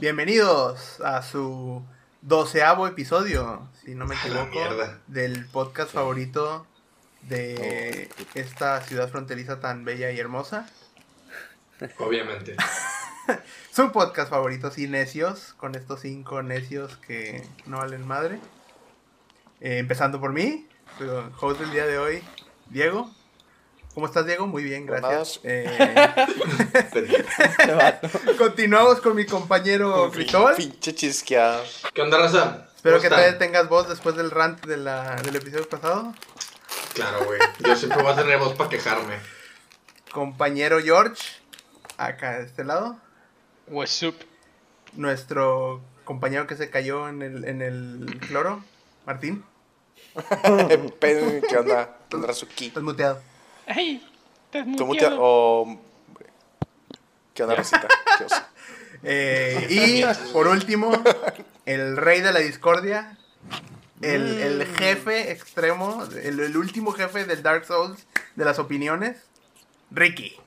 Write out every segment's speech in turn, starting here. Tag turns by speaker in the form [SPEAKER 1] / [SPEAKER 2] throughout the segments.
[SPEAKER 1] Bienvenidos a su doceavo episodio, si no me
[SPEAKER 2] A la
[SPEAKER 1] equivoco,
[SPEAKER 2] mierda.
[SPEAKER 1] del podcast favorito
[SPEAKER 2] Oh,
[SPEAKER 1] de esta ciudad fronteriza tan bella y hermosa.
[SPEAKER 2] Obviamente.
[SPEAKER 1] Su podcast favorito, sin necios, con estos cinco necios que no valen madre. Eh, empezando por mí, el host del día de hoy, Diego. ¿Cómo estás, Diego? Muy bien, gracias. Eh,
[SPEAKER 3] Este vato.
[SPEAKER 1] continuamos con mi compañero Cristóbal.
[SPEAKER 3] Pinche chisqueado.
[SPEAKER 2] ¿Qué onda, raza?
[SPEAKER 1] Espero
[SPEAKER 2] ¿Cómo
[SPEAKER 1] que
[SPEAKER 2] están?
[SPEAKER 1] todavía tengas voz después del rant de la- del episodio pasado.
[SPEAKER 2] Claro, güey. Yo siempre voy a tener voz para quejarme.
[SPEAKER 1] Compañero George, acá de este lado.
[SPEAKER 4] What's up?
[SPEAKER 1] Nuestro compañero que se cayó en el, en el cloro, Martín.
[SPEAKER 3] Pedo, ¿Qué onda? Tendrá su ki.
[SPEAKER 1] Estás muteado.
[SPEAKER 4] ¡Ay! Estás
[SPEAKER 3] ¿Tú
[SPEAKER 4] muy
[SPEAKER 3] mutea? O. ¿Qué onda, Rosita? ¿Qué oso?
[SPEAKER 1] Eh, y por último, el rey de la discordia. El, el jefe extremo, el, el último jefe del Dark Souls de las opiniones, Ricky.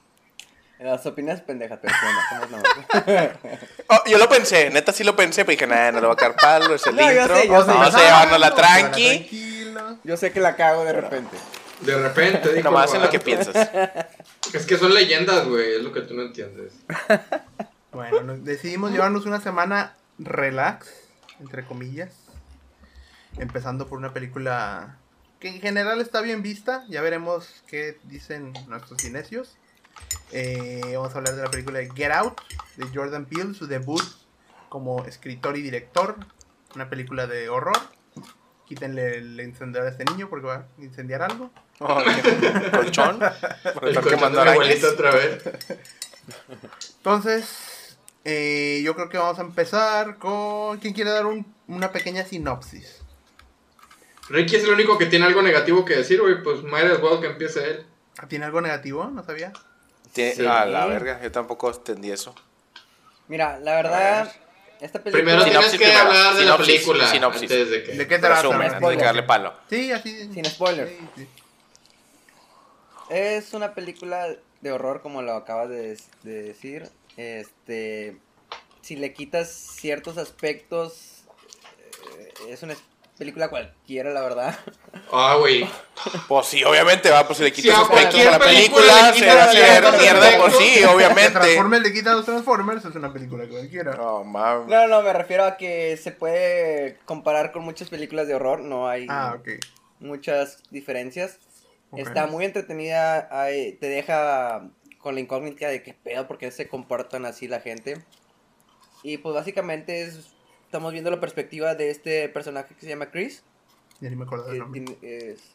[SPEAKER 5] Las opinas pendejas, pero bueno, somos nosotros.
[SPEAKER 3] Oh, yo lo pensé, neta sí lo pensé, pero dije, nada, no lo va a carparlo, es el
[SPEAKER 5] No, yo
[SPEAKER 3] intro.
[SPEAKER 5] sé, yo sé.
[SPEAKER 3] Vamos a llevarnos la tranqui.
[SPEAKER 1] Tranquilo.
[SPEAKER 5] Yo sé que la cago de repente.
[SPEAKER 2] De repente, digo.
[SPEAKER 3] Nomás en lo que
[SPEAKER 2] "Ah".
[SPEAKER 3] piensas.
[SPEAKER 2] Es que son leyendas, güey. Es lo que tú no entiendes.
[SPEAKER 1] Bueno, nos- decidimos llevarnos una semana relax, entre comillas. Empezando por una película que en general está bien vista. Ya veremos qué dicen nuestros inecios. Eh, vamos a hablar de la película de Get Out, de Jordan Peele, su debut como escritor y director. Una película de horror. Quítenle el encendedor a este niño porque va a incendiar algo.
[SPEAKER 3] Oh, ¿qué? Colchón. Por
[SPEAKER 2] El colchón
[SPEAKER 3] estar quemando
[SPEAKER 2] de mi
[SPEAKER 3] arañas.
[SPEAKER 2] abuelita otra vez.
[SPEAKER 1] Entonces, eh, yo creo que vamos a empezar con... ¿Quién quiere dar un- una pequeña sinopsis?
[SPEAKER 2] Ricky es el único que tiene algo negativo que decir, güey. Pues might as well que empiece él.
[SPEAKER 1] ¿Tiene algo negativo? No sabía.
[SPEAKER 3] Tiene-
[SPEAKER 2] Sí.
[SPEAKER 3] A la verga, yo tampoco entendí eso.
[SPEAKER 5] Mira, la
[SPEAKER 3] A
[SPEAKER 5] verdad, esta película.
[SPEAKER 2] Primero tienes
[SPEAKER 3] Pues, Sinopsis
[SPEAKER 2] que
[SPEAKER 3] primero.
[SPEAKER 2] hablar de
[SPEAKER 3] Sinopsis,
[SPEAKER 2] la película.
[SPEAKER 3] sinopsis.
[SPEAKER 2] Antes de que.
[SPEAKER 1] ¿De qué trata?
[SPEAKER 3] Resumen, antes de que Eh, darle palo.
[SPEAKER 1] Sí, así.
[SPEAKER 5] Sin spoiler.
[SPEAKER 1] Sí, sí.
[SPEAKER 5] Es una película de horror, como lo acabas de, des- de decir. Este. Si le quitas ciertos aspectos. eh, Es una es- película cualquiera, la verdad.
[SPEAKER 2] Ah, güey.
[SPEAKER 3] Pues sí, obviamente va, pues si le
[SPEAKER 2] Sí,
[SPEAKER 3] quitas
[SPEAKER 2] a
[SPEAKER 3] aspectos
[SPEAKER 2] cualquier
[SPEAKER 3] a la
[SPEAKER 2] película le
[SPEAKER 3] película, se va a
[SPEAKER 2] quitas
[SPEAKER 3] hacer
[SPEAKER 2] ciertos
[SPEAKER 3] mierda por sí,
[SPEAKER 2] aspectos.
[SPEAKER 1] Que
[SPEAKER 3] obviamente.
[SPEAKER 1] Transformers le quita a los Transformers es una película cualquiera.
[SPEAKER 3] No mames.
[SPEAKER 5] No, no, me refiero a que se puede comparar con muchas películas de horror. No hay
[SPEAKER 1] Ah, ok.
[SPEAKER 5] muchas diferencias.
[SPEAKER 1] Ok.
[SPEAKER 5] Está muy entretenida, ay, te deja con la incógnita de qué pedo, porque se comportan así la gente. Y pues básicamente es- estamos viendo la perspectiva de este personaje que se llama Chris,
[SPEAKER 1] Ya ni me acuerdo del
[SPEAKER 5] que,
[SPEAKER 1] nombre.
[SPEAKER 5] eh, tiene- es-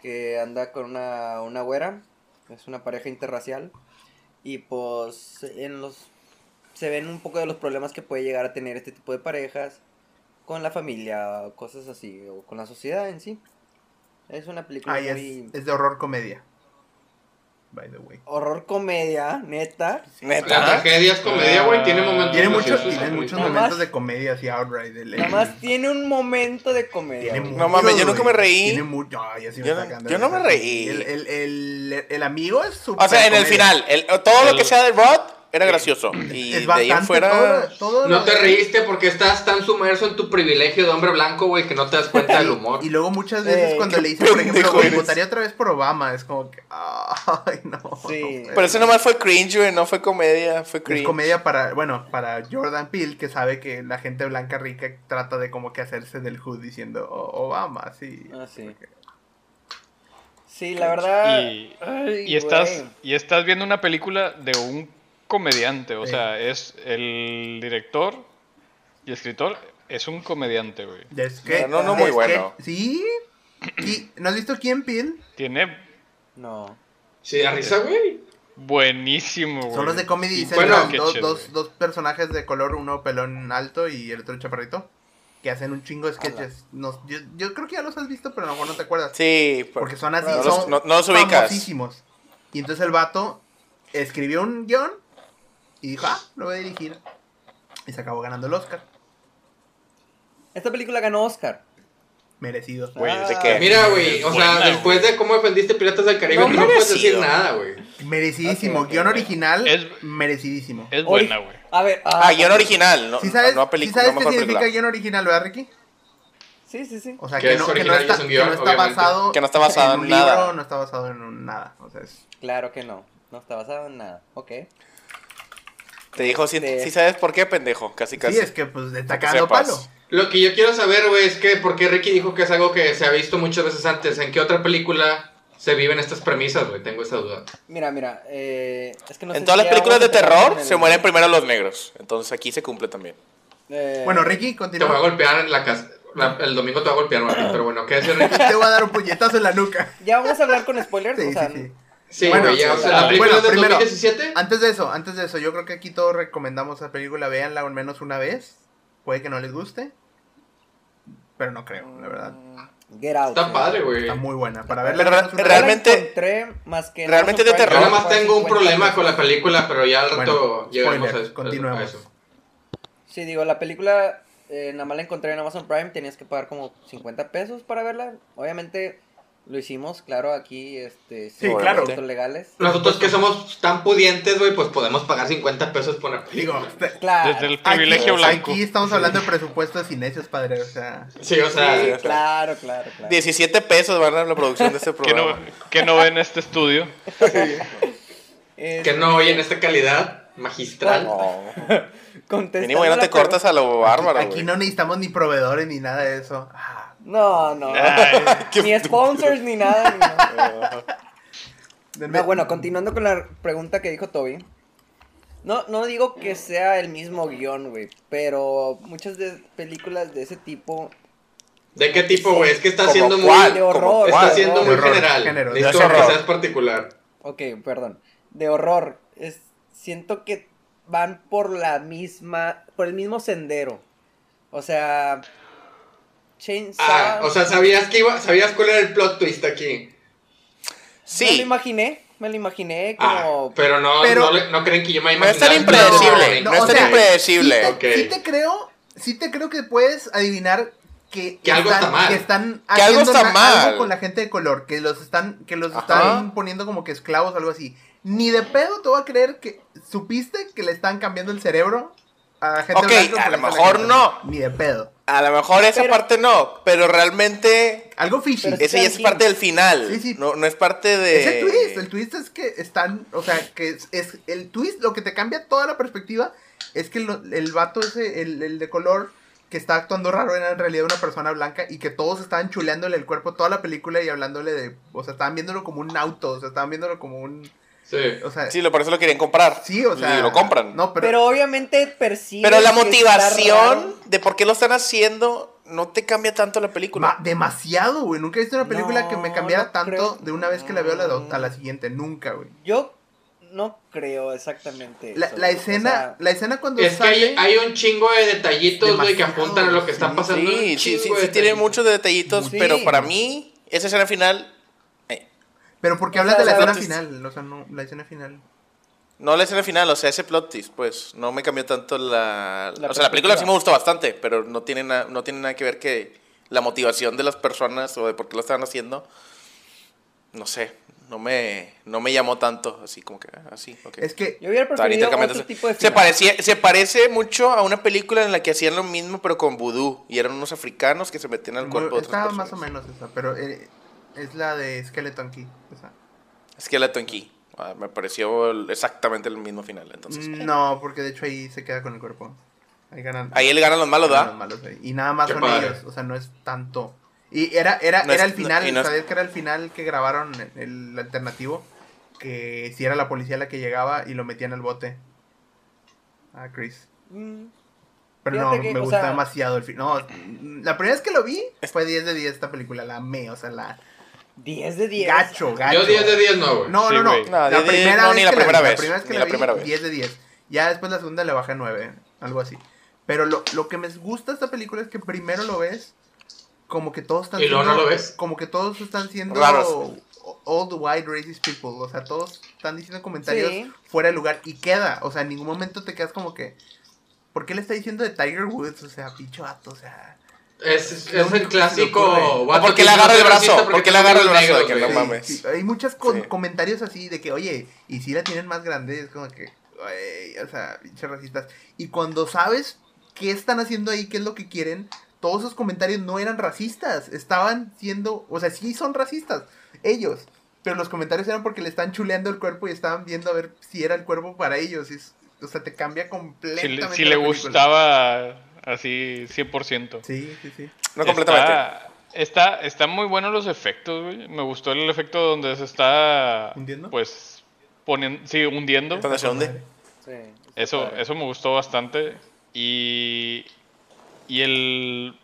[SPEAKER 5] que anda con una, una güera, es una pareja interracial. Y pues en los se ven un poco de los problemas que puede llegar a tener este tipo de parejas con la familia, cosas así, o con la sociedad en sí. Es una película
[SPEAKER 1] Ah, y
[SPEAKER 5] muy-
[SPEAKER 1] es, es de horror comedia. By the way.
[SPEAKER 5] Horror comedia, neta.
[SPEAKER 2] La
[SPEAKER 3] Neta.
[SPEAKER 2] tragedia es comedia, güey. Tiene momentos.
[SPEAKER 3] Ah,
[SPEAKER 1] Tiene,
[SPEAKER 2] de
[SPEAKER 1] muchos,
[SPEAKER 2] suspenso,
[SPEAKER 1] tiene
[SPEAKER 2] güey.
[SPEAKER 1] muchos
[SPEAKER 5] Nomás-
[SPEAKER 1] momentos de comedia así outright. del-
[SPEAKER 5] Nada más tiene un momento de comedia.
[SPEAKER 1] Tiene
[SPEAKER 5] güey.
[SPEAKER 1] muchos,
[SPEAKER 3] No mames, yo nunca me
[SPEAKER 1] güey.
[SPEAKER 3] reí.
[SPEAKER 1] Tiene mucho. Ay, así me
[SPEAKER 3] Yo
[SPEAKER 1] está
[SPEAKER 3] no-
[SPEAKER 1] cagando
[SPEAKER 3] yo
[SPEAKER 1] la
[SPEAKER 3] no me
[SPEAKER 1] risa.
[SPEAKER 3] reí.
[SPEAKER 1] El, el, el, el amigo es súper.
[SPEAKER 3] O sea, en el
[SPEAKER 1] comedia.
[SPEAKER 3] final, el- todo lo que sea del bot era gracioso. Y
[SPEAKER 1] Es
[SPEAKER 3] de ahí en
[SPEAKER 1] bastante.
[SPEAKER 3] fuera.
[SPEAKER 1] todo- todo
[SPEAKER 2] No
[SPEAKER 1] lo-
[SPEAKER 2] te reíste porque estás tan sumerso en tu privilegio de hombre blanco, güey, que no te das cuenta del humor.
[SPEAKER 1] Y luego muchas veces
[SPEAKER 5] Eh,
[SPEAKER 1] cuando
[SPEAKER 3] qué
[SPEAKER 1] le dicen, por ejemplo,
[SPEAKER 3] pendejo
[SPEAKER 1] güey,
[SPEAKER 3] eres.
[SPEAKER 1] votaría otra vez por Obama, es como que, ay, no.
[SPEAKER 5] Sí.
[SPEAKER 3] Pero eso nomás fue cringe, güey, no fue comedia, fue
[SPEAKER 1] Es
[SPEAKER 3] cringe.
[SPEAKER 1] comedia para, bueno, para Jordan Peele, que sabe que la gente blanca rica trata de como que hacerse del hood diciendo "O- Obama, sí.
[SPEAKER 5] Ah, sí. Sí, la verdad.
[SPEAKER 4] Y-
[SPEAKER 5] ay,
[SPEAKER 4] Y estás,
[SPEAKER 5] güey.
[SPEAKER 4] y estás viendo una película de un comediante, o
[SPEAKER 1] Sí.
[SPEAKER 4] sea, es el director y escritor, es un comediante, güey.
[SPEAKER 1] Es que,
[SPEAKER 3] No, no, no muy
[SPEAKER 1] es
[SPEAKER 3] bueno.
[SPEAKER 1] que- sí. ¿Y- ¿No has visto quién Peele?
[SPEAKER 4] Tiene
[SPEAKER 5] No.
[SPEAKER 2] Sí, da risa, güey.
[SPEAKER 4] buenísimo, güey.
[SPEAKER 1] Son los de comedy
[SPEAKER 4] Y
[SPEAKER 1] Central,
[SPEAKER 2] bueno,
[SPEAKER 1] dos-
[SPEAKER 4] sketches,
[SPEAKER 1] dos,
[SPEAKER 4] güey.
[SPEAKER 1] dos, dos personajes de color, uno pelón alto y el otro chaparrito, que hacen un chingo de sketches. Nos- yo, yo creo que ya los has visto, pero a lo mejor no te acuerdas.
[SPEAKER 3] Sí, pero-
[SPEAKER 1] Porque son así,
[SPEAKER 3] No los-
[SPEAKER 1] son
[SPEAKER 3] no- no los ubicas.
[SPEAKER 1] famosísimos. Y entonces el vato escribió un guión y dijo, ah, lo voy a dirigir. Y se acabó ganando el Oscar.
[SPEAKER 5] Esta película ganó Oscar. Ah.
[SPEAKER 1] Merecido.
[SPEAKER 4] Güey, es
[SPEAKER 3] ¿de qué?
[SPEAKER 2] Mira, güey, o sea,
[SPEAKER 4] Buena, güey.
[SPEAKER 2] después de cómo defendiste Piratas del Caribe,
[SPEAKER 3] No
[SPEAKER 2] tú no puedes decir
[SPEAKER 3] merecido.
[SPEAKER 2] nada, güey.
[SPEAKER 1] Merecidísimo.
[SPEAKER 5] Ah, Ok, ok,
[SPEAKER 1] guión
[SPEAKER 5] ok.
[SPEAKER 1] original,
[SPEAKER 4] Es-
[SPEAKER 1] merecidísimo.
[SPEAKER 4] Es
[SPEAKER 5] Ori-
[SPEAKER 4] buena, güey.
[SPEAKER 5] A ver.
[SPEAKER 3] Ah, guión original, no,
[SPEAKER 1] ¿Sí sabes,
[SPEAKER 3] no a
[SPEAKER 1] sí
[SPEAKER 3] película,
[SPEAKER 1] sabes
[SPEAKER 3] no
[SPEAKER 1] qué
[SPEAKER 3] mejor
[SPEAKER 1] significa
[SPEAKER 3] película.
[SPEAKER 1] guión original, verdad, Ricky?
[SPEAKER 5] Sí, sí, sí.
[SPEAKER 1] O sea,
[SPEAKER 2] Que
[SPEAKER 1] que,
[SPEAKER 2] es
[SPEAKER 1] no, que no
[SPEAKER 2] original y
[SPEAKER 1] está,
[SPEAKER 2] es un guión,
[SPEAKER 1] que no está
[SPEAKER 2] obviamente.
[SPEAKER 1] basado,
[SPEAKER 3] Que no está basado
[SPEAKER 1] un
[SPEAKER 3] en nada.
[SPEAKER 1] libro, no está basado en un nada. O sea, es-
[SPEAKER 5] Claro que no. No está basado en nada. Ok.
[SPEAKER 3] Te dijo, si
[SPEAKER 5] Este-
[SPEAKER 3] sabes por qué, pendejo, casi casi.
[SPEAKER 1] sí, es que pues está
[SPEAKER 3] que
[SPEAKER 1] cagando
[SPEAKER 3] sepas.
[SPEAKER 1] palo.
[SPEAKER 2] Lo que yo quiero saber, güey, es que por qué Ricky dijo que es algo que se ha visto muchas veces antes. ¿En qué otra película se viven estas premisas, güey? Tengo esa duda.
[SPEAKER 5] Mira, mira. eh, es que no sé
[SPEAKER 3] en todas
[SPEAKER 5] si
[SPEAKER 3] las
[SPEAKER 5] ya
[SPEAKER 3] películas de
[SPEAKER 5] vamos a empezar con
[SPEAKER 3] terror
[SPEAKER 5] el-
[SPEAKER 3] se mueren primero los negros. Entonces aquí se cumple también.
[SPEAKER 5] Eh,
[SPEAKER 1] Bueno, Ricky,
[SPEAKER 2] Te voy a
[SPEAKER 1] continúa.
[SPEAKER 2] golpear en la casa. la- el domingo te voy a golpear, Martín, pero bueno, ¿qué decir, Ricky?
[SPEAKER 1] Te voy a dar un puñetazo en la nuca.
[SPEAKER 5] Ya vamos a hablar con spoilers.
[SPEAKER 1] Sí,
[SPEAKER 5] o
[SPEAKER 1] sí,
[SPEAKER 5] sea,
[SPEAKER 1] sí.
[SPEAKER 2] Sí, güey,
[SPEAKER 1] Bueno,
[SPEAKER 2] ya, o sea,
[SPEAKER 1] ah,
[SPEAKER 2] la película
[SPEAKER 1] bueno,
[SPEAKER 2] es del
[SPEAKER 1] primero. ah,
[SPEAKER 2] 2017.
[SPEAKER 1] Antes de eso, antes de eso, yo creo que aquí todos recomendamos la película, véanla al menos una vez. Puede que no les guste, pero no creo, la verdad.
[SPEAKER 5] Get out.
[SPEAKER 2] Está
[SPEAKER 5] eh.
[SPEAKER 2] padre, güey.
[SPEAKER 1] Está muy buena. Para verla
[SPEAKER 3] Pero
[SPEAKER 1] al menos una
[SPEAKER 5] No la
[SPEAKER 1] vez.
[SPEAKER 3] realmente-
[SPEAKER 5] encontré más que en
[SPEAKER 3] realmente
[SPEAKER 5] Amazon
[SPEAKER 3] de
[SPEAKER 2] Yo
[SPEAKER 5] Prime,
[SPEAKER 2] nada
[SPEAKER 3] terror.
[SPEAKER 2] más tengo un
[SPEAKER 5] 50.
[SPEAKER 2] problema con la película, pero ya al rato
[SPEAKER 1] Bueno,
[SPEAKER 2] llegaremos
[SPEAKER 1] spoilers,
[SPEAKER 2] a,
[SPEAKER 1] continuemos.
[SPEAKER 2] a eso.
[SPEAKER 5] Sí, digo, la película eh, nada más la encontré en Amazon Prime, tenías que pagar como 50 pesos para verla. Obviamente lo hicimos, claro, aquí, este, sin
[SPEAKER 1] claro.
[SPEAKER 5] productos legales.
[SPEAKER 2] Nosotros que somos tan pudientes, güey, pues podemos pagar 50 pesos por una
[SPEAKER 1] Digo,
[SPEAKER 2] película.
[SPEAKER 1] este-
[SPEAKER 5] Claro.
[SPEAKER 4] Desde el
[SPEAKER 1] aquí,
[SPEAKER 4] privilegio blanco.
[SPEAKER 1] aquí estamos hablando de presupuesto de cinecios, padre. O sea,
[SPEAKER 2] Sí, o sea,
[SPEAKER 3] o
[SPEAKER 5] Sí,
[SPEAKER 3] sea.
[SPEAKER 5] claro, claro, claro.
[SPEAKER 3] 17 pesos van a la producción de este
[SPEAKER 4] Que no,
[SPEAKER 3] programa.
[SPEAKER 4] que no ven este estudio.
[SPEAKER 5] Es-
[SPEAKER 2] que no oyen esta calidad magistral.
[SPEAKER 3] No.
[SPEAKER 5] contestando
[SPEAKER 3] Mínimo ya no
[SPEAKER 5] la
[SPEAKER 3] te cortas a lo bárbaro,
[SPEAKER 1] aquí
[SPEAKER 3] güey.
[SPEAKER 1] no necesitamos ni proveedores ni nada de eso. Ah,
[SPEAKER 5] pregunta- No, no.
[SPEAKER 4] Ay,
[SPEAKER 3] Qué
[SPEAKER 5] ni sponsors ni nada. ni nada.
[SPEAKER 1] denme-
[SPEAKER 5] No, bueno, continuando con la pregunta que dijo Toby. No, no digo que sea el mismo guión, güey, pero muchas de películas de ese tipo
[SPEAKER 2] ¿De qué tipo, güey? Es que está
[SPEAKER 3] ¿Como
[SPEAKER 2] siendo muy...
[SPEAKER 3] cuál?
[SPEAKER 5] de horror.
[SPEAKER 2] Está
[SPEAKER 3] ¿Cuál?
[SPEAKER 2] siendo muy
[SPEAKER 5] horror.
[SPEAKER 1] Horror,
[SPEAKER 2] general.
[SPEAKER 1] género.
[SPEAKER 2] Necesito
[SPEAKER 3] Ya es
[SPEAKER 2] que
[SPEAKER 3] horror.
[SPEAKER 2] seas particular.
[SPEAKER 5] Ok, perdón. De horror. Es, siento que van por la misma. Por el mismo sendero. O sea. Chainsaw.
[SPEAKER 2] Ah, o sea, sabías que iba, sabías cuál era el plot twist aquí.
[SPEAKER 5] Me lo
[SPEAKER 3] Sí,
[SPEAKER 5] imaginé. Me lo imaginé
[SPEAKER 2] Ah,
[SPEAKER 5] como.
[SPEAKER 2] pero no,
[SPEAKER 1] Pero-
[SPEAKER 2] no, le- no creen que yo me
[SPEAKER 3] no es tan
[SPEAKER 2] imaginaba.
[SPEAKER 3] impredecible.
[SPEAKER 1] No,
[SPEAKER 3] No,
[SPEAKER 1] o
[SPEAKER 3] es tan
[SPEAKER 1] sea,
[SPEAKER 3] impredecible.
[SPEAKER 1] Sí te,
[SPEAKER 2] Ok.
[SPEAKER 1] sí te creo, sí te creo que puedes adivinar que,
[SPEAKER 2] Que algo
[SPEAKER 1] están,
[SPEAKER 2] está mal.
[SPEAKER 1] que están
[SPEAKER 3] Que algo
[SPEAKER 1] haciendo
[SPEAKER 3] está
[SPEAKER 1] na-
[SPEAKER 3] mal.
[SPEAKER 1] algo con la gente de color, que los están, que los
[SPEAKER 3] Ajá.
[SPEAKER 1] están poniendo como que esclavos o algo así. Ni de pedo te voy a creer que supiste que le están cambiando el cerebro a la gente
[SPEAKER 3] Ok,
[SPEAKER 1] blanca por
[SPEAKER 3] a lo
[SPEAKER 1] eso la
[SPEAKER 3] mejor
[SPEAKER 1] gente-
[SPEAKER 3] no.
[SPEAKER 1] Ni de pedo.
[SPEAKER 3] A lo mejor esa
[SPEAKER 5] Ah, Pero-
[SPEAKER 3] parte no, pero realmente
[SPEAKER 1] Algo fishy.
[SPEAKER 5] Pero-
[SPEAKER 3] esa ya es
[SPEAKER 5] Tranquilo.
[SPEAKER 3] parte del final.
[SPEAKER 1] Sí, sí.
[SPEAKER 3] No, no es parte de.
[SPEAKER 1] Es el twist, el twist es que están, o sea, que es, es- el twist lo que te cambia toda la perspectiva es que lo- el vato ese, el, el de color que está actuando raro era en realidad una persona blanca y que todos estaban chuleándole el cuerpo toda la película y hablándole de, o sea, estaban viéndolo como un auto, o sea, estaban viéndolo como un,
[SPEAKER 2] Sí.
[SPEAKER 1] o sea,
[SPEAKER 3] Sí, lo, por eso lo querían comprar.
[SPEAKER 1] sí, o sea,
[SPEAKER 3] Y lo compran.
[SPEAKER 1] No,
[SPEAKER 5] Pero,
[SPEAKER 1] pero,
[SPEAKER 5] obviamente percibe.
[SPEAKER 3] pero la
[SPEAKER 5] que está
[SPEAKER 3] motivación
[SPEAKER 5] raro.
[SPEAKER 3] de por qué lo están haciendo no te cambia tanto la
[SPEAKER 1] ma-
[SPEAKER 3] película.
[SPEAKER 1] demasiado, güey, nunca he visto una película que me
[SPEAKER 5] No,
[SPEAKER 1] cambiara
[SPEAKER 5] no
[SPEAKER 1] tanto
[SPEAKER 5] creo.
[SPEAKER 1] de una vez que la veo a la, do- a la siguiente, nunca, güey.
[SPEAKER 5] Yo no creo exactamente.
[SPEAKER 1] La,
[SPEAKER 5] eso,
[SPEAKER 1] la
[SPEAKER 5] güey. O
[SPEAKER 1] escena,
[SPEAKER 5] sea,
[SPEAKER 1] la escena cuando
[SPEAKER 2] Es que
[SPEAKER 1] sale...
[SPEAKER 2] hay, hay un chingo de detallitos, güey, que
[SPEAKER 1] Demasiado,
[SPEAKER 2] apuntan a lo que está
[SPEAKER 1] sí,
[SPEAKER 2] pasando. Un
[SPEAKER 3] sí, sí,
[SPEAKER 2] chingo
[SPEAKER 3] sí,
[SPEAKER 2] de
[SPEAKER 3] sí tiene
[SPEAKER 2] detallitos.
[SPEAKER 3] muchos detallitos,
[SPEAKER 5] Sí.
[SPEAKER 3] pero para mí, esa escena final,
[SPEAKER 1] Pero porque
[SPEAKER 5] O
[SPEAKER 1] hablas
[SPEAKER 5] sea,
[SPEAKER 1] de la escena
[SPEAKER 5] la
[SPEAKER 3] verdad es-
[SPEAKER 1] final, o sea, no, la escena final.
[SPEAKER 3] no la escena final, o sea, ese plot twist, pues, no me cambió tanto la...
[SPEAKER 5] La
[SPEAKER 3] o sea, la película
[SPEAKER 5] perspectiva.
[SPEAKER 3] sí me gustó bastante, pero no tiene, na- no tiene nada que ver que la motivación de las personas o de por qué lo estaban haciendo, no sé, no me, no me llamó tanto, así como que, ah, así, ok.
[SPEAKER 1] Es que,
[SPEAKER 5] yo hubiera
[SPEAKER 3] Estaban
[SPEAKER 5] preferido
[SPEAKER 3] intercambiando-
[SPEAKER 5] otro tipo de.
[SPEAKER 3] se,
[SPEAKER 5] final.
[SPEAKER 3] parecía, se parece mucho a una película en la que hacían lo mismo, pero con vudú, y eran unos africanos que se metían al
[SPEAKER 1] mu-
[SPEAKER 3] cuerpo de otras
[SPEAKER 1] está
[SPEAKER 3] personas.
[SPEAKER 1] más o menos esa, pero eh, es la de Skeleton Key. esa.
[SPEAKER 3] Skeleton Key. Ah, me pareció el- exactamente el mismo final, entonces.
[SPEAKER 1] Mm, no, porque de hecho ahí se queda con el cuerpo. Ahí ganan.
[SPEAKER 3] Ahí él gana los malos,
[SPEAKER 1] ganan los
[SPEAKER 3] ¿da?
[SPEAKER 1] malos ahí. Y nada más
[SPEAKER 2] Qué
[SPEAKER 1] son
[SPEAKER 2] padre.
[SPEAKER 1] ellos, o sea, no es tanto. Y era, era,
[SPEAKER 3] No
[SPEAKER 1] era
[SPEAKER 3] es-
[SPEAKER 1] el final,
[SPEAKER 3] y no es-
[SPEAKER 1] ¿sabías que era el final que grabaron el, el alternativo? Que si era la policía la que llegaba y lo metían al bote. A Chris.
[SPEAKER 5] Mm,
[SPEAKER 1] Pero
[SPEAKER 5] Fíjate
[SPEAKER 1] no,
[SPEAKER 5] que,
[SPEAKER 1] me
[SPEAKER 5] o
[SPEAKER 1] gusta
[SPEAKER 5] sea-
[SPEAKER 1] demasiado el final. No, la primera vez que lo vi fue 10 de 10 esta película, la amé, o sea, la
[SPEAKER 5] 10 de 10.
[SPEAKER 1] gacho, gacho.
[SPEAKER 2] Yo 10 de 10 no, güey.
[SPEAKER 1] No,
[SPEAKER 4] Sí,
[SPEAKER 1] no, no,
[SPEAKER 4] güey.
[SPEAKER 3] No,
[SPEAKER 1] la
[SPEAKER 3] 10 de 10,
[SPEAKER 1] primera
[SPEAKER 3] no,
[SPEAKER 1] vez
[SPEAKER 3] ni la
[SPEAKER 1] que
[SPEAKER 3] primera
[SPEAKER 1] vi,
[SPEAKER 3] vez,
[SPEAKER 1] la primera vez que
[SPEAKER 3] ni
[SPEAKER 1] la,
[SPEAKER 3] la
[SPEAKER 1] vi,
[SPEAKER 3] primera vez.
[SPEAKER 1] 10 de 10. Ya después la segunda le bajé 9, algo así. Pero lo, lo que me gusta de esta película es que primero lo ves como que todos están
[SPEAKER 2] Y luego no lo ves.
[SPEAKER 1] como que todos están siendo
[SPEAKER 3] Raros.
[SPEAKER 1] old white racist people, o sea, todos están diciendo comentarios
[SPEAKER 5] Sí.
[SPEAKER 1] fuera de lugar y queda, o sea, en ningún momento te quedas como que ¿Por qué le está diciendo de Tiger Woods? O sea, pinche vato, o sea.
[SPEAKER 2] Es, es
[SPEAKER 1] Lo único
[SPEAKER 2] el
[SPEAKER 1] que se le
[SPEAKER 2] clásico.
[SPEAKER 1] ocurre.
[SPEAKER 2] guato
[SPEAKER 3] ¿Por qué le
[SPEAKER 2] que no
[SPEAKER 3] agarra
[SPEAKER 2] se
[SPEAKER 3] el
[SPEAKER 2] lo
[SPEAKER 3] brazo?
[SPEAKER 2] quita
[SPEAKER 3] ¿Por
[SPEAKER 2] está
[SPEAKER 3] qué le agarra el
[SPEAKER 2] negro,
[SPEAKER 3] brazo de que
[SPEAKER 2] güey?
[SPEAKER 3] no mames.
[SPEAKER 1] sí, hay muchos con-
[SPEAKER 3] Sí.
[SPEAKER 1] comentarios así de que, oye, y si la tienen más grande, es como que, güey, o sea, pinches racistas. Y cuando sabes qué están haciendo ahí, qué es lo que quieren, todos esos comentarios no eran racistas. Estaban siendo, o sea, sí son racistas, ellos. Pero los comentarios eran porque le están chuleando el cuerpo y estaban viendo a ver si era el cuervo para ellos. Es- o sea, te cambia
[SPEAKER 4] Si, le-
[SPEAKER 1] completamente.
[SPEAKER 4] si
[SPEAKER 1] la
[SPEAKER 4] le
[SPEAKER 1] película.
[SPEAKER 4] gustaba así 100%.
[SPEAKER 1] Sí, sí, sí.
[SPEAKER 3] No completamente.
[SPEAKER 4] Está, está, están muy buenos los efectos, güey. Me gustó el efecto donde se está.
[SPEAKER 1] ¿Hundiendo?
[SPEAKER 4] Pues. Poniendo, sí, hundiendo.
[SPEAKER 3] ¿Dónde se hunde?
[SPEAKER 5] Sí, está
[SPEAKER 4] Eso,
[SPEAKER 5] padre.
[SPEAKER 4] eso me gustó bastante. Y. Y el.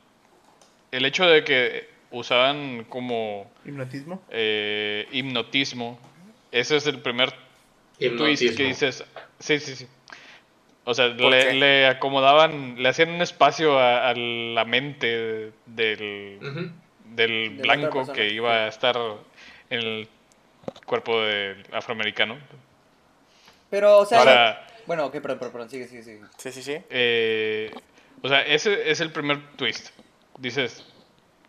[SPEAKER 4] El hecho de que usaban como
[SPEAKER 1] Hipnotismo.
[SPEAKER 4] eh, hipnotismo. Ese es el primer twist que
[SPEAKER 2] Hipnotismo.
[SPEAKER 4] dices. Sí, sí, sí. O sea,
[SPEAKER 3] ¿Por qué?
[SPEAKER 4] le, le acomodaban, le hacían un espacio a, a la mente del,
[SPEAKER 2] Ujú.
[SPEAKER 4] del
[SPEAKER 5] De la otra
[SPEAKER 4] blanco
[SPEAKER 5] persona,
[SPEAKER 4] que iba a estar en el cuerpo del afroamericano.
[SPEAKER 5] Pero, o sea,
[SPEAKER 4] Ahora-
[SPEAKER 5] bueno, ok, perdón, perdón, perdón, sigue, sigue, sigue.
[SPEAKER 3] Sí, sí, sí.
[SPEAKER 4] Eh, o sea, ese es el primer twist. Dices,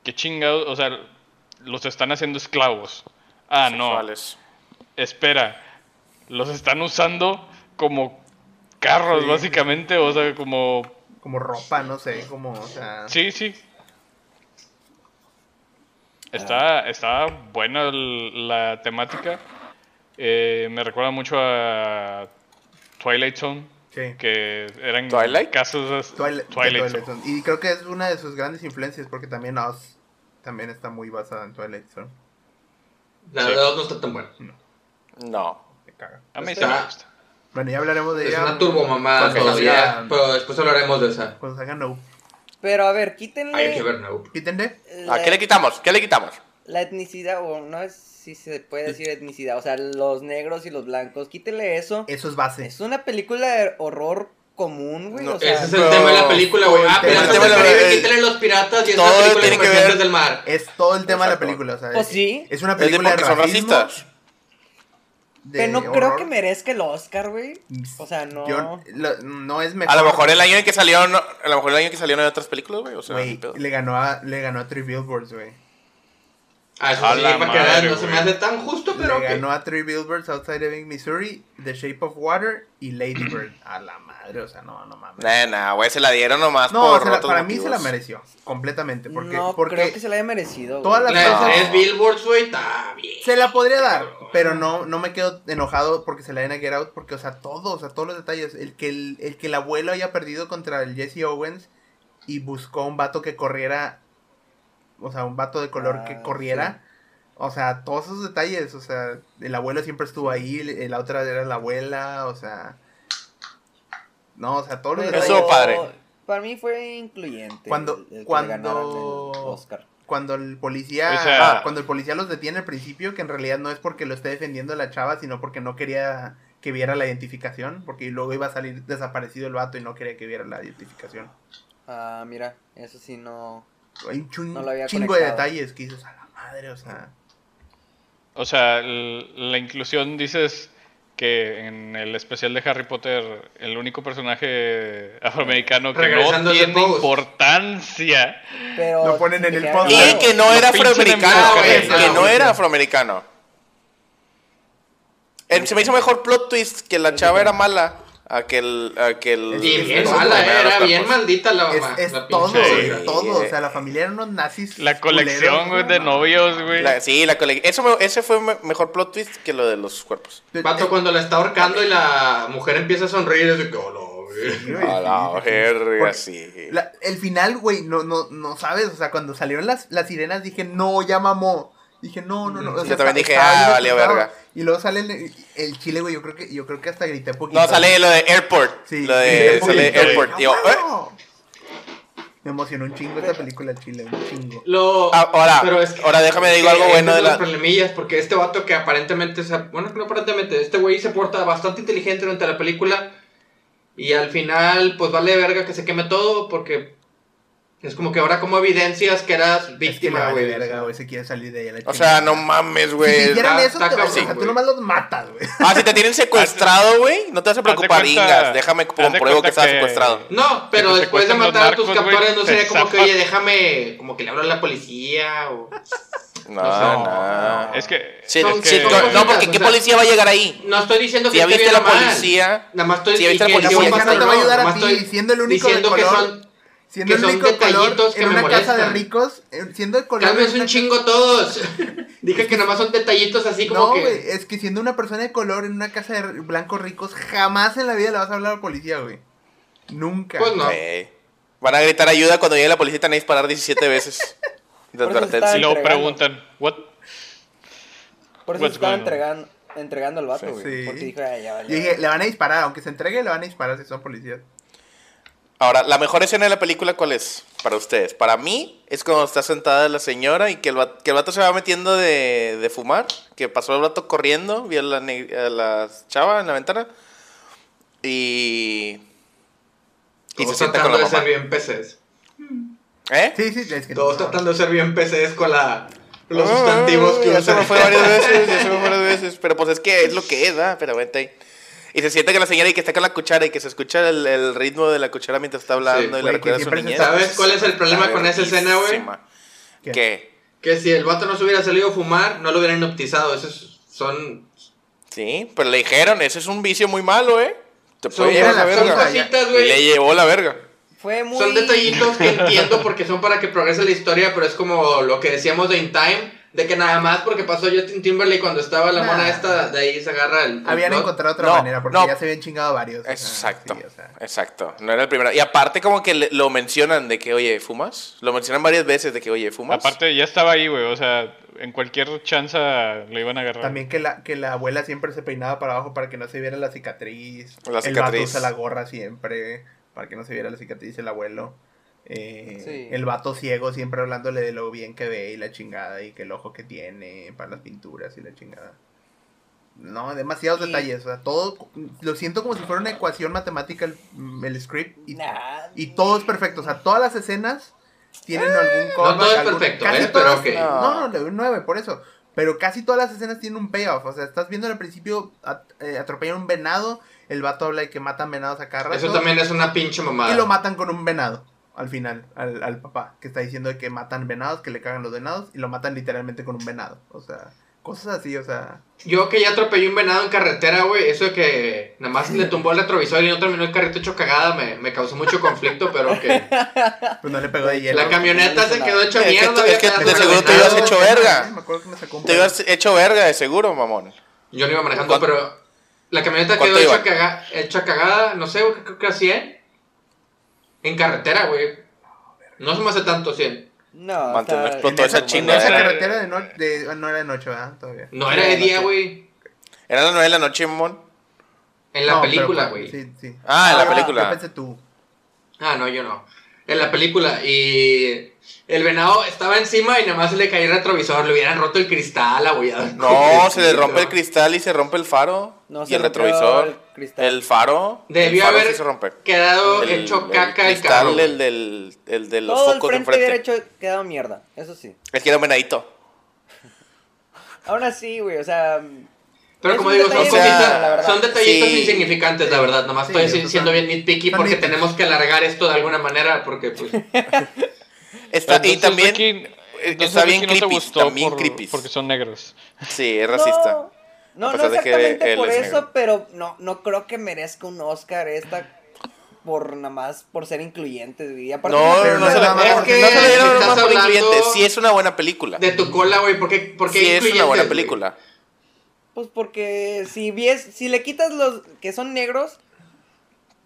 [SPEAKER 4] qué chingados, o sea, los están haciendo esclavos. Ah, no,
[SPEAKER 3] Sexuales.
[SPEAKER 4] espera, los están usando como carros,
[SPEAKER 1] Sí.
[SPEAKER 4] básicamente, o sea, como...
[SPEAKER 1] Como ropa, no sé, como, o sea...
[SPEAKER 4] Sí, sí.
[SPEAKER 3] Ah.
[SPEAKER 4] Está, está buena el- la temática. Eh, me recuerda mucho a Twilight Zone,
[SPEAKER 1] sí.
[SPEAKER 4] que eran
[SPEAKER 3] ¿Twilight?
[SPEAKER 4] casos...
[SPEAKER 1] Twilight, de
[SPEAKER 4] Twilight
[SPEAKER 1] Twilight
[SPEAKER 4] Zone.
[SPEAKER 1] Zone. Y creo que es una de sus grandes influencias porque también Oz también está muy basada en Twilight Zone.
[SPEAKER 2] La
[SPEAKER 4] Sí.
[SPEAKER 2] verdad no está tan buena.
[SPEAKER 3] No.
[SPEAKER 1] Me caga.
[SPEAKER 4] A mí sí
[SPEAKER 2] Está-
[SPEAKER 4] me gusta.
[SPEAKER 1] Bueno, ya hablaremos de
[SPEAKER 2] Es
[SPEAKER 1] ella.
[SPEAKER 2] una turbomamada
[SPEAKER 1] cuando
[SPEAKER 2] todavía,
[SPEAKER 1] salga-
[SPEAKER 2] pero después hablaremos de esa.
[SPEAKER 1] Cuando salga Nope.
[SPEAKER 5] Pero, a ver,
[SPEAKER 2] Hay
[SPEAKER 5] quítenle
[SPEAKER 2] que ver Nope.
[SPEAKER 1] Quítenle.
[SPEAKER 5] la,
[SPEAKER 3] ¿A qué le quitamos? ¿Qué le quitamos?
[SPEAKER 5] la etnicidad, o no es si se puede decir etnicidad, o sea, los negros y los blancos, quítenle eso.
[SPEAKER 1] Eso es base.
[SPEAKER 5] Es una película de horror común, güey,
[SPEAKER 3] No,
[SPEAKER 5] o sea,
[SPEAKER 2] Ese es el
[SPEAKER 3] pero-
[SPEAKER 2] tema de la película, güey.
[SPEAKER 1] el
[SPEAKER 2] Ah,
[SPEAKER 1] tema-
[SPEAKER 2] Piratas
[SPEAKER 1] el
[SPEAKER 2] del
[SPEAKER 1] tema de
[SPEAKER 3] la-
[SPEAKER 2] Caribe,
[SPEAKER 3] el-
[SPEAKER 2] quítale los piratas y es
[SPEAKER 3] todo
[SPEAKER 2] una película de
[SPEAKER 3] tiene que ver-
[SPEAKER 2] emergentes del mar.
[SPEAKER 1] Es todo el tema de la
[SPEAKER 3] Exacto.
[SPEAKER 1] película, o sea...
[SPEAKER 5] Pues
[SPEAKER 1] es-
[SPEAKER 5] sí.
[SPEAKER 1] Es una
[SPEAKER 3] Es de
[SPEAKER 1] película de
[SPEAKER 3] porque son
[SPEAKER 1] racismo,
[SPEAKER 3] racistas.
[SPEAKER 1] de
[SPEAKER 5] pero no creo
[SPEAKER 1] horror.
[SPEAKER 5] que merezca el Oscar, güey. O sea, no.
[SPEAKER 1] Yo- lo- no es mejor.
[SPEAKER 3] A lo mejor el año en que salieron, no- a lo mejor el año en que salieron otras películas, güey. O sea,
[SPEAKER 1] Güey,
[SPEAKER 3] ni pedo.
[SPEAKER 1] le ganó a, le ganó a Three Billboards, güey.
[SPEAKER 2] Ah, eso
[SPEAKER 4] A
[SPEAKER 2] sí,
[SPEAKER 4] la
[SPEAKER 2] para que veas,
[SPEAKER 4] madre,
[SPEAKER 2] no se me
[SPEAKER 4] güey.
[SPEAKER 2] hace tan justo, pero
[SPEAKER 1] le
[SPEAKER 2] ok.
[SPEAKER 1] ganó a Three Billboards Outside Ebbing, Missouri, The Shape of Water y Lady Bird. a la madre, o sea, no, no mames.
[SPEAKER 3] Nah, nah, güey, se la dieron nomás
[SPEAKER 1] No,
[SPEAKER 3] por
[SPEAKER 1] se la-
[SPEAKER 3] otros
[SPEAKER 1] para mí
[SPEAKER 3] motivos.
[SPEAKER 1] se la mereció. Completamente. Porque,
[SPEAKER 5] no
[SPEAKER 1] porque
[SPEAKER 5] creo que se la haya merecido.
[SPEAKER 1] todas
[SPEAKER 5] güey.
[SPEAKER 1] las
[SPEAKER 2] La
[SPEAKER 3] No.
[SPEAKER 2] de
[SPEAKER 1] veces
[SPEAKER 2] tres billboards, güey, está bien.
[SPEAKER 1] se la podría dar. Pero no, no me quedo enojado porque se la den a Get Out. Porque, o sea, todos, o sea, todos los detalles. El que el, el que el abuelo haya perdido contra el Jesse Owens y buscó un vato que corriera. O sea, un vato de color
[SPEAKER 5] Ah,
[SPEAKER 1] que corriera. O sea, todos esos detalles. O sea, el abuelo siempre estuvo ahí. el- La otra era la abuela. O sea. No, o sea, todos los
[SPEAKER 5] Pero-
[SPEAKER 1] detalles.
[SPEAKER 3] Eso, padre.
[SPEAKER 5] Para mí fue incluyente.
[SPEAKER 1] Cuando-
[SPEAKER 5] el- el que le
[SPEAKER 1] cuando-
[SPEAKER 5] ganaran el Oscar.
[SPEAKER 1] cuando el policía
[SPEAKER 4] O sea-
[SPEAKER 1] ah, cuando el policía los detiene al principio que en realidad no es porque lo esté defendiendo la chava sino porque no quería que viera la identificación porque luego iba a salir desaparecido el vato y no quería que viera la identificación
[SPEAKER 5] Ah, mira, eso sí no.
[SPEAKER 1] hay un chun-
[SPEAKER 5] No lo había
[SPEAKER 1] chingo de
[SPEAKER 5] conectado.
[SPEAKER 1] detalles que dices a la madre o sea
[SPEAKER 4] O sea, el- la inclusión, dices que en el especial de Harry Potter, el único personaje afroamericano que
[SPEAKER 2] Regresando
[SPEAKER 4] no
[SPEAKER 2] a ese
[SPEAKER 4] tiene
[SPEAKER 2] post.
[SPEAKER 4] importancia.
[SPEAKER 5] Pero
[SPEAKER 1] Lo ponen
[SPEAKER 5] si
[SPEAKER 1] en
[SPEAKER 5] te
[SPEAKER 1] el
[SPEAKER 5] quedan-
[SPEAKER 1] podcast.
[SPEAKER 3] Y que no
[SPEAKER 4] Lo
[SPEAKER 3] era
[SPEAKER 4] pinchen en
[SPEAKER 3] afroamericano,
[SPEAKER 4] boca,
[SPEAKER 3] güey.
[SPEAKER 1] güey.
[SPEAKER 3] Que no era
[SPEAKER 1] Sí.
[SPEAKER 3] afroamericano. Eh, Se me hizo mejor plot twist que la chava era mala a que el. A que el
[SPEAKER 1] Es-
[SPEAKER 2] Y
[SPEAKER 1] es
[SPEAKER 2] bien
[SPEAKER 1] todo,
[SPEAKER 2] mala,
[SPEAKER 1] güey,
[SPEAKER 3] primero
[SPEAKER 2] era
[SPEAKER 3] los
[SPEAKER 2] bien
[SPEAKER 3] tacos.
[SPEAKER 2] maldita la
[SPEAKER 1] es,
[SPEAKER 2] mamá.
[SPEAKER 1] es
[SPEAKER 2] la
[SPEAKER 1] todo
[SPEAKER 2] pinche
[SPEAKER 1] güey,
[SPEAKER 2] otra.
[SPEAKER 1] todo o sea la familia eran unos nazis
[SPEAKER 4] La colección,
[SPEAKER 1] culeros,
[SPEAKER 4] güey, de
[SPEAKER 1] no,
[SPEAKER 4] novios, güey.
[SPEAKER 3] La- sí, la colega. Eso me- ese fue me- mejor plot twist que lo de los cuerpos.
[SPEAKER 1] no.
[SPEAKER 2] Vato, cuando la está ahorcando y la mujer empieza a sonreír, es de que, hola, güey.
[SPEAKER 1] Sí, güey, sí,
[SPEAKER 3] A la
[SPEAKER 1] sí, sí.
[SPEAKER 3] verga,
[SPEAKER 1] Porque-
[SPEAKER 3] sí.
[SPEAKER 1] La- el final, güey, no, no, no sabes. O sea, cuando salieron las, las sirenas dije, no, ya mamó. Dije, no, no, no.
[SPEAKER 2] Mm,
[SPEAKER 1] o sea,
[SPEAKER 3] yo también
[SPEAKER 1] está-
[SPEAKER 3] dije,
[SPEAKER 1] estaba
[SPEAKER 3] ah,
[SPEAKER 1] bien
[SPEAKER 3] valió
[SPEAKER 1] asustado.
[SPEAKER 3] verga.
[SPEAKER 1] Y luego sale el, el chile, güey. Yo creo que, yo creo que hasta grité poquito.
[SPEAKER 3] No, sale lo de Airport.
[SPEAKER 1] Sí,
[SPEAKER 3] Lo
[SPEAKER 1] grité
[SPEAKER 3] de.
[SPEAKER 1] poquito,
[SPEAKER 3] Sale
[SPEAKER 1] güey.
[SPEAKER 3] Airport.
[SPEAKER 1] ¡Ah,
[SPEAKER 3] Digo, ¿eh?
[SPEAKER 1] huevo! Me emocionó un chingo esta película, el chile, un chingo.
[SPEAKER 2] Lo...
[SPEAKER 3] Ah, ahora, ahora déjame digo algo
[SPEAKER 2] ahí
[SPEAKER 3] bueno
[SPEAKER 2] están
[SPEAKER 3] de
[SPEAKER 2] los
[SPEAKER 3] la-
[SPEAKER 2] problemillas, porque este vato que aparentemente, se- bueno, no aparentemente, este güey se porta bastante inteligente durante la película y al final, pues vale verga que se queme todo porque es como que ahora como evidencias que eras
[SPEAKER 1] Es que le
[SPEAKER 2] víctima,
[SPEAKER 1] vale
[SPEAKER 2] güey.
[SPEAKER 1] verga, güey. Se quiere salir de ahí a la
[SPEAKER 3] O
[SPEAKER 1] chingada.
[SPEAKER 3] sea, no mames,
[SPEAKER 1] Si
[SPEAKER 3] güey.
[SPEAKER 1] siguieran
[SPEAKER 2] está-
[SPEAKER 1] eso,
[SPEAKER 2] está
[SPEAKER 1] te vas, o
[SPEAKER 2] cabrón,
[SPEAKER 1] sea, tú
[SPEAKER 2] güey.
[SPEAKER 1] nomás los matas, güey.
[SPEAKER 3] Ah, si te tienen secuestrado, güey, no te vas a preocupar,
[SPEAKER 4] cuenta-
[SPEAKER 3] Ingas. Déjame
[SPEAKER 4] haz de
[SPEAKER 3] compruebo
[SPEAKER 4] cuenta
[SPEAKER 3] que estás
[SPEAKER 4] que-
[SPEAKER 3] secuestrado.
[SPEAKER 2] No, pero
[SPEAKER 4] Que te
[SPEAKER 2] después de
[SPEAKER 4] secuestran los
[SPEAKER 2] matar a tus
[SPEAKER 4] narcos, güey,
[SPEAKER 2] captores no
[SPEAKER 4] te
[SPEAKER 2] sería como que,
[SPEAKER 4] zafas.
[SPEAKER 2] oye, déjame, como que le hablo a la policía o...
[SPEAKER 3] No,
[SPEAKER 2] No.
[SPEAKER 3] no.
[SPEAKER 4] Es que.
[SPEAKER 3] Sí,
[SPEAKER 4] es
[SPEAKER 3] no,
[SPEAKER 2] Son-
[SPEAKER 4] que-
[SPEAKER 3] sí,
[SPEAKER 2] son
[SPEAKER 3] no,
[SPEAKER 2] cositas,
[SPEAKER 3] no, porque
[SPEAKER 2] o
[SPEAKER 3] ¿qué
[SPEAKER 2] sea-
[SPEAKER 3] policía va a llegar ahí?
[SPEAKER 2] No estoy diciendo
[SPEAKER 3] Si
[SPEAKER 2] que
[SPEAKER 3] ya
[SPEAKER 2] esté
[SPEAKER 3] viste
[SPEAKER 2] bien
[SPEAKER 3] la
[SPEAKER 2] o mal.
[SPEAKER 3] policía,
[SPEAKER 2] Nada más estoy
[SPEAKER 3] si ya viste
[SPEAKER 2] y
[SPEAKER 3] la
[SPEAKER 2] que
[SPEAKER 1] policía,
[SPEAKER 2] yo
[SPEAKER 1] la policía no te va a ayudar a
[SPEAKER 2] nada más
[SPEAKER 1] ti,
[SPEAKER 2] estoy
[SPEAKER 1] siendo el único de
[SPEAKER 2] diciendo que
[SPEAKER 1] color.
[SPEAKER 2] son
[SPEAKER 1] Siendo
[SPEAKER 2] que
[SPEAKER 1] el
[SPEAKER 2] son
[SPEAKER 1] único color
[SPEAKER 2] detallitos que
[SPEAKER 1] en
[SPEAKER 2] me
[SPEAKER 1] una casa de
[SPEAKER 2] molestan.
[SPEAKER 1] ricos, eh, siendo el color.
[SPEAKER 2] Cálmense
[SPEAKER 1] en
[SPEAKER 2] un
[SPEAKER 1] una-
[SPEAKER 2] chingo todos. Dije que nomás son detallitos así como
[SPEAKER 1] No,
[SPEAKER 2] que.
[SPEAKER 1] güey, es que siendo una persona de color en una casa de r- blancos ricos, jamás en la vida le vas a hablar al policía, güey. Nunca.
[SPEAKER 2] Pues no.
[SPEAKER 3] Güey. Van a gritar ayuda cuando llegue la policía y te van a disparar 17 veces. De
[SPEAKER 5] Por eso
[SPEAKER 3] advertencia.
[SPEAKER 4] Y luego
[SPEAKER 5] entregando.
[SPEAKER 4] preguntan, ¿what?
[SPEAKER 5] Por eso
[SPEAKER 3] Pues
[SPEAKER 4] What's
[SPEAKER 5] estaba
[SPEAKER 4] going on?
[SPEAKER 5] entregando, entregando al vato,
[SPEAKER 3] Sí.
[SPEAKER 5] güey.
[SPEAKER 1] Sí.
[SPEAKER 5] Porque dijo, "Ay, ya
[SPEAKER 1] Y
[SPEAKER 5] valió".
[SPEAKER 1] dije, le van a disparar, aunque se entregue, le van a disparar si son policías.
[SPEAKER 3] Ahora, la mejor escena de la película, ¿cuál es? Para ustedes. Para mí, es cuando está sentada la señora y que el, va- que el vato se va metiendo de, de fumar. Que pasó el vato corriendo, vio a la, ne- a la chava en la ventana. Y. Y se
[SPEAKER 2] Todos
[SPEAKER 3] sienta con
[SPEAKER 2] tratando
[SPEAKER 3] la
[SPEAKER 2] de ser
[SPEAKER 3] mamá.
[SPEAKER 2] bien PCs.
[SPEAKER 3] ¿Eh?
[SPEAKER 1] Sí, sí, es que.
[SPEAKER 2] Todos tratando de ser bien PCs con la, los
[SPEAKER 3] Ah,
[SPEAKER 2] sustantivos que
[SPEAKER 3] ya se me
[SPEAKER 2] usan.
[SPEAKER 3] fue varias veces, ya se me fue varias veces. Pero pues es que es lo que es, ¿verdad? Pero vente ahí. Y se siente que la señora y que está con la cuchara y que se escucha el, el ritmo de la cuchara mientras está hablando
[SPEAKER 2] Sí,
[SPEAKER 3] y
[SPEAKER 1] güey,
[SPEAKER 3] le
[SPEAKER 1] que
[SPEAKER 3] recuerda su
[SPEAKER 1] siempre se
[SPEAKER 3] niñez.
[SPEAKER 1] sabe
[SPEAKER 2] ¿Sabes cuál es el problema
[SPEAKER 3] Está
[SPEAKER 2] con esa escena, güey?
[SPEAKER 3] verguísima.
[SPEAKER 1] ¿Qué?
[SPEAKER 3] ¿Qué?
[SPEAKER 2] Que si el vato no se hubiera salido a fumar, no lo hubieran hipnotizado. Esos son,
[SPEAKER 3] Sí, pero le dijeron, ese es un vicio muy malo, ¿eh? Te
[SPEAKER 2] son,
[SPEAKER 3] puede llevar a la
[SPEAKER 2] son
[SPEAKER 3] verga.
[SPEAKER 2] cositas,
[SPEAKER 3] Y le
[SPEAKER 2] güey.
[SPEAKER 3] llevó la verga.
[SPEAKER 5] Fue muy.
[SPEAKER 2] Son detallitos que entiendo porque son para que progrese la historia, pero es como lo que decíamos de In Time, de que nada más porque pasó Justin Timberlake cuando estaba la
[SPEAKER 1] Nah.
[SPEAKER 2] mona esta, de ahí se agarra el... el
[SPEAKER 1] Habían
[SPEAKER 2] plot.
[SPEAKER 1] encontrado otra
[SPEAKER 3] No,
[SPEAKER 1] manera, porque
[SPEAKER 3] no.
[SPEAKER 1] ya se habían chingado varios. o sea,
[SPEAKER 3] Exacto,
[SPEAKER 1] Ah, sí, o sea.
[SPEAKER 3] exacto. No era el primero. Y aparte como que le- lo mencionan de que, oye, ¿fumas? Lo mencionan varias veces de que, oye, ¿fumas?
[SPEAKER 4] Aparte, ya estaba ahí, güey. O sea, en cualquier chance lo iban a agarrar.
[SPEAKER 1] También que la, que la abuela siempre se peinaba para abajo para que no se viera la cicatriz.
[SPEAKER 3] La
[SPEAKER 1] El vato
[SPEAKER 3] cicatriz.
[SPEAKER 1] usa la gorra siempre para que no se viera la cicatriz, el abuelo. Eh,
[SPEAKER 5] Sí.
[SPEAKER 1] El vato ciego siempre hablándole de lo bien que ve y la chingada y que el ojo que tiene para las pinturas y la chingada. No, demasiados
[SPEAKER 5] Y-
[SPEAKER 1] detalles. O sea, todo lo siento como si fuera una ecuación matemática el, el script y,
[SPEAKER 5] Nah.
[SPEAKER 1] y todo es perfecto. O sea, todas las escenas tienen algún
[SPEAKER 2] Eh. No todo es
[SPEAKER 1] algún-
[SPEAKER 2] perfecto,
[SPEAKER 1] casi
[SPEAKER 2] ¿eh? Pero
[SPEAKER 1] todas-
[SPEAKER 2] ok.
[SPEAKER 3] no.
[SPEAKER 1] no, no, le doy un 9 por eso. Pero casi todas las escenas tienen un payoff. O sea, estás viendo al principio at- eh, atropellan un venado. El vato habla de que matan venados a cada rato,
[SPEAKER 2] Eso también es una pinche mamada.
[SPEAKER 1] Y lo matan con un venado. Al final, al, al papá. Que está diciendo de que matan venados, que le cagan los venados. Y lo matan literalmente con un venado. O sea, cosas así, o sea.
[SPEAKER 2] Yo que ya atropellé un venado en carretera, güey, eso de que nada más le tumbó el retrovisor y no terminó el carrito hecho cagada me, me causó mucho conflicto, pero que
[SPEAKER 1] Pues no le pegó de hielo.
[SPEAKER 2] la camioneta se quedó hecha
[SPEAKER 3] Es que
[SPEAKER 2] mierda.
[SPEAKER 3] tú- es
[SPEAKER 2] había
[SPEAKER 3] que
[SPEAKER 2] pedazos
[SPEAKER 3] de seguro tú
[SPEAKER 2] venado.
[SPEAKER 3] ibas hecho verga.
[SPEAKER 1] Me acuerdo que me sacó un
[SPEAKER 3] Te hubieras hecho verga, de seguro, mamón.
[SPEAKER 2] Yo no iba manejando,
[SPEAKER 3] ¿Cuánto-
[SPEAKER 2] pero la camioneta
[SPEAKER 3] cuánto
[SPEAKER 2] quedó hecha,
[SPEAKER 3] iba?
[SPEAKER 2] caga- hecha cagada, no sé, güey, creo que a 100. En carretera, güey. No se me hace tanto 100.
[SPEAKER 5] No,
[SPEAKER 3] Mante, no
[SPEAKER 1] En
[SPEAKER 3] explotó
[SPEAKER 1] esa,
[SPEAKER 3] esa
[SPEAKER 1] en
[SPEAKER 3] chinga,
[SPEAKER 1] esa
[SPEAKER 4] eh.
[SPEAKER 1] carretera de, no, de- no era de noche, ¿verdad? Todavía.
[SPEAKER 2] No era de día, güey.
[SPEAKER 3] Era las 9 de la noche, mamón.
[SPEAKER 2] En la
[SPEAKER 1] No, pero
[SPEAKER 2] película,
[SPEAKER 1] bueno,
[SPEAKER 2] güey.
[SPEAKER 1] Sí, sí.
[SPEAKER 3] Ah, en la
[SPEAKER 5] Ah,
[SPEAKER 1] Yo
[SPEAKER 3] película.
[SPEAKER 1] pensé tú.
[SPEAKER 2] Ah, no, yo no. En la película. Y el venado estaba encima y nada más se le caía el retrovisor. Le hubieran roto el cristal, abollado.
[SPEAKER 3] No, se le rompe el cristal y se rompe el faro.
[SPEAKER 5] No,
[SPEAKER 3] y
[SPEAKER 5] se
[SPEAKER 3] el
[SPEAKER 5] rompió
[SPEAKER 3] retrovisor.
[SPEAKER 5] el cristal.
[SPEAKER 3] El faro.
[SPEAKER 2] Debió
[SPEAKER 3] el faro
[SPEAKER 2] haber
[SPEAKER 3] sí se rompe.
[SPEAKER 2] Quedado hecho caca el, carro.
[SPEAKER 3] cristal, el del, el de los
[SPEAKER 5] Todo el
[SPEAKER 3] focos de
[SPEAKER 5] frente
[SPEAKER 3] enfrente.
[SPEAKER 5] hubiera hecho quedado mierda, eso sí.
[SPEAKER 3] Es que era un venadito.
[SPEAKER 5] Aún así, güey, o sea. mm,
[SPEAKER 2] Pero
[SPEAKER 5] Es
[SPEAKER 2] como
[SPEAKER 5] un
[SPEAKER 2] digo, son
[SPEAKER 5] detalle
[SPEAKER 3] bonito,
[SPEAKER 2] cositas-
[SPEAKER 3] la
[SPEAKER 5] verdad.
[SPEAKER 2] son detallitos
[SPEAKER 3] Sí.
[SPEAKER 2] insignificantes, la verdad. Nomás
[SPEAKER 1] Sí,
[SPEAKER 2] estoy
[SPEAKER 1] esos son-
[SPEAKER 2] siendo bien nitpicky
[SPEAKER 1] son
[SPEAKER 2] porque
[SPEAKER 1] nitpicky.
[SPEAKER 2] tenemos que alargar esto de alguna manera porque pues...
[SPEAKER 3] Está, y
[SPEAKER 4] Entonces,
[SPEAKER 3] también. eh,
[SPEAKER 4] Ricky, entonces,
[SPEAKER 3] está bien
[SPEAKER 4] Ricky, no te
[SPEAKER 3] creepy,
[SPEAKER 4] gustó
[SPEAKER 3] también
[SPEAKER 4] por-
[SPEAKER 3] creepy.
[SPEAKER 4] Porque son negros.
[SPEAKER 3] Sí, es racista. A
[SPEAKER 5] No, no, no
[SPEAKER 3] pesar de que
[SPEAKER 5] exactamente
[SPEAKER 3] él
[SPEAKER 5] por
[SPEAKER 3] es
[SPEAKER 5] eso,
[SPEAKER 3] negro.
[SPEAKER 5] pero no, no creo que merezca un Oscar esta por nada más por ser incluyente. güey. Y aparte, pues,
[SPEAKER 3] No,
[SPEAKER 1] pero no
[SPEAKER 3] no, se
[SPEAKER 1] era
[SPEAKER 3] la,
[SPEAKER 1] nada
[SPEAKER 3] es
[SPEAKER 1] más.
[SPEAKER 3] que no se la dieron
[SPEAKER 2] Estás
[SPEAKER 3] nomás por
[SPEAKER 2] hablando
[SPEAKER 3] incluyente. Sí es una buena película.
[SPEAKER 2] De tu cola, güey, ¿por qué, por qué
[SPEAKER 3] Sí es una buena
[SPEAKER 2] incluyentes, güey?
[SPEAKER 3] película.
[SPEAKER 5] Pues porque si vies, si le quitas los que son negros,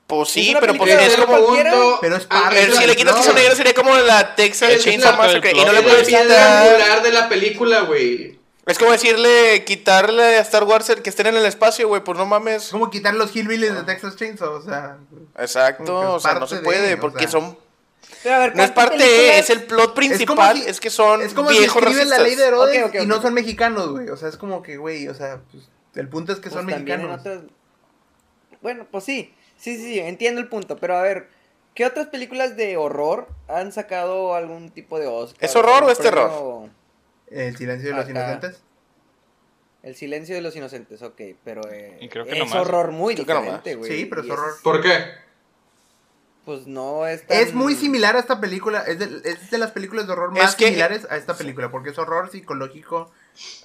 [SPEAKER 3] Pues sí,
[SPEAKER 5] una
[SPEAKER 3] pero pues
[SPEAKER 5] película
[SPEAKER 3] es
[SPEAKER 5] de
[SPEAKER 3] como
[SPEAKER 5] terror.
[SPEAKER 3] un...
[SPEAKER 5] cualquiera,
[SPEAKER 1] pero es
[SPEAKER 2] Ah,
[SPEAKER 1] parte
[SPEAKER 3] Pero si
[SPEAKER 2] la-
[SPEAKER 3] le quitas que
[SPEAKER 2] no,
[SPEAKER 3] son negros sería como la Texas
[SPEAKER 2] Es
[SPEAKER 3] Chainsaw
[SPEAKER 2] parte
[SPEAKER 4] del
[SPEAKER 3] Massacre y no
[SPEAKER 4] plot.
[SPEAKER 3] le
[SPEAKER 2] Es
[SPEAKER 3] puedes
[SPEAKER 2] la piedra
[SPEAKER 3] quitar...
[SPEAKER 2] angular de la película, güey.
[SPEAKER 3] Es como decirle, quitarle a Star Wars el que estén en el espacio, güey, pues no
[SPEAKER 1] Es
[SPEAKER 3] mames.
[SPEAKER 1] como quitar los hillbillies de Texas Chainsaw, o sea. Como que
[SPEAKER 3] Exacto,
[SPEAKER 1] es
[SPEAKER 3] o sea, no
[SPEAKER 1] parte
[SPEAKER 3] se
[SPEAKER 1] de,
[SPEAKER 3] puede,
[SPEAKER 1] o
[SPEAKER 3] porque
[SPEAKER 1] sea.
[SPEAKER 3] son...
[SPEAKER 5] pero a ver,
[SPEAKER 3] No es
[SPEAKER 5] ¿cuántas
[SPEAKER 3] parte,
[SPEAKER 5] películas-
[SPEAKER 3] es el plot principal,
[SPEAKER 1] si-
[SPEAKER 3] es que son
[SPEAKER 1] Es como si
[SPEAKER 3] viejos
[SPEAKER 1] escriben la
[SPEAKER 3] racistas.
[SPEAKER 1] ley de Herodes
[SPEAKER 5] Ok, ok,
[SPEAKER 1] y
[SPEAKER 5] ok.
[SPEAKER 1] no son mexicanos, güey. O sea, es como que, güey, o sea, pues, el punto es que
[SPEAKER 5] pues
[SPEAKER 1] son
[SPEAKER 5] también en
[SPEAKER 1] mexicanos.
[SPEAKER 5] otras- Bueno, pues sí, sí, sí, sí, entiendo el punto, pero a ver, ¿qué otras películas de horror han sacado algún tipo de Oscar?
[SPEAKER 3] ¿Es horror
[SPEAKER 5] algún
[SPEAKER 3] o es terror?
[SPEAKER 5] premio?
[SPEAKER 1] El silencio de los
[SPEAKER 5] Acá.
[SPEAKER 1] inocentes.
[SPEAKER 5] El silencio de los inocentes, ok, pero eh,
[SPEAKER 4] Y creo que
[SPEAKER 5] es
[SPEAKER 4] nomás.
[SPEAKER 5] horror muy
[SPEAKER 3] Creo que nomás.
[SPEAKER 5] diferente, güey.
[SPEAKER 1] Sí, pero
[SPEAKER 5] y
[SPEAKER 1] es horror.
[SPEAKER 2] ¿Por qué?
[SPEAKER 5] pues no es tan...
[SPEAKER 1] Es muy similar a esta película, es de, es de las películas de horror más
[SPEAKER 3] Es que-
[SPEAKER 1] similares a esta película, porque es horror psicológico,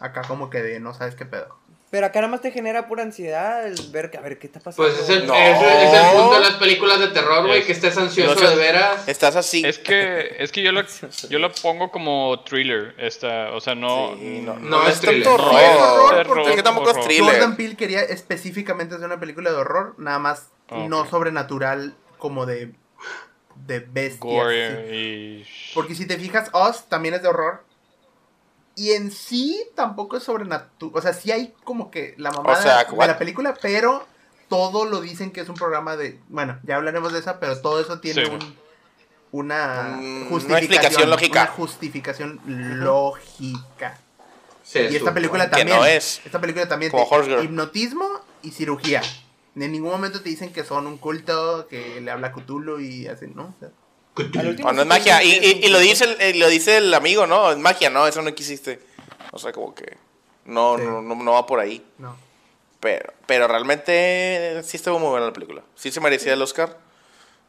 [SPEAKER 1] acá como que de no sabes qué pedo.
[SPEAKER 5] Pero acá nada más te genera pura ansiedad el ver que a ver qué está pasando.
[SPEAKER 2] Pues es el,
[SPEAKER 3] No.
[SPEAKER 2] es, el- es el punto de las películas de terror, güey,
[SPEAKER 4] Es-
[SPEAKER 2] que estés ansioso
[SPEAKER 3] no sé-
[SPEAKER 2] de veras.
[SPEAKER 3] Estás así.
[SPEAKER 4] Es que, es que yo, lo, yo lo pongo como thriller, esta, o sea, no...
[SPEAKER 3] Sí, no,
[SPEAKER 4] mm,
[SPEAKER 3] no
[SPEAKER 2] no es
[SPEAKER 3] es tanto
[SPEAKER 2] thriller.
[SPEAKER 1] No es horror,
[SPEAKER 3] horror.
[SPEAKER 1] porque
[SPEAKER 3] es que tampoco es
[SPEAKER 4] horror.
[SPEAKER 1] Jordan
[SPEAKER 3] thriller.
[SPEAKER 1] Peele quería específicamente hacer una película de horror, nada más
[SPEAKER 4] Ok.
[SPEAKER 1] no sobrenatural como de, de bestias. sí.
[SPEAKER 4] gore y...
[SPEAKER 1] Porque si te fijas, Us también es de horror. Y en sí tampoco es sobrenatural. O sea, sí hay como que la mamada
[SPEAKER 3] O sea,
[SPEAKER 1] de
[SPEAKER 3] what?
[SPEAKER 1] la película, pero todo lo dicen que es un programa de. Bueno, ya hablaremos de esa, pero todo eso tiene
[SPEAKER 4] Sí.
[SPEAKER 1] un- una
[SPEAKER 3] Mm, una
[SPEAKER 1] justificación.
[SPEAKER 3] explicación lógica.
[SPEAKER 1] Una justificación lógica.
[SPEAKER 2] Se
[SPEAKER 1] Y esta
[SPEAKER 2] supone
[SPEAKER 1] película
[SPEAKER 3] que
[SPEAKER 1] también.
[SPEAKER 3] no es.
[SPEAKER 1] Esta película también
[SPEAKER 3] Como
[SPEAKER 1] te-
[SPEAKER 3] Horse Girl.
[SPEAKER 1] hipnotismo y cirugía. En ningún momento te dicen que son un culto, que le habla Cthulhu y hacen, ¿no? O sea,
[SPEAKER 5] Al último
[SPEAKER 3] O no es
[SPEAKER 5] sí
[SPEAKER 3] magia.
[SPEAKER 5] te
[SPEAKER 3] Y,
[SPEAKER 5] dicen que
[SPEAKER 3] y-
[SPEAKER 5] es
[SPEAKER 3] y
[SPEAKER 5] un
[SPEAKER 3] lo,
[SPEAKER 5] culto.
[SPEAKER 3] dice el, eh, lo dice el amigo, ¿no? Es magia, ¿no? Eso no quisiste. O sea, como que no,
[SPEAKER 1] Sí.
[SPEAKER 3] no, no, no va por ahí.
[SPEAKER 1] no.
[SPEAKER 3] Pero, pero realmente eh, sí estuvo muy buena la película. Sí se merecía el Oscar.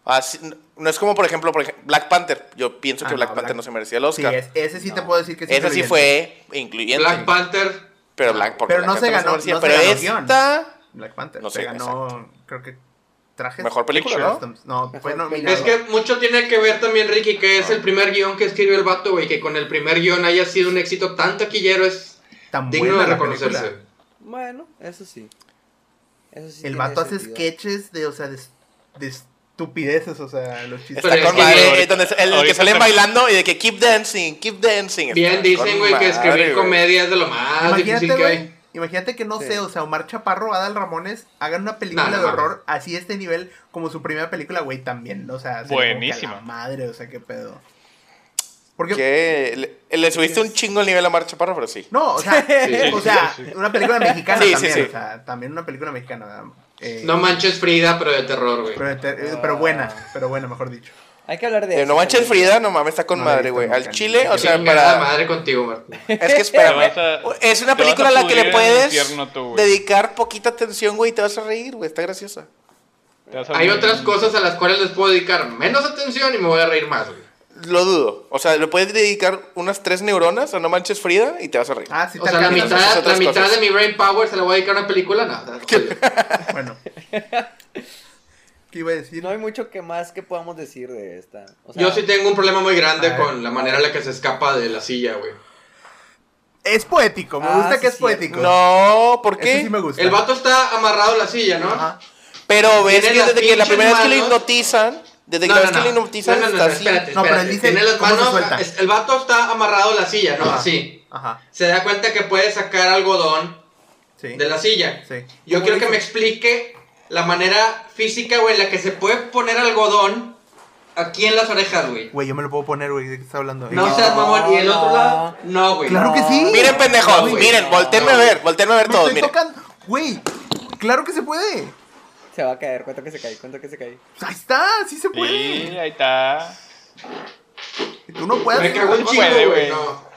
[SPEAKER 3] Así- no es como, por ejemplo, por ej- Black Panther. Yo pienso
[SPEAKER 1] Ah,
[SPEAKER 3] que Black
[SPEAKER 1] no,
[SPEAKER 3] Panther
[SPEAKER 1] Black-
[SPEAKER 3] no se merecía el
[SPEAKER 1] Sí,
[SPEAKER 3] Oscar.
[SPEAKER 1] es- ese sí te puedo decir que es
[SPEAKER 3] Esa sí
[SPEAKER 1] inteligente.
[SPEAKER 3] fue incluyente.
[SPEAKER 2] Black Panther.
[SPEAKER 3] pero Black porque
[SPEAKER 1] Pero
[SPEAKER 3] Black
[SPEAKER 1] no se
[SPEAKER 3] Panther
[SPEAKER 1] ganó-
[SPEAKER 3] merecía,
[SPEAKER 1] no se
[SPEAKER 3] pero
[SPEAKER 1] ganó
[SPEAKER 3] esta...
[SPEAKER 1] Black Panther.
[SPEAKER 3] No
[SPEAKER 1] se
[SPEAKER 3] sé,
[SPEAKER 1] ganó, creo que trajes.
[SPEAKER 3] Mejor película,
[SPEAKER 1] Picture
[SPEAKER 3] ¿no?
[SPEAKER 1] Customs. No,
[SPEAKER 5] Mejor
[SPEAKER 1] fue nominado.
[SPEAKER 2] Es que mucho tiene que ver también, Ricky, que es el primer guión que escribió el vato, güey. Que con el primer guión haya sido un éxito tan taquillero es
[SPEAKER 1] tan
[SPEAKER 2] digno
[SPEAKER 1] buena
[SPEAKER 2] de
[SPEAKER 1] la
[SPEAKER 2] reconocerse.
[SPEAKER 1] película.
[SPEAKER 5] Bueno, eso sí. Eso sí
[SPEAKER 1] El
[SPEAKER 5] tiene
[SPEAKER 1] vato hace
[SPEAKER 5] sentido.
[SPEAKER 1] sketches de, o sea, de, de estupideces, o sea, los chistes.
[SPEAKER 2] Pero
[SPEAKER 3] Está con
[SPEAKER 2] es que
[SPEAKER 3] madre,
[SPEAKER 2] ahorita-
[SPEAKER 3] eh, donde se- el, el que
[SPEAKER 4] ahorita
[SPEAKER 3] salen
[SPEAKER 4] se-
[SPEAKER 3] bailando y de que keep dancing, keep dancing.
[SPEAKER 2] Bien
[SPEAKER 3] Está
[SPEAKER 2] dicen,
[SPEAKER 3] con
[SPEAKER 2] güey, que
[SPEAKER 3] madre,
[SPEAKER 2] escribir
[SPEAKER 3] güey.
[SPEAKER 2] comedia es de lo más
[SPEAKER 5] Ah,
[SPEAKER 1] Imagínate,
[SPEAKER 2] difícil que
[SPEAKER 1] güey,
[SPEAKER 2] hay.
[SPEAKER 1] Imagínate que no
[SPEAKER 5] Sí.
[SPEAKER 1] sé, o sea, Omar Chaparro, Adal Ramones hagan una película
[SPEAKER 2] No, no
[SPEAKER 1] de
[SPEAKER 2] mames.
[SPEAKER 1] horror así a este nivel como su primera película, güey, también, o sea, sería como que a la
[SPEAKER 4] Buenísima.
[SPEAKER 1] madre, o sea, qué pedo. Porque
[SPEAKER 3] Que le, le subiste un chingo el nivel a Marcha Parra, pero sí.
[SPEAKER 1] No, o sea,
[SPEAKER 2] Sí,
[SPEAKER 1] o
[SPEAKER 4] sí,
[SPEAKER 1] sea,
[SPEAKER 4] sí, sí.
[SPEAKER 1] una película mexicana
[SPEAKER 3] Sí, sí,
[SPEAKER 1] también,
[SPEAKER 3] sí.
[SPEAKER 1] o sea, también una película mexicana. eh,
[SPEAKER 2] No manches Frida, pero de terror, güey.
[SPEAKER 1] pero, te- eh, pero buena, pero buena, mejor dicho.
[SPEAKER 5] Hay que hablar de
[SPEAKER 3] Eh,
[SPEAKER 5] eso
[SPEAKER 3] no manches
[SPEAKER 5] también.
[SPEAKER 3] Frida, no mames, está con
[SPEAKER 1] No la he
[SPEAKER 3] madre,
[SPEAKER 1] visto
[SPEAKER 3] güey.
[SPEAKER 1] nunca,
[SPEAKER 3] Al
[SPEAKER 1] ni
[SPEAKER 3] chile,
[SPEAKER 1] idea.
[SPEAKER 3] o sea,
[SPEAKER 2] Chingada
[SPEAKER 3] para.
[SPEAKER 2] madre contigo, Martín.
[SPEAKER 3] Es que espérame.
[SPEAKER 4] Te vas a-
[SPEAKER 3] es una
[SPEAKER 4] te vas
[SPEAKER 3] película a
[SPEAKER 4] a
[SPEAKER 3] la que le
[SPEAKER 4] pudrir en el
[SPEAKER 3] puedes
[SPEAKER 4] infierno tú, güey.
[SPEAKER 3] dedicar poquita atención, güey, y te vas a reír, güey. Está graciosa.
[SPEAKER 4] Te vas a
[SPEAKER 2] Hay
[SPEAKER 4] morir.
[SPEAKER 2] otras cosas a las cuales les puedo dedicar menos atención y me voy a reír más, güey.
[SPEAKER 3] Lo dudo. O sea, le puedes dedicar unas tres neuronas a No Manches Frida y te vas a reír.
[SPEAKER 1] Ah, sí,
[SPEAKER 2] O
[SPEAKER 1] te
[SPEAKER 2] sea, la
[SPEAKER 1] alcanza.
[SPEAKER 2] mitad,
[SPEAKER 3] esas
[SPEAKER 2] la
[SPEAKER 3] otras
[SPEAKER 2] mitad
[SPEAKER 3] cosas.
[SPEAKER 2] de mi brain power se la voy a dedicar a una película, nada.
[SPEAKER 1] Bueno. ¿Qué iba a decir?
[SPEAKER 5] No hay mucho que más que podamos decir de esta. O sea,
[SPEAKER 2] Yo sí tengo un problema muy grande
[SPEAKER 1] Ah,
[SPEAKER 2] con la manera en la que se escapa de la silla, güey.
[SPEAKER 1] Es poético, me
[SPEAKER 5] Ah,
[SPEAKER 1] gusta
[SPEAKER 5] sí,
[SPEAKER 1] que es
[SPEAKER 5] cierto.
[SPEAKER 1] poético.
[SPEAKER 3] No, ¿por
[SPEAKER 1] Eso
[SPEAKER 3] qué?
[SPEAKER 1] sí me gusta.
[SPEAKER 2] El vato está amarrado a la silla, ¿no?
[SPEAKER 1] Pues Ajá.
[SPEAKER 3] Pero ves
[SPEAKER 2] Tiene
[SPEAKER 3] que
[SPEAKER 2] las
[SPEAKER 3] desde que la
[SPEAKER 2] pinches
[SPEAKER 3] primera vez que lo
[SPEAKER 2] manos.
[SPEAKER 3] hipnotizan, desde que
[SPEAKER 2] No,
[SPEAKER 3] la
[SPEAKER 2] no,
[SPEAKER 3] vez que
[SPEAKER 2] no.
[SPEAKER 3] lo hipnotizan,
[SPEAKER 2] No, no, no,
[SPEAKER 3] está
[SPEAKER 2] no,
[SPEAKER 3] así.
[SPEAKER 2] espérate,
[SPEAKER 1] No, pero él
[SPEAKER 2] espérate.
[SPEAKER 1] dice
[SPEAKER 2] Tiene las
[SPEAKER 1] cómo se
[SPEAKER 2] manos,
[SPEAKER 1] suelta.
[SPEAKER 2] es- el vato está amarrado a la silla, ¿no?
[SPEAKER 1] Ajá.
[SPEAKER 2] Así.
[SPEAKER 1] Ajá,
[SPEAKER 2] Se da cuenta que puede sacar algodón
[SPEAKER 1] sí.
[SPEAKER 2] de la silla.
[SPEAKER 1] Sí.
[SPEAKER 2] Yo
[SPEAKER 1] ¿Cómo
[SPEAKER 2] quiero que
[SPEAKER 1] dice?
[SPEAKER 2] me explique la manera física, güey, en la que se puede poner algodón aquí en las orejas, güey.
[SPEAKER 1] Güey, yo me lo puedo poner, güey, ¿de qué estás hablando?
[SPEAKER 2] No,
[SPEAKER 1] Eh,
[SPEAKER 2] seas mamón. Y el otro
[SPEAKER 5] no.
[SPEAKER 2] lado, no, güey.
[SPEAKER 1] Claro que sí.
[SPEAKER 3] Miren, pendejos,
[SPEAKER 2] No, güey,
[SPEAKER 3] miren,
[SPEAKER 2] no,
[SPEAKER 3] volteenme a
[SPEAKER 2] no.
[SPEAKER 3] ver, volteenme a ver
[SPEAKER 1] me
[SPEAKER 3] todos,
[SPEAKER 1] estoy
[SPEAKER 3] miren.
[SPEAKER 1] tocando. Güey, claro que se puede.
[SPEAKER 5] Se va a caer, cuánto que se cae, cuánto que se cae.
[SPEAKER 1] Ahí está, sí se puede.
[SPEAKER 4] Sí, ahí está.
[SPEAKER 1] Y Tú no puedes.
[SPEAKER 2] Me cagó un
[SPEAKER 4] No
[SPEAKER 2] chingo,
[SPEAKER 4] puede,
[SPEAKER 2] güey.
[SPEAKER 4] güey.
[SPEAKER 2] No.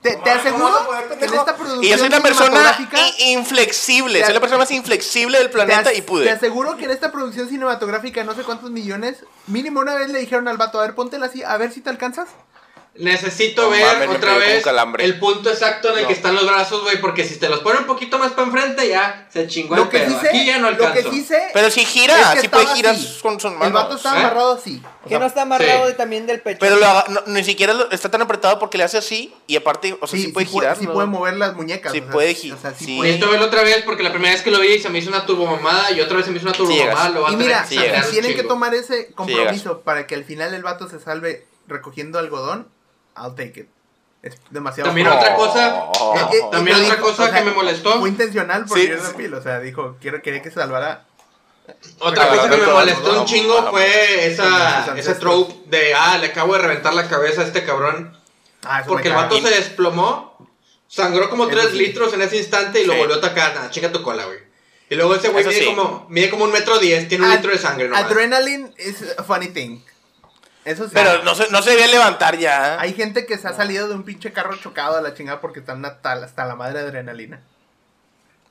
[SPEAKER 1] Te, te
[SPEAKER 3] ¿Cómo vas a
[SPEAKER 1] aseguro
[SPEAKER 3] poder,
[SPEAKER 1] que en
[SPEAKER 3] pendejo?
[SPEAKER 1] esta producción
[SPEAKER 3] Y yo soy la persona
[SPEAKER 1] cinematográfica-
[SPEAKER 3] i- inflexible,
[SPEAKER 1] Te-
[SPEAKER 3] soy la persona más inflexible del planeta
[SPEAKER 1] as- Te
[SPEAKER 3] y pude.
[SPEAKER 1] aseguro que en esta producción cinematográfica, de no sé cuántos millones, mínimo una vez le dijeron al vato, a ver, póntela así, a ver si te alcanzas.
[SPEAKER 2] Necesito
[SPEAKER 3] No
[SPEAKER 2] ver
[SPEAKER 3] mames, me
[SPEAKER 2] otra
[SPEAKER 3] pegó un
[SPEAKER 2] vez
[SPEAKER 3] calambre.
[SPEAKER 2] el punto exacto en el
[SPEAKER 3] No.
[SPEAKER 2] que están los brazos, güey, porque si te los pone un poquito más para enfrente ya se chingó el
[SPEAKER 1] Lo que
[SPEAKER 2] pedo.
[SPEAKER 1] sí sé,
[SPEAKER 2] Aquí ya no
[SPEAKER 1] lo
[SPEAKER 2] alcanzo.
[SPEAKER 1] que sí sé
[SPEAKER 3] Pero si
[SPEAKER 1] es
[SPEAKER 3] gira,
[SPEAKER 1] que
[SPEAKER 3] si puede
[SPEAKER 1] estaba
[SPEAKER 3] girar
[SPEAKER 1] así.
[SPEAKER 3] con sus
[SPEAKER 1] el vato
[SPEAKER 3] manos.
[SPEAKER 1] está
[SPEAKER 2] ¿eh?
[SPEAKER 1] amarrado así. O
[SPEAKER 5] Que
[SPEAKER 1] sea,
[SPEAKER 5] no está amarrado
[SPEAKER 2] sí.
[SPEAKER 5] de- también del pecho.
[SPEAKER 3] Pero lo aga- no- ni siquiera lo- está tan apretado porque le hace así y aparte, o sea, sí, puede
[SPEAKER 1] sí puede,
[SPEAKER 3] girar.
[SPEAKER 1] sí puede mover las muñecas.
[SPEAKER 3] Sí
[SPEAKER 1] o sea,
[SPEAKER 3] puede gi-
[SPEAKER 1] o sea, sí
[SPEAKER 3] sí.
[SPEAKER 1] puede.
[SPEAKER 2] Necesito verlo otra vez porque la primera vez que lo vi se me hizo una turbomamada y otra vez se me hizo una turbomamada.
[SPEAKER 3] llegas.
[SPEAKER 2] lo va
[SPEAKER 1] Y
[SPEAKER 2] a tener
[SPEAKER 1] mira,
[SPEAKER 3] Sí
[SPEAKER 2] que sacar
[SPEAKER 3] llegas.
[SPEAKER 2] un
[SPEAKER 1] tienen que
[SPEAKER 2] chingo.
[SPEAKER 1] tomar ese compromiso para que al final el vato se salve recogiendo algodón. I'll take it. Es demasiado.
[SPEAKER 2] También
[SPEAKER 1] fuerte.
[SPEAKER 2] otra cosa.
[SPEAKER 3] Oh.
[SPEAKER 1] Eh, eh,
[SPEAKER 2] También
[SPEAKER 1] y lo
[SPEAKER 2] otra cosa que me molestó.
[SPEAKER 1] Fue intencional por
[SPEAKER 3] Sí,
[SPEAKER 1] Jordan
[SPEAKER 3] sí.
[SPEAKER 1] Peele, o sea, dijo, quiero quería que se salvara.
[SPEAKER 2] Otra
[SPEAKER 1] Pero
[SPEAKER 2] cosa que me
[SPEAKER 3] tanto,
[SPEAKER 2] molestó
[SPEAKER 3] no,
[SPEAKER 2] un chingo
[SPEAKER 3] no,
[SPEAKER 2] fue esa,
[SPEAKER 1] no,
[SPEAKER 2] ese
[SPEAKER 1] no,
[SPEAKER 2] trope de, ah, le acabo de reventar la cabeza a este cabrón.
[SPEAKER 1] Ah, eso me
[SPEAKER 2] Porque el
[SPEAKER 1] caga.
[SPEAKER 2] vato se desplomó, sangró como
[SPEAKER 1] Eso
[SPEAKER 2] 3
[SPEAKER 1] sí.
[SPEAKER 2] litros en ese instante y lo
[SPEAKER 3] Sí.
[SPEAKER 2] volvió a atacar. Nada, chinga tu cola, güey. Y luego ese güey
[SPEAKER 3] Eso
[SPEAKER 2] mide,
[SPEAKER 3] sí.
[SPEAKER 2] como, mide como un metro diez, tiene un
[SPEAKER 1] Ad-
[SPEAKER 2] litro de sangre nomás.
[SPEAKER 1] Adrenaline is a funny thing. Eso sí.
[SPEAKER 3] Pero no se, no se debía levantar ya. ¿eh?
[SPEAKER 1] Hay gente que se ha salido de un pinche carro chocado a la chingada porque están hasta, hasta la madre de adrenalina.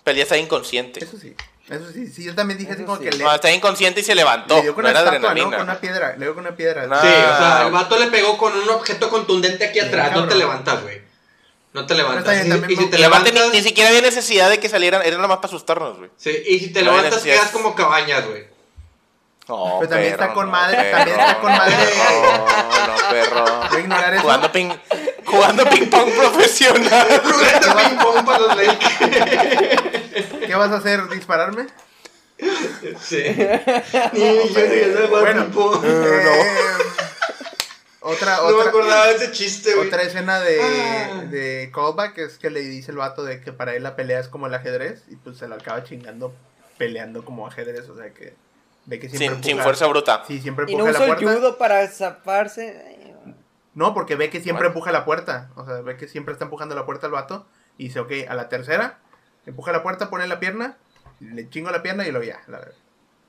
[SPEAKER 3] Pero ya está inconsciente.
[SPEAKER 1] Eso sí. Eso sí, sí, yo también dije
[SPEAKER 5] Eso
[SPEAKER 1] así como
[SPEAKER 5] sí.
[SPEAKER 1] que le,
[SPEAKER 3] No, está inconsciente y se levantó.
[SPEAKER 1] le dio con
[SPEAKER 3] no
[SPEAKER 1] una
[SPEAKER 3] era
[SPEAKER 1] estatua, ¿no?
[SPEAKER 3] adrenalina.
[SPEAKER 1] Con una piedra, le dio con una piedra.
[SPEAKER 3] No,
[SPEAKER 2] Sí, o sea,
[SPEAKER 3] Ah.
[SPEAKER 2] el vato le pegó con un objeto contundente aquí
[SPEAKER 1] Sí,
[SPEAKER 2] atrás. no te
[SPEAKER 1] cabrón.
[SPEAKER 2] levantas, güey. No te levantas.
[SPEAKER 1] Pero está bien,
[SPEAKER 2] Y-
[SPEAKER 1] también
[SPEAKER 2] y, si
[SPEAKER 1] me-
[SPEAKER 2] te
[SPEAKER 3] Y aparte
[SPEAKER 2] levantas,
[SPEAKER 3] ni, ni siquiera había necesidad de que salieran, era nada más para asustarnos, güey.
[SPEAKER 2] sí, y si te
[SPEAKER 3] No hay
[SPEAKER 2] levantas,
[SPEAKER 3] necesidad.
[SPEAKER 2] quedas como cabañas, güey.
[SPEAKER 3] No,
[SPEAKER 1] Pero también está
[SPEAKER 3] perro,
[SPEAKER 1] con
[SPEAKER 3] no,
[SPEAKER 1] madre,
[SPEAKER 3] perro,
[SPEAKER 1] también está con madre.
[SPEAKER 3] No, no,
[SPEAKER 1] Voy a
[SPEAKER 3] perro.
[SPEAKER 1] ignorar eso.
[SPEAKER 3] Jugando ping, jugando ping pong profesional.
[SPEAKER 2] Ruleta ping pong para los Lakers.
[SPEAKER 1] ¿Qué vas a hacer? ¿Dispararme?
[SPEAKER 2] Sí. Ni yo ni el
[SPEAKER 1] Bueno.
[SPEAKER 2] ping pong.
[SPEAKER 1] Eh, otra,
[SPEAKER 2] No me
[SPEAKER 1] otra,
[SPEAKER 2] acordaba de ese chiste, güey.
[SPEAKER 1] otra escena de,
[SPEAKER 2] Ah.
[SPEAKER 1] de callback es que le dice el vato de que para él la pelea es como el ajedrez y pues se la acaba chingando peleando como ajedrez, o sea que ve que siempre
[SPEAKER 3] Sin, sin
[SPEAKER 1] empuja-
[SPEAKER 3] fuerza bruta.
[SPEAKER 1] Sí, siempre
[SPEAKER 5] Y no
[SPEAKER 1] empuja la
[SPEAKER 5] uso el
[SPEAKER 1] puerta.
[SPEAKER 5] judo para zafarse.
[SPEAKER 1] No, porque ve que siempre
[SPEAKER 3] Bueno.
[SPEAKER 1] empuja la puerta. O sea, ve que siempre está empujando la puerta el vato. Y dice, ok, a la tercera, empuja la puerta, pone la pierna, le chingo la pierna y lo ya. la verga.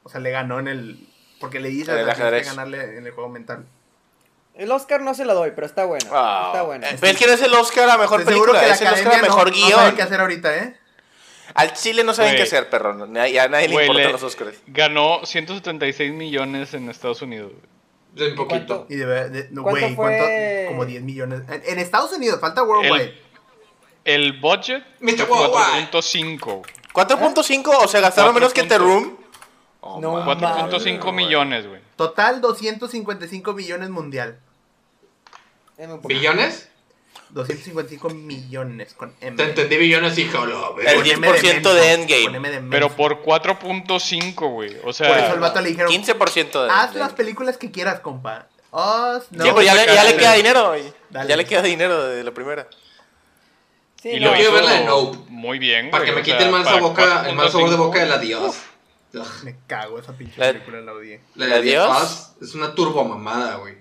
[SPEAKER 1] o sea, le ganó en el. Porque le dice
[SPEAKER 3] En
[SPEAKER 1] o
[SPEAKER 3] el
[SPEAKER 1] sea, tienes
[SPEAKER 3] ajedrez.
[SPEAKER 1] que ganarle en el juego mental.
[SPEAKER 5] El Oscar no se lo doy, pero está bueno.
[SPEAKER 1] Ah,
[SPEAKER 3] Wow.
[SPEAKER 5] Está bueno.
[SPEAKER 3] Eh, pero es que no es el Oscar a mejor
[SPEAKER 1] Estoy seguro
[SPEAKER 3] película,
[SPEAKER 1] que la
[SPEAKER 3] es el Oscar a
[SPEAKER 1] academia no,
[SPEAKER 3] mejor
[SPEAKER 1] no
[SPEAKER 3] guión.
[SPEAKER 1] sabe qué hacer ahorita, ¿eh?
[SPEAKER 3] Al Chile no saben
[SPEAKER 4] Güey.
[SPEAKER 3] qué hacer, perro. no- ni- Ya a nadie le
[SPEAKER 4] Güey,
[SPEAKER 3] importan
[SPEAKER 4] le-
[SPEAKER 3] los Oscars.
[SPEAKER 4] Ganó 176 millones en Estados Unidos. güey.
[SPEAKER 2] De un poquito.
[SPEAKER 5] ¿Cuánto?
[SPEAKER 1] Y de ver- de- no,
[SPEAKER 5] ¿Cuánto
[SPEAKER 1] güey, ¿cuánto?
[SPEAKER 5] fue?
[SPEAKER 1] Como 10 millones. En, en Estados Unidos, falta Worldwide.
[SPEAKER 4] El budget
[SPEAKER 2] Mr.
[SPEAKER 4] fue
[SPEAKER 2] Worldwide.
[SPEAKER 4] 4.5 güey.
[SPEAKER 3] 4.5, o sea, gastaron menos que The
[SPEAKER 4] 4.5.
[SPEAKER 3] Room. Oh,
[SPEAKER 5] No
[SPEAKER 3] mames,
[SPEAKER 4] 4.5
[SPEAKER 3] güey.
[SPEAKER 4] millones, güey.
[SPEAKER 1] Total 255 millones mundial.
[SPEAKER 5] Deme un poquito.
[SPEAKER 2] ¿Billones?
[SPEAKER 1] 255 millones con M.
[SPEAKER 2] Te entendí billones, hijo.
[SPEAKER 3] El
[SPEAKER 1] Con
[SPEAKER 2] güey.
[SPEAKER 1] M
[SPEAKER 3] 10% de
[SPEAKER 1] menso,
[SPEAKER 3] Endgame.
[SPEAKER 1] con M de
[SPEAKER 4] Pero
[SPEAKER 1] menso.
[SPEAKER 4] por 4.5 güey. O
[SPEAKER 1] Por eso
[SPEAKER 4] sea,
[SPEAKER 1] el vato le dijeron,
[SPEAKER 3] 15% de.
[SPEAKER 1] Haz
[SPEAKER 3] de-
[SPEAKER 1] las películas que quieras, compa. Haz, no.
[SPEAKER 3] Sí, pero ya, le, ya le
[SPEAKER 4] Dale.
[SPEAKER 3] queda dinero. güey.
[SPEAKER 1] Dale.
[SPEAKER 3] Ya le queda dinero de la primera.
[SPEAKER 5] Sí,
[SPEAKER 4] y
[SPEAKER 5] no,
[SPEAKER 4] lo
[SPEAKER 2] quiero
[SPEAKER 4] hizo
[SPEAKER 2] ver la de Nope.
[SPEAKER 4] muy bien,
[SPEAKER 2] Para que me
[SPEAKER 4] güey, o
[SPEAKER 2] quite
[SPEAKER 4] sea,
[SPEAKER 2] el mal
[SPEAKER 4] para
[SPEAKER 2] sabor boca- el mal sabor de
[SPEAKER 4] 4.5.
[SPEAKER 2] boca de la Dios. Ugh,
[SPEAKER 1] Me cago esa pinche
[SPEAKER 3] La-
[SPEAKER 1] película, la odié.
[SPEAKER 2] La
[SPEAKER 3] ¿La
[SPEAKER 2] de Dios
[SPEAKER 3] Dios?
[SPEAKER 2] Us es una turbo mamada, güey.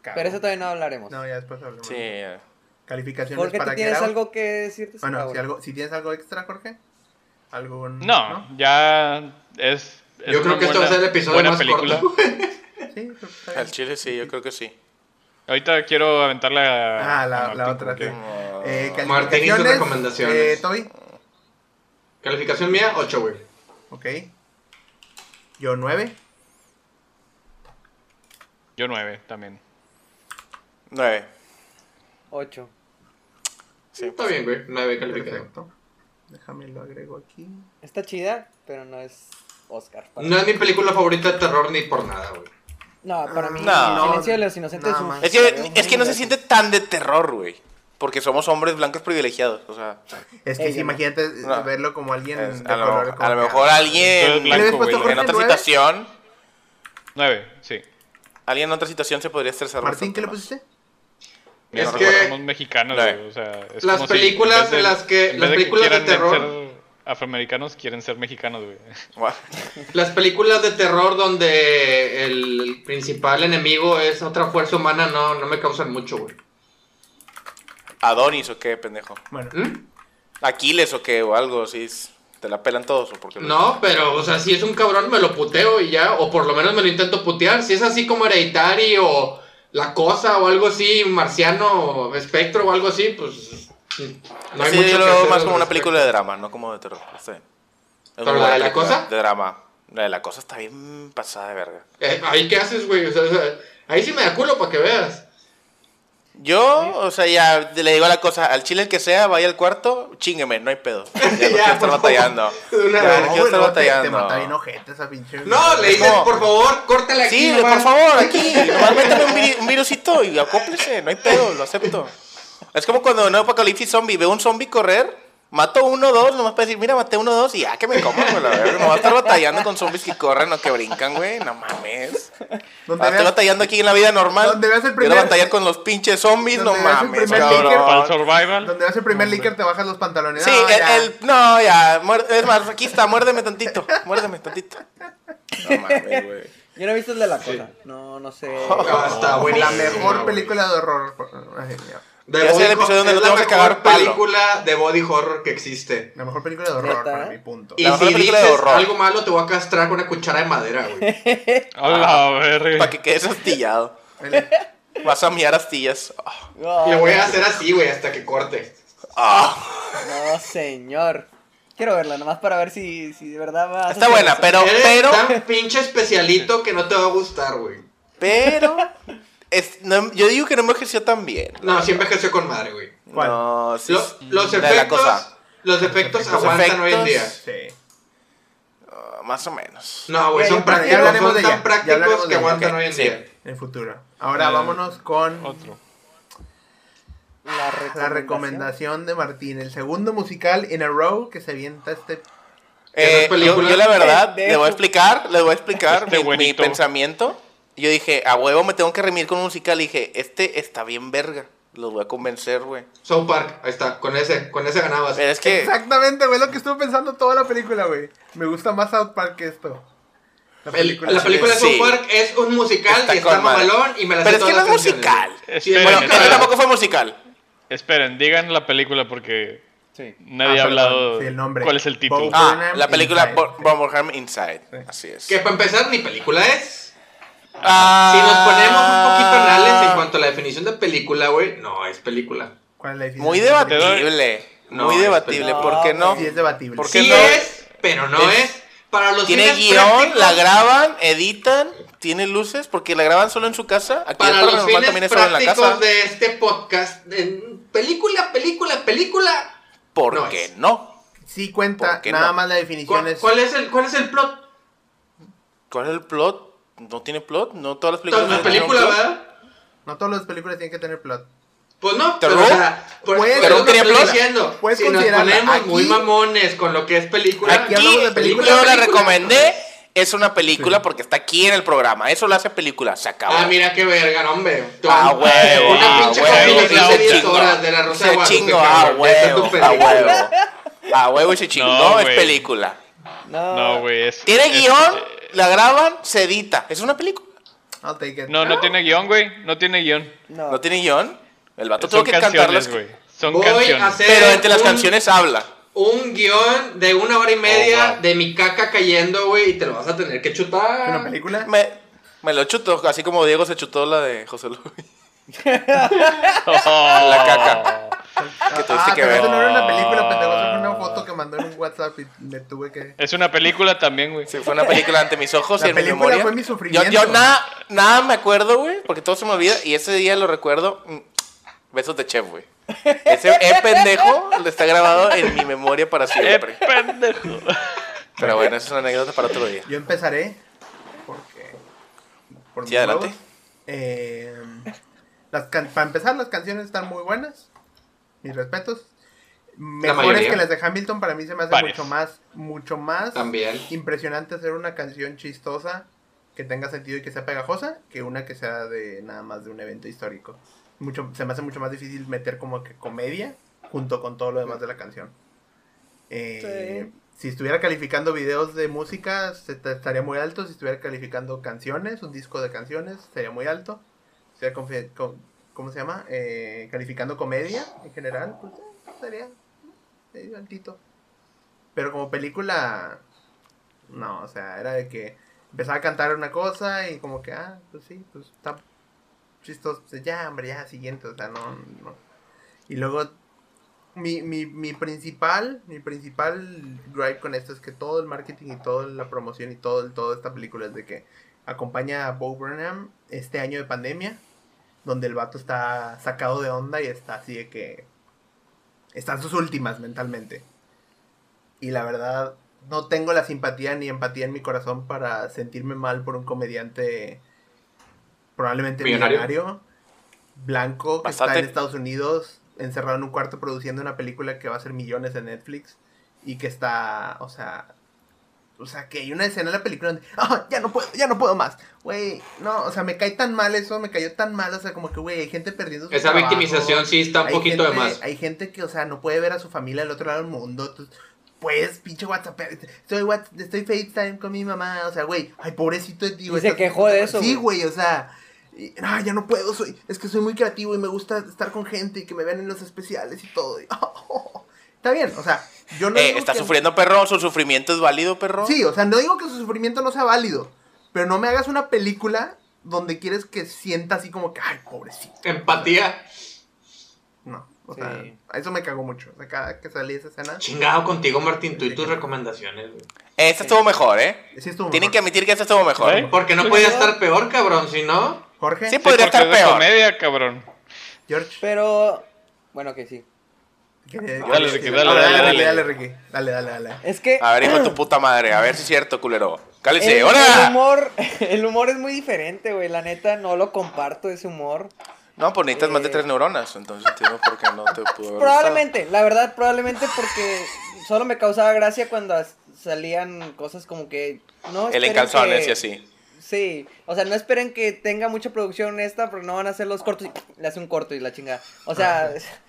[SPEAKER 1] Cago.
[SPEAKER 5] Pero eso todavía no hablaremos.
[SPEAKER 1] No, ya después hablamos.
[SPEAKER 3] Sí. eh.
[SPEAKER 1] Calificaciones
[SPEAKER 5] Porque tú
[SPEAKER 1] para
[SPEAKER 5] tienes
[SPEAKER 1] Get Out.
[SPEAKER 5] algo que decirte.
[SPEAKER 1] Bueno,
[SPEAKER 5] Saúl.
[SPEAKER 1] si, algo, si tienes algo extra, Jorge. ¿Algún,
[SPEAKER 4] No, ya es. es
[SPEAKER 2] Yo creo
[SPEAKER 4] una
[SPEAKER 2] que este va a
[SPEAKER 4] buena-
[SPEAKER 2] ser el episodio
[SPEAKER 4] buena
[SPEAKER 2] más
[SPEAKER 4] película.
[SPEAKER 2] corto.
[SPEAKER 1] Sí, creo que está bien.
[SPEAKER 3] Al Chile sí, yo creo que sí.
[SPEAKER 4] Ahorita quiero aventar la.
[SPEAKER 1] Ah, la-
[SPEAKER 4] a Martín,
[SPEAKER 1] la otra,
[SPEAKER 4] porque-
[SPEAKER 1] sí.
[SPEAKER 3] Ah.
[SPEAKER 1] Eh,
[SPEAKER 2] y sus
[SPEAKER 1] calificaciones,
[SPEAKER 2] recomendaciones.
[SPEAKER 1] Eh, Toby.
[SPEAKER 2] Calificación mía, 8, güey.
[SPEAKER 1] Ok. Yo 9.
[SPEAKER 4] Yo nueve también.
[SPEAKER 3] 9.
[SPEAKER 5] Ocho.
[SPEAKER 2] Está bien, güey. 9 calificado.
[SPEAKER 1] Perfecto. Déjame lo agrego aquí.
[SPEAKER 5] Está chida, pero no es Oscar. para
[SPEAKER 2] No
[SPEAKER 5] mí.
[SPEAKER 2] es mi película favorita de terror ni por nada, güey.
[SPEAKER 5] No, para mí,
[SPEAKER 3] No.
[SPEAKER 5] el silencio de los inocentes
[SPEAKER 1] Nada
[SPEAKER 5] un-
[SPEAKER 1] más.
[SPEAKER 3] Es que, es que no se siente tan de terror, güey. Porque somos hombres blancos privilegiados. O sea,
[SPEAKER 1] Es que
[SPEAKER 5] Ella
[SPEAKER 1] sí,
[SPEAKER 5] no.
[SPEAKER 1] imagínate eh,
[SPEAKER 3] No.
[SPEAKER 1] verlo como alguien
[SPEAKER 3] es-
[SPEAKER 1] de
[SPEAKER 3] a, lo,
[SPEAKER 1] color.
[SPEAKER 3] a
[SPEAKER 1] como
[SPEAKER 3] lo
[SPEAKER 1] que, ah,
[SPEAKER 3] mejor
[SPEAKER 4] Tú eres
[SPEAKER 3] alguien
[SPEAKER 4] blanco,
[SPEAKER 1] ¿Le habías
[SPEAKER 4] güey,
[SPEAKER 1] puesto
[SPEAKER 4] la
[SPEAKER 3] en
[SPEAKER 4] neta.
[SPEAKER 3] otra
[SPEAKER 1] ¿Nueve?
[SPEAKER 3] situación.
[SPEAKER 4] Nueve, sí.
[SPEAKER 3] Alguien en otra situación se podría estresar.
[SPEAKER 1] Martín,
[SPEAKER 3] bastante
[SPEAKER 1] ¿qué le
[SPEAKER 3] más.
[SPEAKER 1] pusiste?
[SPEAKER 4] Mira,
[SPEAKER 2] Es
[SPEAKER 4] nosotros
[SPEAKER 2] que-
[SPEAKER 4] somos mexicanos,
[SPEAKER 3] Nueve.
[SPEAKER 4] güey, o sea, es
[SPEAKER 2] Las
[SPEAKER 4] como si
[SPEAKER 2] películas
[SPEAKER 4] en vez
[SPEAKER 2] de las que-
[SPEAKER 4] en
[SPEAKER 2] las
[SPEAKER 4] vez
[SPEAKER 2] películas de
[SPEAKER 4] quieran
[SPEAKER 2] terror-
[SPEAKER 4] ser afroamericanos quieren ser mexicanos, güey.
[SPEAKER 3] Guau.
[SPEAKER 2] Las películas de terror donde el principal enemigo es otra fuerza humana no, no me causan mucho, güey.
[SPEAKER 3] Adonis o qué, pendejo.
[SPEAKER 1] Bueno,
[SPEAKER 2] ¿Mm?
[SPEAKER 3] Aquiles o qué, o algo, sí. es- Te la pelan todos o porque
[SPEAKER 2] No, pero, o sea, si es un cabrón me lo puteo y ya, o por lo menos me lo intento putear. Si es así como Hereditary o La Cosa o algo así, Marciano, o Espectro o algo así, pues... No hay
[SPEAKER 3] sí,
[SPEAKER 2] mucho
[SPEAKER 3] yo
[SPEAKER 2] que
[SPEAKER 3] lo veo
[SPEAKER 2] hacer
[SPEAKER 3] más
[SPEAKER 2] al
[SPEAKER 3] como una
[SPEAKER 2] respecto.
[SPEAKER 3] película de drama, no como de terror. Está bien. Es
[SPEAKER 2] ¿Pero
[SPEAKER 3] muy
[SPEAKER 2] la de
[SPEAKER 3] buena
[SPEAKER 2] la
[SPEAKER 3] película
[SPEAKER 2] cosa?
[SPEAKER 3] De drama. La de la cosa está bien pasada de verga.
[SPEAKER 2] Eh, ahí qué haces, güey. O sea, o sea, ahí sí me da culo para que veas.
[SPEAKER 3] Yo, o sea, ya le digo la cosa, al chile el que sea, vaya al cuarto, chingueme, no hay pedo. Ya no quiero
[SPEAKER 2] por
[SPEAKER 3] estar
[SPEAKER 2] favor.
[SPEAKER 3] batallando.
[SPEAKER 2] Una-
[SPEAKER 3] Ya, no
[SPEAKER 1] No,
[SPEAKER 3] quiero estar
[SPEAKER 1] güey, te, te
[SPEAKER 3] batallando.
[SPEAKER 1] mata bien ojete esa pinche.
[SPEAKER 2] No, le
[SPEAKER 3] Es
[SPEAKER 2] dices,
[SPEAKER 3] como-
[SPEAKER 2] por favor, córtale aquí.
[SPEAKER 3] Sí,
[SPEAKER 2] nomás.
[SPEAKER 3] por favor, aquí, nomás méteme un, viri- un virusito y acóplese, no hay pedo, lo acepto. Es como cuando en Apocalipsis Zombie veo un zombie correr, mato uno o dos, nomás para decir, mira, maté uno o dos y ya que me coman, güey, la verga. No va a estar batallando con zombies que corren o que brincan, güey, no mames.
[SPEAKER 1] Donde
[SPEAKER 3] Ah, Estoy
[SPEAKER 1] veas-
[SPEAKER 3] batallando aquí en la vida normal.
[SPEAKER 1] Donde veas el
[SPEAKER 3] Quiero
[SPEAKER 1] primer-
[SPEAKER 3] batallar con los pinches zombies, no
[SPEAKER 1] Donde veas el
[SPEAKER 3] mames,
[SPEAKER 1] primer Licker-
[SPEAKER 4] Para el
[SPEAKER 3] cabrón.
[SPEAKER 4] survival.
[SPEAKER 1] Donde vas el primer licker te bajas los pantalones.
[SPEAKER 3] Sí,
[SPEAKER 1] No,
[SPEAKER 3] el,
[SPEAKER 1] ya.
[SPEAKER 3] el- No, ya. muer- Es más, aquí está, muérdeme tantito. Muérdeme tantito. No mames, güey.
[SPEAKER 5] Yo no he visto el de la cosa. No, no sé.
[SPEAKER 2] Ah, está
[SPEAKER 1] La
[SPEAKER 2] buenísima,
[SPEAKER 1] mejor
[SPEAKER 2] güey.
[SPEAKER 1] película de horror. Ay, ya.
[SPEAKER 2] De
[SPEAKER 3] Ya sea el
[SPEAKER 2] body
[SPEAKER 3] episodio
[SPEAKER 2] horror-
[SPEAKER 3] donde
[SPEAKER 2] es
[SPEAKER 3] lo
[SPEAKER 2] la
[SPEAKER 3] tengo que
[SPEAKER 2] mejor
[SPEAKER 3] cagar palo.
[SPEAKER 2] película de body horror que existe.
[SPEAKER 1] La mejor película de horror
[SPEAKER 5] ¿Neta?
[SPEAKER 1] para mi punto.
[SPEAKER 2] Y
[SPEAKER 3] La mejor
[SPEAKER 2] si dices
[SPEAKER 3] película de horror.
[SPEAKER 2] algo malo, te voy a castrar con una cuchara de madera, güey.
[SPEAKER 4] A la verga.
[SPEAKER 3] Para Ah. que quedes astillado.
[SPEAKER 1] El-
[SPEAKER 3] Vas a miar astillas. Ah,
[SPEAKER 5] No,
[SPEAKER 2] Le voy a hacer así, güey, hasta que corte.
[SPEAKER 3] ah.
[SPEAKER 5] No, señor. Quiero verla, nomás para ver si, si de verdad
[SPEAKER 2] Ah,
[SPEAKER 5] va a
[SPEAKER 3] Está buena,
[SPEAKER 5] suceder
[SPEAKER 3] pero,
[SPEAKER 2] Eres
[SPEAKER 3] pero,
[SPEAKER 2] tan pinche especialito que no te va a gustar, güey.
[SPEAKER 3] pero. es- no, yo digo que no envejeció tan bien.
[SPEAKER 2] No, sí envejeció con madre, güey.
[SPEAKER 1] ¿Cuál?
[SPEAKER 3] No, sí.
[SPEAKER 2] Lo-
[SPEAKER 3] es-
[SPEAKER 2] los
[SPEAKER 3] de la
[SPEAKER 2] efectos.
[SPEAKER 3] cosa.
[SPEAKER 2] Los efectos
[SPEAKER 1] Los
[SPEAKER 2] aguantan hoy en día.
[SPEAKER 3] efectos.
[SPEAKER 1] Sí.
[SPEAKER 3] Ah, más o menos.
[SPEAKER 2] No, güey,
[SPEAKER 1] Ya,
[SPEAKER 2] son
[SPEAKER 1] ya, ya
[SPEAKER 2] prácticos,
[SPEAKER 1] hablaremos
[SPEAKER 2] son
[SPEAKER 1] de
[SPEAKER 2] tan
[SPEAKER 1] ella, ya hablaremos
[SPEAKER 2] prácticos
[SPEAKER 1] de
[SPEAKER 2] que
[SPEAKER 1] ella,
[SPEAKER 2] aguantan
[SPEAKER 3] ok,
[SPEAKER 2] hoy en
[SPEAKER 3] sí.
[SPEAKER 2] día.
[SPEAKER 1] En futuro. Ahora
[SPEAKER 4] Eh,
[SPEAKER 1] vámonos con
[SPEAKER 4] Otro.
[SPEAKER 5] La recomendación.
[SPEAKER 1] la recomendación de Martín. El segundo musical in a row que se avienta este.
[SPEAKER 2] Que
[SPEAKER 3] Eh,
[SPEAKER 2] no es
[SPEAKER 3] yo,
[SPEAKER 2] película.
[SPEAKER 3] yo la verdad,
[SPEAKER 5] Pendejo.
[SPEAKER 3] le voy a explicar, le voy a explicar
[SPEAKER 4] Este
[SPEAKER 3] mi- mi,
[SPEAKER 4] buenito.
[SPEAKER 3] pensamiento. Yo dije, a huevo me tengo que remir con un musical. Y dije, este está bien verga. Los voy a convencer, güey.
[SPEAKER 2] South Park, ahí está, con ese, con ese ganabas.
[SPEAKER 3] Pero es que.
[SPEAKER 1] Exactamente, güey, lo que estuve pensando toda la película, güey. Me gusta más South Park que esto. La
[SPEAKER 2] El-
[SPEAKER 1] película.
[SPEAKER 2] la película de
[SPEAKER 3] sí.
[SPEAKER 2] South Park es un musical
[SPEAKER 3] Está
[SPEAKER 2] y
[SPEAKER 3] con
[SPEAKER 2] está
[SPEAKER 3] madre.
[SPEAKER 2] mamalón y me la sé
[SPEAKER 3] Pero es que
[SPEAKER 2] todas
[SPEAKER 3] no es
[SPEAKER 2] las canciones,
[SPEAKER 3] musical.
[SPEAKER 2] güey. Sí, es
[SPEAKER 3] Bueno,
[SPEAKER 2] musical.
[SPEAKER 3] este tampoco fue musical.
[SPEAKER 4] Esperen, digan la película porque
[SPEAKER 5] Sí.
[SPEAKER 4] nadie
[SPEAKER 1] Ah,
[SPEAKER 4] ha
[SPEAKER 1] perdón,
[SPEAKER 4] hablado
[SPEAKER 1] sí, el nombre.
[SPEAKER 4] cuál es el título.
[SPEAKER 1] Bo-
[SPEAKER 3] Ah,
[SPEAKER 1] Burnham
[SPEAKER 3] la película
[SPEAKER 1] Em Inside,
[SPEAKER 3] Bo-
[SPEAKER 1] sí.
[SPEAKER 3] Bomberham Inside.
[SPEAKER 1] Sí.
[SPEAKER 3] Así es.
[SPEAKER 2] Que para empezar, ni película es.
[SPEAKER 3] Ah.
[SPEAKER 2] Si nos ponemos un poquito anales en cuanto a la definición de película, güey, no es película.
[SPEAKER 1] ¿Cuál es la diferencia?
[SPEAKER 3] Muy debatible.
[SPEAKER 2] No,
[SPEAKER 3] muy
[SPEAKER 2] es
[SPEAKER 3] debatible.
[SPEAKER 5] película.
[SPEAKER 3] ¿Por qué no?
[SPEAKER 1] Sí, es debatible.
[SPEAKER 3] ¿Por qué
[SPEAKER 2] Sí
[SPEAKER 3] no?
[SPEAKER 2] es, pero no es.
[SPEAKER 3] Es-
[SPEAKER 2] Para los
[SPEAKER 3] Tiene
[SPEAKER 2] fines
[SPEAKER 3] guión,
[SPEAKER 2] prácticos-
[SPEAKER 3] la graban, editan, tiene luces, porque la graban solo en su casa. Aquí
[SPEAKER 2] Para
[SPEAKER 3] el
[SPEAKER 2] los
[SPEAKER 3] paranormal también
[SPEAKER 2] fines
[SPEAKER 3] es solo en la casa.
[SPEAKER 2] prácticos de este podcast, en película, película, película,
[SPEAKER 3] ¿Por
[SPEAKER 2] no
[SPEAKER 3] qué
[SPEAKER 2] es.
[SPEAKER 3] no?
[SPEAKER 1] Sí cuenta,
[SPEAKER 3] ¿Por qué
[SPEAKER 1] nada
[SPEAKER 3] no?
[SPEAKER 1] más la definición
[SPEAKER 2] ¿Cuál,
[SPEAKER 1] es.
[SPEAKER 2] cuál es el, ¿Cuál es el plot?
[SPEAKER 3] ¿Cuál es el plot? ¿No tiene plot? ¿No todas las películas
[SPEAKER 2] Entonces, la
[SPEAKER 3] tienen
[SPEAKER 2] película,
[SPEAKER 3] plot?
[SPEAKER 2] ¿verdad?
[SPEAKER 1] No todas las películas tienen que tener plot.
[SPEAKER 2] Pues no,
[SPEAKER 3] ¿The
[SPEAKER 2] pero o
[SPEAKER 3] Room?
[SPEAKER 2] sea, por
[SPEAKER 1] Puedes-
[SPEAKER 2] por
[SPEAKER 1] ¿The
[SPEAKER 2] eso te
[SPEAKER 3] Room tenía
[SPEAKER 2] estoy
[SPEAKER 3] plot?
[SPEAKER 2] diciendo,
[SPEAKER 1] Puedes
[SPEAKER 2] si nos
[SPEAKER 1] considerarla.
[SPEAKER 2] ponemos
[SPEAKER 1] Aquí-
[SPEAKER 2] muy mamones con lo que es película,
[SPEAKER 1] Aquí hablamos de película.
[SPEAKER 3] Yo la
[SPEAKER 2] película.
[SPEAKER 3] recomendé. Es una película porque está aquí en el programa. Eso lo hace película. Se acabó.
[SPEAKER 2] Ah, mira qué verga, no, hombre. Tú-
[SPEAKER 3] Ah, huevo,
[SPEAKER 2] Una
[SPEAKER 3] ah,
[SPEAKER 2] pinche
[SPEAKER 3] huevo,
[SPEAKER 2] combinación de
[SPEAKER 3] se
[SPEAKER 2] 10
[SPEAKER 3] chingó.
[SPEAKER 2] horas de la Rosa de
[SPEAKER 3] Se
[SPEAKER 2] Guadalupe,
[SPEAKER 3] chingo, ah,
[SPEAKER 2] cabrón, esa es tu
[SPEAKER 3] huevo, a
[SPEAKER 2] película.
[SPEAKER 3] huevo. A huevo y se chingó,
[SPEAKER 4] No,
[SPEAKER 3] es
[SPEAKER 4] güey.
[SPEAKER 3] película.
[SPEAKER 5] No,
[SPEAKER 4] No, güey, es.
[SPEAKER 3] Tiene
[SPEAKER 4] es-
[SPEAKER 3] guión, la graban, se edita. Es una película.
[SPEAKER 1] I'll take it.
[SPEAKER 4] No, no tiene guión, güey. No tiene guión.
[SPEAKER 5] No.
[SPEAKER 3] No tiene guión. El vato tuvo
[SPEAKER 4] Son
[SPEAKER 3] que cantar las
[SPEAKER 4] canciones,
[SPEAKER 3] canciones.
[SPEAKER 4] güey. Son
[SPEAKER 2] Voy a
[SPEAKER 4] canciones.
[SPEAKER 2] hacer-
[SPEAKER 3] Pero entre las
[SPEAKER 2] Un-
[SPEAKER 3] canciones habla.
[SPEAKER 2] Un guión de una hora y media
[SPEAKER 3] Oh, wow.
[SPEAKER 2] de mi caca cayendo, güey, y te lo vas a tener que chutar.
[SPEAKER 1] ¿Una película?
[SPEAKER 3] Me, me lo chuto, así como Diego se chutó la de José Luis.
[SPEAKER 4] Oh,
[SPEAKER 3] La caca.
[SPEAKER 1] Ah,
[SPEAKER 3] que tuviste que
[SPEAKER 1] pero
[SPEAKER 3] ver. Ah.
[SPEAKER 1] eso no era una película, pendejo. Eso fue una foto que mandó en un WhatsApp y me tuve que.
[SPEAKER 4] Es una película también, güey.
[SPEAKER 3] Sí, fue una película ante mis ojos
[SPEAKER 1] La
[SPEAKER 3] y en mi
[SPEAKER 1] película
[SPEAKER 3] memoria.
[SPEAKER 1] fue mi sufrimiento.
[SPEAKER 3] Yo, yo nada, nada me acuerdo, güey, porque todo se me olvida. Y ese día lo recuerdo. mm, Besos de chef, güey. Ese eh, pendejo lo está grabado en mi memoria para
[SPEAKER 4] ¡Eh,
[SPEAKER 3] siempre.
[SPEAKER 4] pendejo!
[SPEAKER 3] Pero bueno, esa es una anécdota para otro día.
[SPEAKER 1] Yo empezaré porque. Por
[SPEAKER 3] Sí,
[SPEAKER 1] mis
[SPEAKER 3] adelante.
[SPEAKER 1] huevos. Eh, las can- para empezar, las canciones están muy buenas. Mis respetos. Mejores
[SPEAKER 2] mayoría.
[SPEAKER 1] que las de Hamilton, para mí se me hace
[SPEAKER 4] Varias.
[SPEAKER 1] mucho más, mucho más
[SPEAKER 2] También.
[SPEAKER 1] impresionante hacer una canción chistosa que tenga sentido y que sea pegajosa que una que sea de nada más de un evento histórico. Mucho, se me hace mucho más difícil meter como que comedia junto con todo lo demás de la canción. Eh, Si estuviera calificando videos de música, se te- estaría muy alto. Si estuviera calificando canciones, un disco de canciones, sería muy alto. Si estuviera confi- con- ¿Cómo se llama? Eh, calificando comedia en general, pues eh, estaría eh, altito. Pero como película, no, o sea, era de que empezaba a cantar una cosa y como que, ah, pues sí, pues está chistoso. pues, Ya, hombre, ya, siguiente, o sea, no, no. Y luego, mi, mi, mi principal, mi principal drive con esto es que todo el marketing y toda la promoción y todo, el- toda esta película es de que acompaña a Bo Burnham este año de pandemia, donde el vato está sacado de onda y está así de que están sus últimas mentalmente. Y la verdad, no tengo la simpatía ni empatía en mi corazón para sentirme mal por un comediante probablemente
[SPEAKER 2] Millonario.
[SPEAKER 1] millonario blanco que está
[SPEAKER 3] Bastante.
[SPEAKER 1] en Estados Unidos, encerrado en un cuarto produciendo una película que va a hacer millones en Netflix y que está, o sea, o sea, que hay una escena en la película donde, "Ah, ya no puedo, ya no puedo más. Güey, no, o sea, me cae tan mal eso, me cayó tan mal, o sea, como que güey, hay gente perdiendo su
[SPEAKER 2] Esa
[SPEAKER 1] trabajo,
[SPEAKER 2] victimización sí está un
[SPEAKER 1] hay
[SPEAKER 2] poquito
[SPEAKER 1] gente-
[SPEAKER 2] de más.
[SPEAKER 1] Hay gente que, o sea, no puede ver a su familia del otro lado del mundo. tú- Pues, pinche WhatsApp, estoy, what, estoy FaceTime con mi mamá, o sea, güey, ay, pobrecito de ti,
[SPEAKER 5] Y
[SPEAKER 1] güey,
[SPEAKER 5] se quejó de eso,
[SPEAKER 1] Sí,
[SPEAKER 5] güey.
[SPEAKER 1] güey, o sea, y, no, ya no puedo, soy, es que soy muy creativo y me gusta estar con gente y que me vean en los especiales y todo. y- Está bien, o sea, yo no
[SPEAKER 3] Eh,
[SPEAKER 1] digo
[SPEAKER 3] está
[SPEAKER 1] que-
[SPEAKER 3] sufriendo, perro. Su sufrimiento es válido, perro.
[SPEAKER 1] Sí, o sea, no digo que su sufrimiento no sea válido, pero no me hagas una película donde quieres que sienta así como que, ay, pobrecito.
[SPEAKER 2] Empatía.
[SPEAKER 1] No, O
[SPEAKER 5] Sí.
[SPEAKER 1] sea, eso me cagó mucho. O sea, cada que salí esa escena,
[SPEAKER 2] Chingado contigo, Martín, tú y tus recomendaciones, güey.
[SPEAKER 3] Esta estuvo mejor, ¿eh?
[SPEAKER 1] sí estuvo
[SPEAKER 3] Tienen
[SPEAKER 1] mejor.
[SPEAKER 3] que admitir que esta estuvo mejor.
[SPEAKER 4] ¿Eh?
[SPEAKER 2] Porque no podía estar peor, cabrón, si no.
[SPEAKER 1] Jorge,
[SPEAKER 3] Sí,
[SPEAKER 4] Sí, pues.
[SPEAKER 3] podría
[SPEAKER 4] porque
[SPEAKER 3] estar
[SPEAKER 4] es de
[SPEAKER 3] peor.
[SPEAKER 4] comedia, cabrón.
[SPEAKER 1] George.
[SPEAKER 5] Pero, bueno, que sí.
[SPEAKER 1] quería-
[SPEAKER 4] Dale, Ricky,
[SPEAKER 1] quería-
[SPEAKER 4] dale,
[SPEAKER 1] Ah,
[SPEAKER 4] dale,
[SPEAKER 1] Ricky,
[SPEAKER 4] dale.
[SPEAKER 1] dale, Ricky. Dale, dale, dale.
[SPEAKER 5] Es que...
[SPEAKER 3] A ver, hijo de tu puta madre, a ver si es cierto, culero. Cálice,
[SPEAKER 5] el, Eh, el
[SPEAKER 3] ¡hola!
[SPEAKER 5] humor, el humor es muy diferente, güey. La neta, no lo comparto ese humor.
[SPEAKER 3] No, pues necesitas más de
[SPEAKER 5] Eh.
[SPEAKER 3] tres neuronas, entonces entiendo por qué no te pudo haber
[SPEAKER 5] Probablemente, la verdad, probablemente porque solo me causaba gracia cuando as- salían cosas como que... No
[SPEAKER 3] gustado. El
[SPEAKER 5] esperen
[SPEAKER 3] encanzones
[SPEAKER 5] que-
[SPEAKER 3] y así.
[SPEAKER 5] Sí, o sea, no esperen que tenga mucha producción esta, pero no van a hacer los cortos. Y le hace un corto y la chinga. O sea,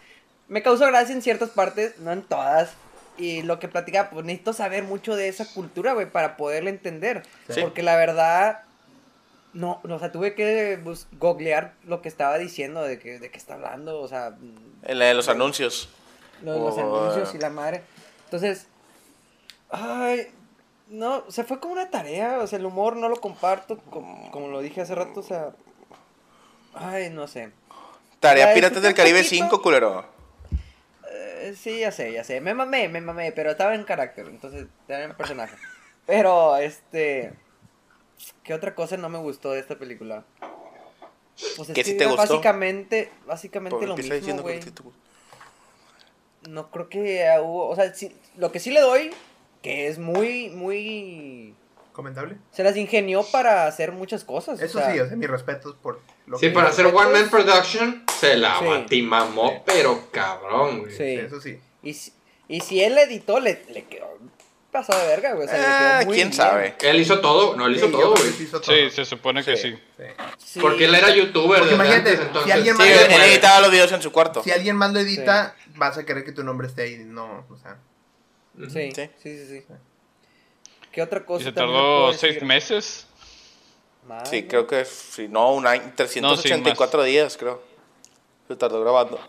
[SPEAKER 5] me causó gracia en ciertas partes, no en todas. Y lo que platicaba, pues necesito saber mucho de esa cultura, güey, para poderla entender.
[SPEAKER 3] Sí.
[SPEAKER 5] Porque la verdad, no, no, o sea, tuve que bus- googlear lo que estaba diciendo, de que, de qué está hablando, o sea, mm,
[SPEAKER 3] En la de los anuncios.
[SPEAKER 5] lo de los
[SPEAKER 3] Por-
[SPEAKER 5] anuncios y la madre. Entonces, ay, no, se fue como una tarea, o sea, el humor no lo comparto, como, como lo dije hace rato, o sea, ay, no sé.
[SPEAKER 3] Tarea
[SPEAKER 5] Ya,
[SPEAKER 3] Piratas del
[SPEAKER 5] disfruta
[SPEAKER 3] Caribe
[SPEAKER 5] poquito.
[SPEAKER 3] 5, culero.
[SPEAKER 5] Eh, sí, ya sé, ya sé, me mamé, me mamé, pero estaba en carácter, entonces, estaba en personaje. Pero, este, ¿qué otra cosa no me gustó de esta película? Pues es
[SPEAKER 3] ¿Qué
[SPEAKER 5] que
[SPEAKER 3] sí te
[SPEAKER 5] era
[SPEAKER 3] gustó?
[SPEAKER 5] básicamente, básicamente
[SPEAKER 3] Por-
[SPEAKER 5] lo
[SPEAKER 3] empieza
[SPEAKER 5] mismo,
[SPEAKER 3] diciendo
[SPEAKER 5] güey.
[SPEAKER 3] por qué te gustó.
[SPEAKER 5] No creo que eh, hubo. O sea, sí- lo que sí le doy, que es muy, muy.
[SPEAKER 1] ¿Comentable?
[SPEAKER 5] Se las ingenió para hacer muchas cosas. o
[SPEAKER 1] Eso
[SPEAKER 5] sea,
[SPEAKER 1] sí, o sea, mis respetos por lo
[SPEAKER 2] Sí,
[SPEAKER 1] que-
[SPEAKER 2] para hacer One Man Production, se la
[SPEAKER 5] Sí.
[SPEAKER 2] batimamó, pero cabrón, güey.
[SPEAKER 5] Sí.
[SPEAKER 1] Eso sí.
[SPEAKER 5] Y, si- y si él editó, le, le quedó pasado de verga, güey. O sea, le
[SPEAKER 3] Ah,
[SPEAKER 5] quedó muy
[SPEAKER 3] ¿Quién
[SPEAKER 5] bien.
[SPEAKER 3] sabe?
[SPEAKER 2] Él hizo todo, no, él hizo
[SPEAKER 1] Sí, yo
[SPEAKER 2] todo,
[SPEAKER 1] creo
[SPEAKER 2] güey.
[SPEAKER 1] que sí hizo todo.
[SPEAKER 4] Sí, se supone que sí.
[SPEAKER 1] Sí.
[SPEAKER 5] Sí.
[SPEAKER 2] Porque él era youtuber
[SPEAKER 1] Porque
[SPEAKER 2] desde
[SPEAKER 1] imagínate,
[SPEAKER 2] antes,
[SPEAKER 1] si
[SPEAKER 2] entonces.
[SPEAKER 1] alguien
[SPEAKER 5] Ah,
[SPEAKER 2] sí,
[SPEAKER 1] más- Él-
[SPEAKER 2] él
[SPEAKER 3] Él, él
[SPEAKER 2] puede.
[SPEAKER 3] editaba los videos en su cuarto.
[SPEAKER 1] Si alguien más lo edita, vas a querer que tu nombre esté ahí. No, o sea.
[SPEAKER 2] Ujú.
[SPEAKER 5] Sí,
[SPEAKER 3] Sí.
[SPEAKER 5] sí, sí. sí. ¿Qué otra cosa?
[SPEAKER 4] Y se
[SPEAKER 5] también le
[SPEAKER 4] tardó
[SPEAKER 5] puedo
[SPEAKER 4] seis
[SPEAKER 5] decir?
[SPEAKER 4] meses.
[SPEAKER 5] Madre.
[SPEAKER 3] Sí, creo que, si no, un año, 384 días, creo. Se tardó grabando.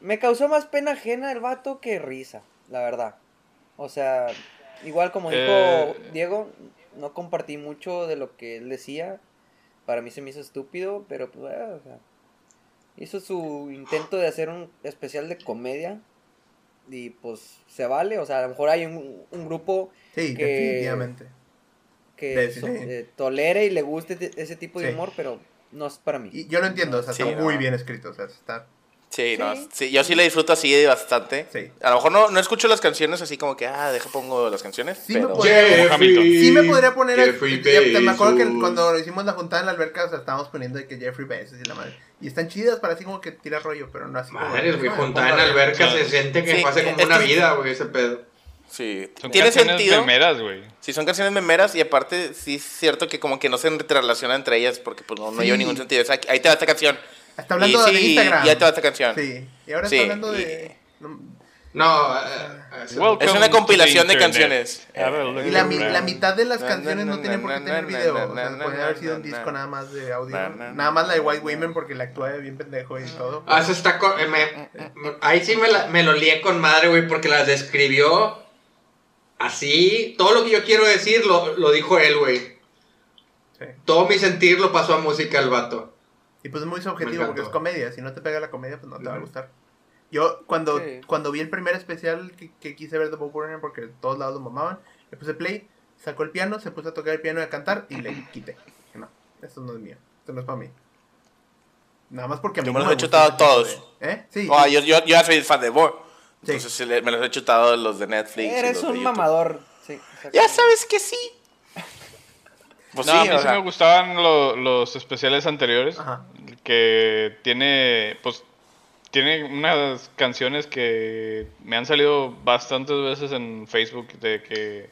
[SPEAKER 5] Me causó más pena ajena el vato que risa, la verdad. O sea, igual como dijo
[SPEAKER 4] Eh.
[SPEAKER 5] Diego, no compartí mucho de lo que él decía. Para mí se me hizo estúpido, pero pues, eh, o sea, hizo su intento de hacer un especial de comedia. Y pues se vale, o sea, a lo mejor hay un, un grupo
[SPEAKER 1] Sí,
[SPEAKER 5] Que-
[SPEAKER 1] definitivamente.
[SPEAKER 5] que
[SPEAKER 1] Sí, sí,
[SPEAKER 5] so-
[SPEAKER 1] sí.
[SPEAKER 5] eh, tolere y le guste te- ese tipo de
[SPEAKER 1] Sí.
[SPEAKER 5] humor, pero no es para mí.
[SPEAKER 1] Y yo lo entiendo, o sea,
[SPEAKER 3] Sí,
[SPEAKER 1] está
[SPEAKER 3] no.
[SPEAKER 1] muy bien escrito, o sea, está...
[SPEAKER 3] Sí, no,
[SPEAKER 5] Sí.
[SPEAKER 3] sí, yo sí le disfruto así bastante.
[SPEAKER 1] Sí.
[SPEAKER 3] A lo mejor no, no escucho las canciones así como que, ah, deja pongo las canciones.
[SPEAKER 1] Sí,
[SPEAKER 3] pero
[SPEAKER 1] me puede- Sí me podría poner... el-
[SPEAKER 2] Jeffrey
[SPEAKER 1] te- te- me acuerdo que
[SPEAKER 2] Bezos.
[SPEAKER 1] cuando hicimos la juntada en la alberca, o sea, estábamos poniendo de que Jeffrey Bezos y la madre. Y están chidas para así como que tira rollo, pero no así como...
[SPEAKER 2] Madre, güey,
[SPEAKER 1] Ah,
[SPEAKER 2] juntada en
[SPEAKER 1] pongo-
[SPEAKER 2] alberca
[SPEAKER 4] Sí.
[SPEAKER 2] se siente que
[SPEAKER 3] Sí,
[SPEAKER 2] fue hace como
[SPEAKER 3] es
[SPEAKER 2] una
[SPEAKER 3] que-
[SPEAKER 2] vida, güey, ese pedo.
[SPEAKER 3] sí.
[SPEAKER 4] Son
[SPEAKER 3] Tiene
[SPEAKER 4] canciones
[SPEAKER 3] sentido.
[SPEAKER 4] memeras, güey.
[SPEAKER 3] Sí, son canciones memeras y aparte sí es cierto que como que no se relaciona entre ellas porque pues no, no
[SPEAKER 1] Sí.
[SPEAKER 3] lleva ningún sentido. O sea, ahí te va esta canción.
[SPEAKER 1] Está hablando
[SPEAKER 3] Y
[SPEAKER 1] de
[SPEAKER 3] sí,
[SPEAKER 1] Instagram.
[SPEAKER 3] Ya te va esta canción.
[SPEAKER 1] Sí, y ahora
[SPEAKER 3] Sí,
[SPEAKER 1] está hablando
[SPEAKER 3] y-
[SPEAKER 1] de... no,
[SPEAKER 2] No, eh, eh,
[SPEAKER 4] Welcome
[SPEAKER 3] Es
[SPEAKER 4] to
[SPEAKER 3] una
[SPEAKER 4] the
[SPEAKER 3] compilación de
[SPEAKER 4] internet.
[SPEAKER 3] canciones.
[SPEAKER 4] Have a look
[SPEAKER 1] Y la, mi-
[SPEAKER 4] around.
[SPEAKER 1] la mitad de las
[SPEAKER 3] Na,
[SPEAKER 1] canciones
[SPEAKER 3] na,
[SPEAKER 1] no
[SPEAKER 3] na,
[SPEAKER 1] tienen por qué
[SPEAKER 3] na,
[SPEAKER 1] tener
[SPEAKER 3] na,
[SPEAKER 1] video.
[SPEAKER 3] na,
[SPEAKER 1] O sea,
[SPEAKER 3] na,
[SPEAKER 1] podría
[SPEAKER 3] na,
[SPEAKER 1] haber sido un
[SPEAKER 3] na,
[SPEAKER 1] disco
[SPEAKER 3] na.
[SPEAKER 1] nada más de audio.
[SPEAKER 3] Na, na,
[SPEAKER 1] Nada más la de
[SPEAKER 3] na,
[SPEAKER 1] White
[SPEAKER 3] na.
[SPEAKER 1] Women porque la actúa bien pendejo y todo.
[SPEAKER 2] Ah, eso está co- eh, me- me- ahí sí me, la- me lo lié con madre, güey, porque las describió así. Todo lo que yo quiero decir lo, lo dijo él, güey.
[SPEAKER 1] Sí.
[SPEAKER 2] Todo mi sentir lo pasó a música el vato.
[SPEAKER 1] Y pues es muy
[SPEAKER 2] Me
[SPEAKER 1] subjetivo
[SPEAKER 2] encantó.
[SPEAKER 1] porque es comedia. Si no te pega la comedia, pues no te va a
[SPEAKER 2] Ujú.
[SPEAKER 1] gustar. Yo cuando,
[SPEAKER 5] Sí.
[SPEAKER 1] cuando vi el primer especial que, que quise ver de Bob Burner porque de todos lados lo mamaban, le puse play, sacó el piano, se puso a tocar el piano y a cantar y le quité. Dije, No, esto no es mío. Esto no es para mí. Nada más porque a mí
[SPEAKER 3] Yo me
[SPEAKER 1] no
[SPEAKER 3] los he
[SPEAKER 1] gusta
[SPEAKER 3] chutado
[SPEAKER 1] ese tipo
[SPEAKER 3] todos.
[SPEAKER 1] de- ¿Eh? Sí.
[SPEAKER 3] Ah, yo, yo, yo ya soy fan de Boy.
[SPEAKER 1] Sí.
[SPEAKER 3] Entonces sí le- me los he chutado los de Netflix. y los
[SPEAKER 5] Eres
[SPEAKER 3] de
[SPEAKER 5] un
[SPEAKER 3] YouTube.
[SPEAKER 5] mamador.
[SPEAKER 3] Ya
[SPEAKER 5] Sí, exactamente.
[SPEAKER 3] sabes que sí. Pues
[SPEAKER 4] no,
[SPEAKER 3] sí,
[SPEAKER 4] a mí
[SPEAKER 3] o
[SPEAKER 4] sí
[SPEAKER 3] sea,
[SPEAKER 4] me gustaban lo- los especiales anteriores.
[SPEAKER 1] Ajá.
[SPEAKER 4] Que tiene, pues, tiene unas canciones que me han salido bastantes veces en Facebook de que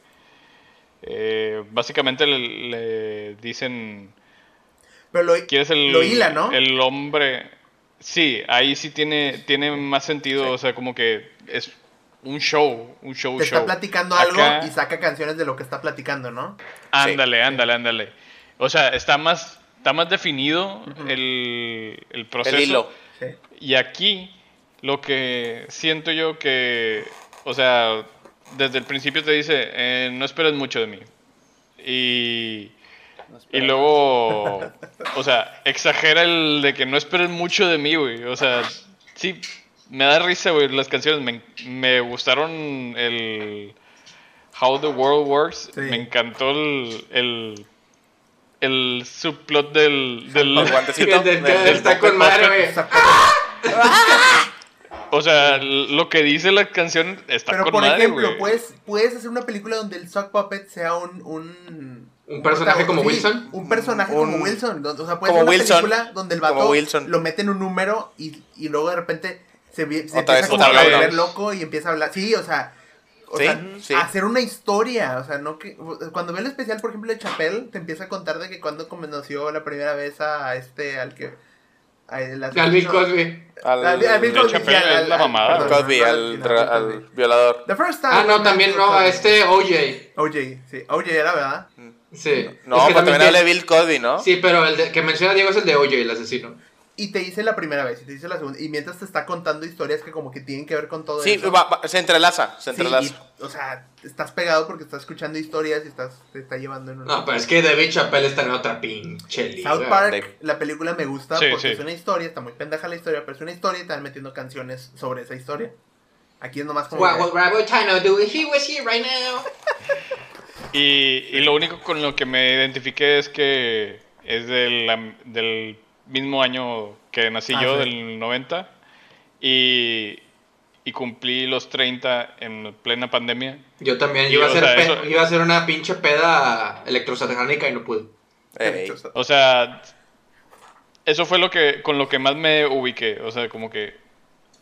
[SPEAKER 4] eh, básicamente le, le dicen,
[SPEAKER 1] Pero lo,
[SPEAKER 4] ¿quieres el,
[SPEAKER 1] lo hila, ¿no?
[SPEAKER 4] el hombre? Sí, ahí sí tiene, tiene más sentido,
[SPEAKER 3] Sí.
[SPEAKER 4] o sea, como que es un show, un show,
[SPEAKER 1] te
[SPEAKER 4] show.
[SPEAKER 1] está platicando
[SPEAKER 4] Acá-
[SPEAKER 1] algo y saca canciones de lo que está platicando, ¿no?
[SPEAKER 4] Ándale, ándale, ándale. O sea, está más, está más definido el, el proceso.
[SPEAKER 3] el hilo.
[SPEAKER 1] Sí.
[SPEAKER 4] Y aquí lo que siento yo que, o sea, desde el principio te dice, eh, no esperes mucho de mí. Y, y luego, o sea, exagera el de que no esperes mucho de mí, güey. O sea, sí, Me da risa, güey, las canciones. Me, me gustaron el How the World Works.
[SPEAKER 1] Sí.
[SPEAKER 4] Me encantó el, el, el subplot del... del
[SPEAKER 3] El guantecito.
[SPEAKER 2] Que del- que
[SPEAKER 3] del-
[SPEAKER 2] está con madre, güey.
[SPEAKER 4] o sea, lo que dice la canción está
[SPEAKER 1] Pero
[SPEAKER 4] con
[SPEAKER 1] por
[SPEAKER 4] madre,
[SPEAKER 1] ejemplo, pues,
[SPEAKER 4] güey.
[SPEAKER 1] puedes, puedes hacer una película donde el sock puppet sea un... Un,
[SPEAKER 2] Un personaje como
[SPEAKER 1] sí,
[SPEAKER 2] Wilson.
[SPEAKER 1] Un personaje
[SPEAKER 3] Un-
[SPEAKER 1] como Wilson. do- O sea, puedes hacer
[SPEAKER 3] como
[SPEAKER 1] una
[SPEAKER 3] Wilson.
[SPEAKER 1] película donde el
[SPEAKER 3] Como
[SPEAKER 1] vato
[SPEAKER 3] Wilson.
[SPEAKER 1] lo mete en un número y, y luego de repente se, vi- se
[SPEAKER 3] Otra
[SPEAKER 1] empieza
[SPEAKER 3] vez,
[SPEAKER 1] como
[SPEAKER 4] otra
[SPEAKER 1] a
[SPEAKER 4] vez.
[SPEAKER 1] volver loco y empieza a hablar. Sí, o sea... O
[SPEAKER 3] Sí,
[SPEAKER 1] sea,
[SPEAKER 3] sí.
[SPEAKER 1] hacer una historia, o sea, no que cuando ve el especial, por ejemplo, de Chapel, te empieza a contar de que cuando conoció la primera vez a este al que a el
[SPEAKER 2] Al Bill
[SPEAKER 1] asesino-
[SPEAKER 2] Cosby.
[SPEAKER 3] Al,
[SPEAKER 1] Al- al Bill
[SPEAKER 4] De
[SPEAKER 1] Cosby, ya,
[SPEAKER 4] hecho, Chapel es
[SPEAKER 1] al-
[SPEAKER 4] la
[SPEAKER 1] al-
[SPEAKER 4] mamada.
[SPEAKER 1] perdón,
[SPEAKER 3] Cosby,
[SPEAKER 1] no,
[SPEAKER 3] al,
[SPEAKER 1] no,
[SPEAKER 3] dra-
[SPEAKER 1] no,
[SPEAKER 3] al
[SPEAKER 1] Cosby.
[SPEAKER 3] violador.
[SPEAKER 1] The first time
[SPEAKER 2] Ah, no,
[SPEAKER 1] I
[SPEAKER 2] también
[SPEAKER 1] met
[SPEAKER 2] no, a
[SPEAKER 1] Cosby.
[SPEAKER 2] este OJ.
[SPEAKER 1] OJ, sí. OJ era, ¿verdad?
[SPEAKER 2] Sí.
[SPEAKER 3] No,
[SPEAKER 2] Es que
[SPEAKER 3] pero también
[SPEAKER 2] tiene-
[SPEAKER 3] habla de Bill Cosby, ¿no?
[SPEAKER 2] Sí, pero el de- que menciona Diego es el de OJ, el asesino.
[SPEAKER 1] Y te dice la primera vez, y te dice la segunda. Y mientras te está contando historias que como que tienen que ver con todo
[SPEAKER 3] Sí,
[SPEAKER 1] eso.
[SPEAKER 3] va- va- se entrelaza, se
[SPEAKER 1] Sí,
[SPEAKER 3] entrelaza.
[SPEAKER 1] y, o sea, estás pegado porque estás escuchando historias y estás, te está llevando en una...
[SPEAKER 2] No, pero es que David Chappelle está en otra pinche liga.
[SPEAKER 1] South Park,
[SPEAKER 3] Dave.
[SPEAKER 1] la película me gusta
[SPEAKER 4] Sí,
[SPEAKER 1] porque
[SPEAKER 4] sí.
[SPEAKER 1] es una historia, está muy pendeja la historia, pero es una historia y están metiendo canciones sobre esa historia. Aquí es nomás como...
[SPEAKER 2] What would Rabbi Chino do if he was here right now?
[SPEAKER 4] Y, y lo único con lo que me identifiqué es que es del, am- del mismo año que nací
[SPEAKER 1] Ah,
[SPEAKER 4] yo,
[SPEAKER 1] sí.
[SPEAKER 4] del 90, y, y cumplí los 30 en plena pandemia.
[SPEAKER 2] Yo también
[SPEAKER 4] Y,
[SPEAKER 2] iba a,
[SPEAKER 4] o
[SPEAKER 2] hacer
[SPEAKER 4] sea,
[SPEAKER 2] pe-
[SPEAKER 4] eso-
[SPEAKER 2] iba a hacer una pinche peda electrosatránica y no pude.
[SPEAKER 3] Ey.
[SPEAKER 4] O sea, eso fue lo que con lo que más me ubiqué. O sea, como que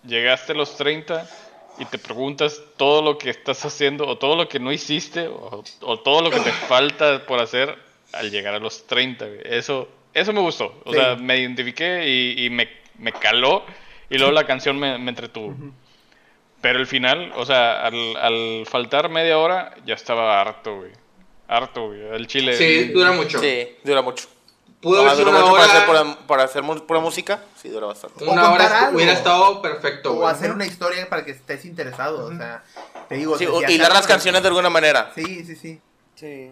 [SPEAKER 4] llegaste a los 30 y te preguntas todo lo que estás haciendo o todo lo que no hiciste o, o todo lo que te falta por hacer al llegar a los 30. güey. Eso, eso me gustó. O
[SPEAKER 1] Sí.
[SPEAKER 4] sea, me identifiqué y, y me, me caló y luego la canción me, me entretuvo. Pero el final, o sea, al, al faltar media hora ya estaba harto, güey. Harto, güey. Al chile.
[SPEAKER 2] Sí, dura mucho.
[SPEAKER 3] Sí, dura mucho.
[SPEAKER 2] Pudo
[SPEAKER 3] Nomás
[SPEAKER 1] Ah,
[SPEAKER 2] haber sido
[SPEAKER 3] dura
[SPEAKER 2] una
[SPEAKER 3] mucho para hacer,
[SPEAKER 2] hora.
[SPEAKER 3] pura, para hacer mu- pura música, sí, dura bastante.
[SPEAKER 1] O
[SPEAKER 2] Una
[SPEAKER 1] contar
[SPEAKER 2] hora
[SPEAKER 1] algo.
[SPEAKER 2] hubiera estado perfecto,
[SPEAKER 1] o
[SPEAKER 2] güey.
[SPEAKER 1] hacer una historia para que estés interesado, o sea, te digo...
[SPEAKER 3] Sí,
[SPEAKER 1] o sea, si
[SPEAKER 3] hilar
[SPEAKER 1] acá-
[SPEAKER 3] las canciones de alguna manera.
[SPEAKER 1] Sí, sí, sí.
[SPEAKER 5] Sí.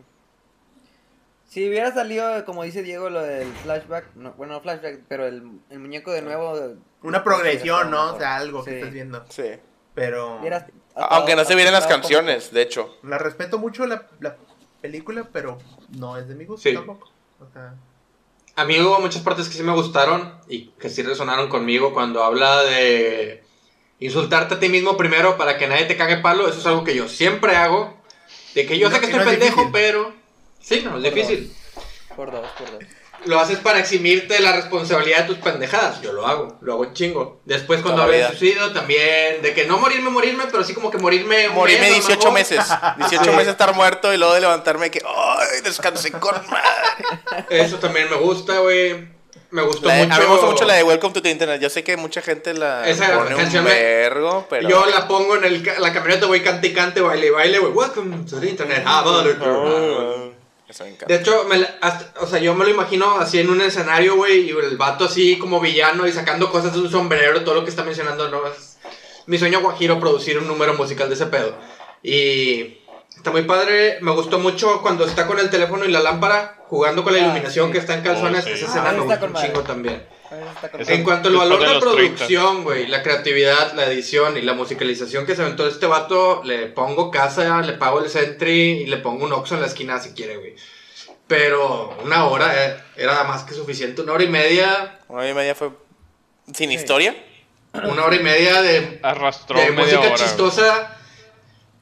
[SPEAKER 5] Si hubiera salido, como dice Diego, lo del flashback, no, bueno, no flashback, pero el, el muñeco de nuevo.
[SPEAKER 1] Una progresión, ¿no?
[SPEAKER 5] mejor.
[SPEAKER 1] O sea, algo
[SPEAKER 5] Sí.
[SPEAKER 1] que estés viendo.
[SPEAKER 3] Sí.
[SPEAKER 1] Pero...
[SPEAKER 5] Hubiera
[SPEAKER 3] Ah. Aunque no se vieran las
[SPEAKER 5] atado como-
[SPEAKER 3] canciones, de hecho.
[SPEAKER 1] La respeto mucho la, la película, pero no es de mi gusto
[SPEAKER 2] Sí.
[SPEAKER 1] tampoco. O sea,
[SPEAKER 2] A mí hubo muchas partes que sí me gustaron y que sí resonaron conmigo cuando habla de insultarte a ti mismo primero para que nadie te cague palo. Eso es algo que yo siempre hago. De que yo
[SPEAKER 1] No,
[SPEAKER 2] sé que
[SPEAKER 1] y
[SPEAKER 2] estoy
[SPEAKER 1] no es
[SPEAKER 2] pendejo,
[SPEAKER 1] difícil.
[SPEAKER 2] pero... Sí, no, es
[SPEAKER 5] Perdón.
[SPEAKER 2] difícil.
[SPEAKER 5] Por dos, por dos.
[SPEAKER 2] Lo haces para eximirte de la responsabilidad de tus pendejadas. Yo lo hago, lo hago en chingo. Después cuando
[SPEAKER 3] Toda la
[SPEAKER 2] había
[SPEAKER 3] vida.
[SPEAKER 2] suicidio también, de que no morirme, morirme, pero sí como que morirme... un
[SPEAKER 3] Morirme
[SPEAKER 2] mes, a lo
[SPEAKER 3] 18
[SPEAKER 2] mejor.
[SPEAKER 3] meses. 18
[SPEAKER 2] Sí.
[SPEAKER 3] meses estar muerto y luego de levantarme que, ¡ay! Descansé con madre.
[SPEAKER 2] Eso también me gusta, güey. Me gustó
[SPEAKER 3] La de-
[SPEAKER 2] mucho.
[SPEAKER 3] A mí me gusta mucho la de Welcome to the Internet. Yo sé que mucha gente la
[SPEAKER 2] Esa
[SPEAKER 3] pone
[SPEAKER 2] canción
[SPEAKER 3] un
[SPEAKER 2] me-
[SPEAKER 3] vergo, pero.
[SPEAKER 2] Yo la pongo en el, ca- la camioneta, güey, cante y cante, baile y baile, güey. Welcome to the internet. Ah, How about it, girl?
[SPEAKER 3] Ah, Eso me
[SPEAKER 2] De
[SPEAKER 3] encanta.
[SPEAKER 2] hecho, me la- hasta- o sea, yo me lo imagino así en un escenario, güey, y el vato así como villano y sacando cosas de un sombrero, todo lo que está mencionando, ¿no? Es mi sueño guajiro producir un número musical de ese pedo. Y está muy padre, me gustó mucho cuando está con el teléfono y la lámpara jugando con la
[SPEAKER 5] Ah,
[SPEAKER 2] iluminación
[SPEAKER 5] sí.
[SPEAKER 2] que está en calzones,
[SPEAKER 4] Oh, sí.
[SPEAKER 2] esa
[SPEAKER 5] Ah,
[SPEAKER 2] escena me
[SPEAKER 5] está
[SPEAKER 2] gustó
[SPEAKER 5] con
[SPEAKER 2] un
[SPEAKER 5] madre.
[SPEAKER 2] chingo también.
[SPEAKER 5] A ver, está con-
[SPEAKER 4] Esa-
[SPEAKER 2] En cuanto al valor
[SPEAKER 4] Después
[SPEAKER 2] de
[SPEAKER 4] de
[SPEAKER 2] la
[SPEAKER 4] los 30.
[SPEAKER 2] producción, güey, la creatividad, la edición y la musicalización que se aventó este vato, le pongo casa, le pago el Sentry y le pongo un Oxxo en la esquina si quiere, güey. Pero una hora eh, era más que suficiente, una hora y media,
[SPEAKER 3] Una y media fue. Sin
[SPEAKER 5] Sí.
[SPEAKER 3] historia.
[SPEAKER 2] una hora y media de,
[SPEAKER 4] Arrastró
[SPEAKER 2] de
[SPEAKER 4] media
[SPEAKER 2] música
[SPEAKER 4] hora. güey.
[SPEAKER 2] chistosa.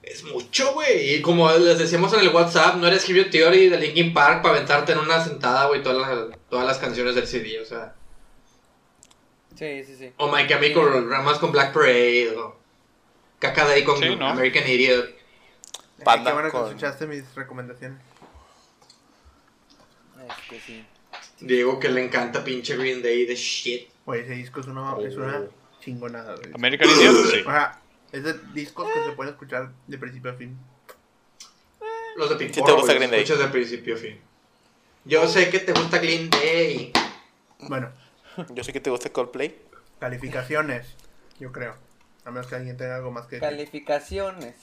[SPEAKER 2] Es mucho, güey. Y como les decíamos en el WhatsApp, no eres Hero Theory de Linkin Park para aventarte en una sentada, güey, todas las, todas las canciones del CD, o sea.
[SPEAKER 5] Sí, sí, sí.
[SPEAKER 2] O Oh My Chemical Ramas con Black Parade. O Caca Day con
[SPEAKER 4] Sí, ¿no?
[SPEAKER 2] American Idiot.
[SPEAKER 1] ay,
[SPEAKER 3] Panda
[SPEAKER 1] eh, qué bueno
[SPEAKER 3] con-
[SPEAKER 1] que escuchaste mis recomendaciones.
[SPEAKER 5] Este, sí.
[SPEAKER 2] Diego que le encanta pinche Green Day de shit.
[SPEAKER 1] Oye, ese disco es
[SPEAKER 3] Oh.
[SPEAKER 1] una, es una chingonada. güey.
[SPEAKER 4] American Idiot, sí.
[SPEAKER 1] O sea, es de discos que se pueden escuchar de principio a fin.
[SPEAKER 2] Los de Pink
[SPEAKER 3] Sí te
[SPEAKER 2] Floyd,
[SPEAKER 3] gusta
[SPEAKER 2] güey,
[SPEAKER 3] Green Day.
[SPEAKER 2] Escuchas de principio a fin. Yo sé que te gusta Green Day.
[SPEAKER 1] Bueno,
[SPEAKER 3] Yo sé que te gusta Coldplay.
[SPEAKER 1] calificaciones, yo creo. A menos que alguien tenga algo más que decir.
[SPEAKER 5] Calificaciones.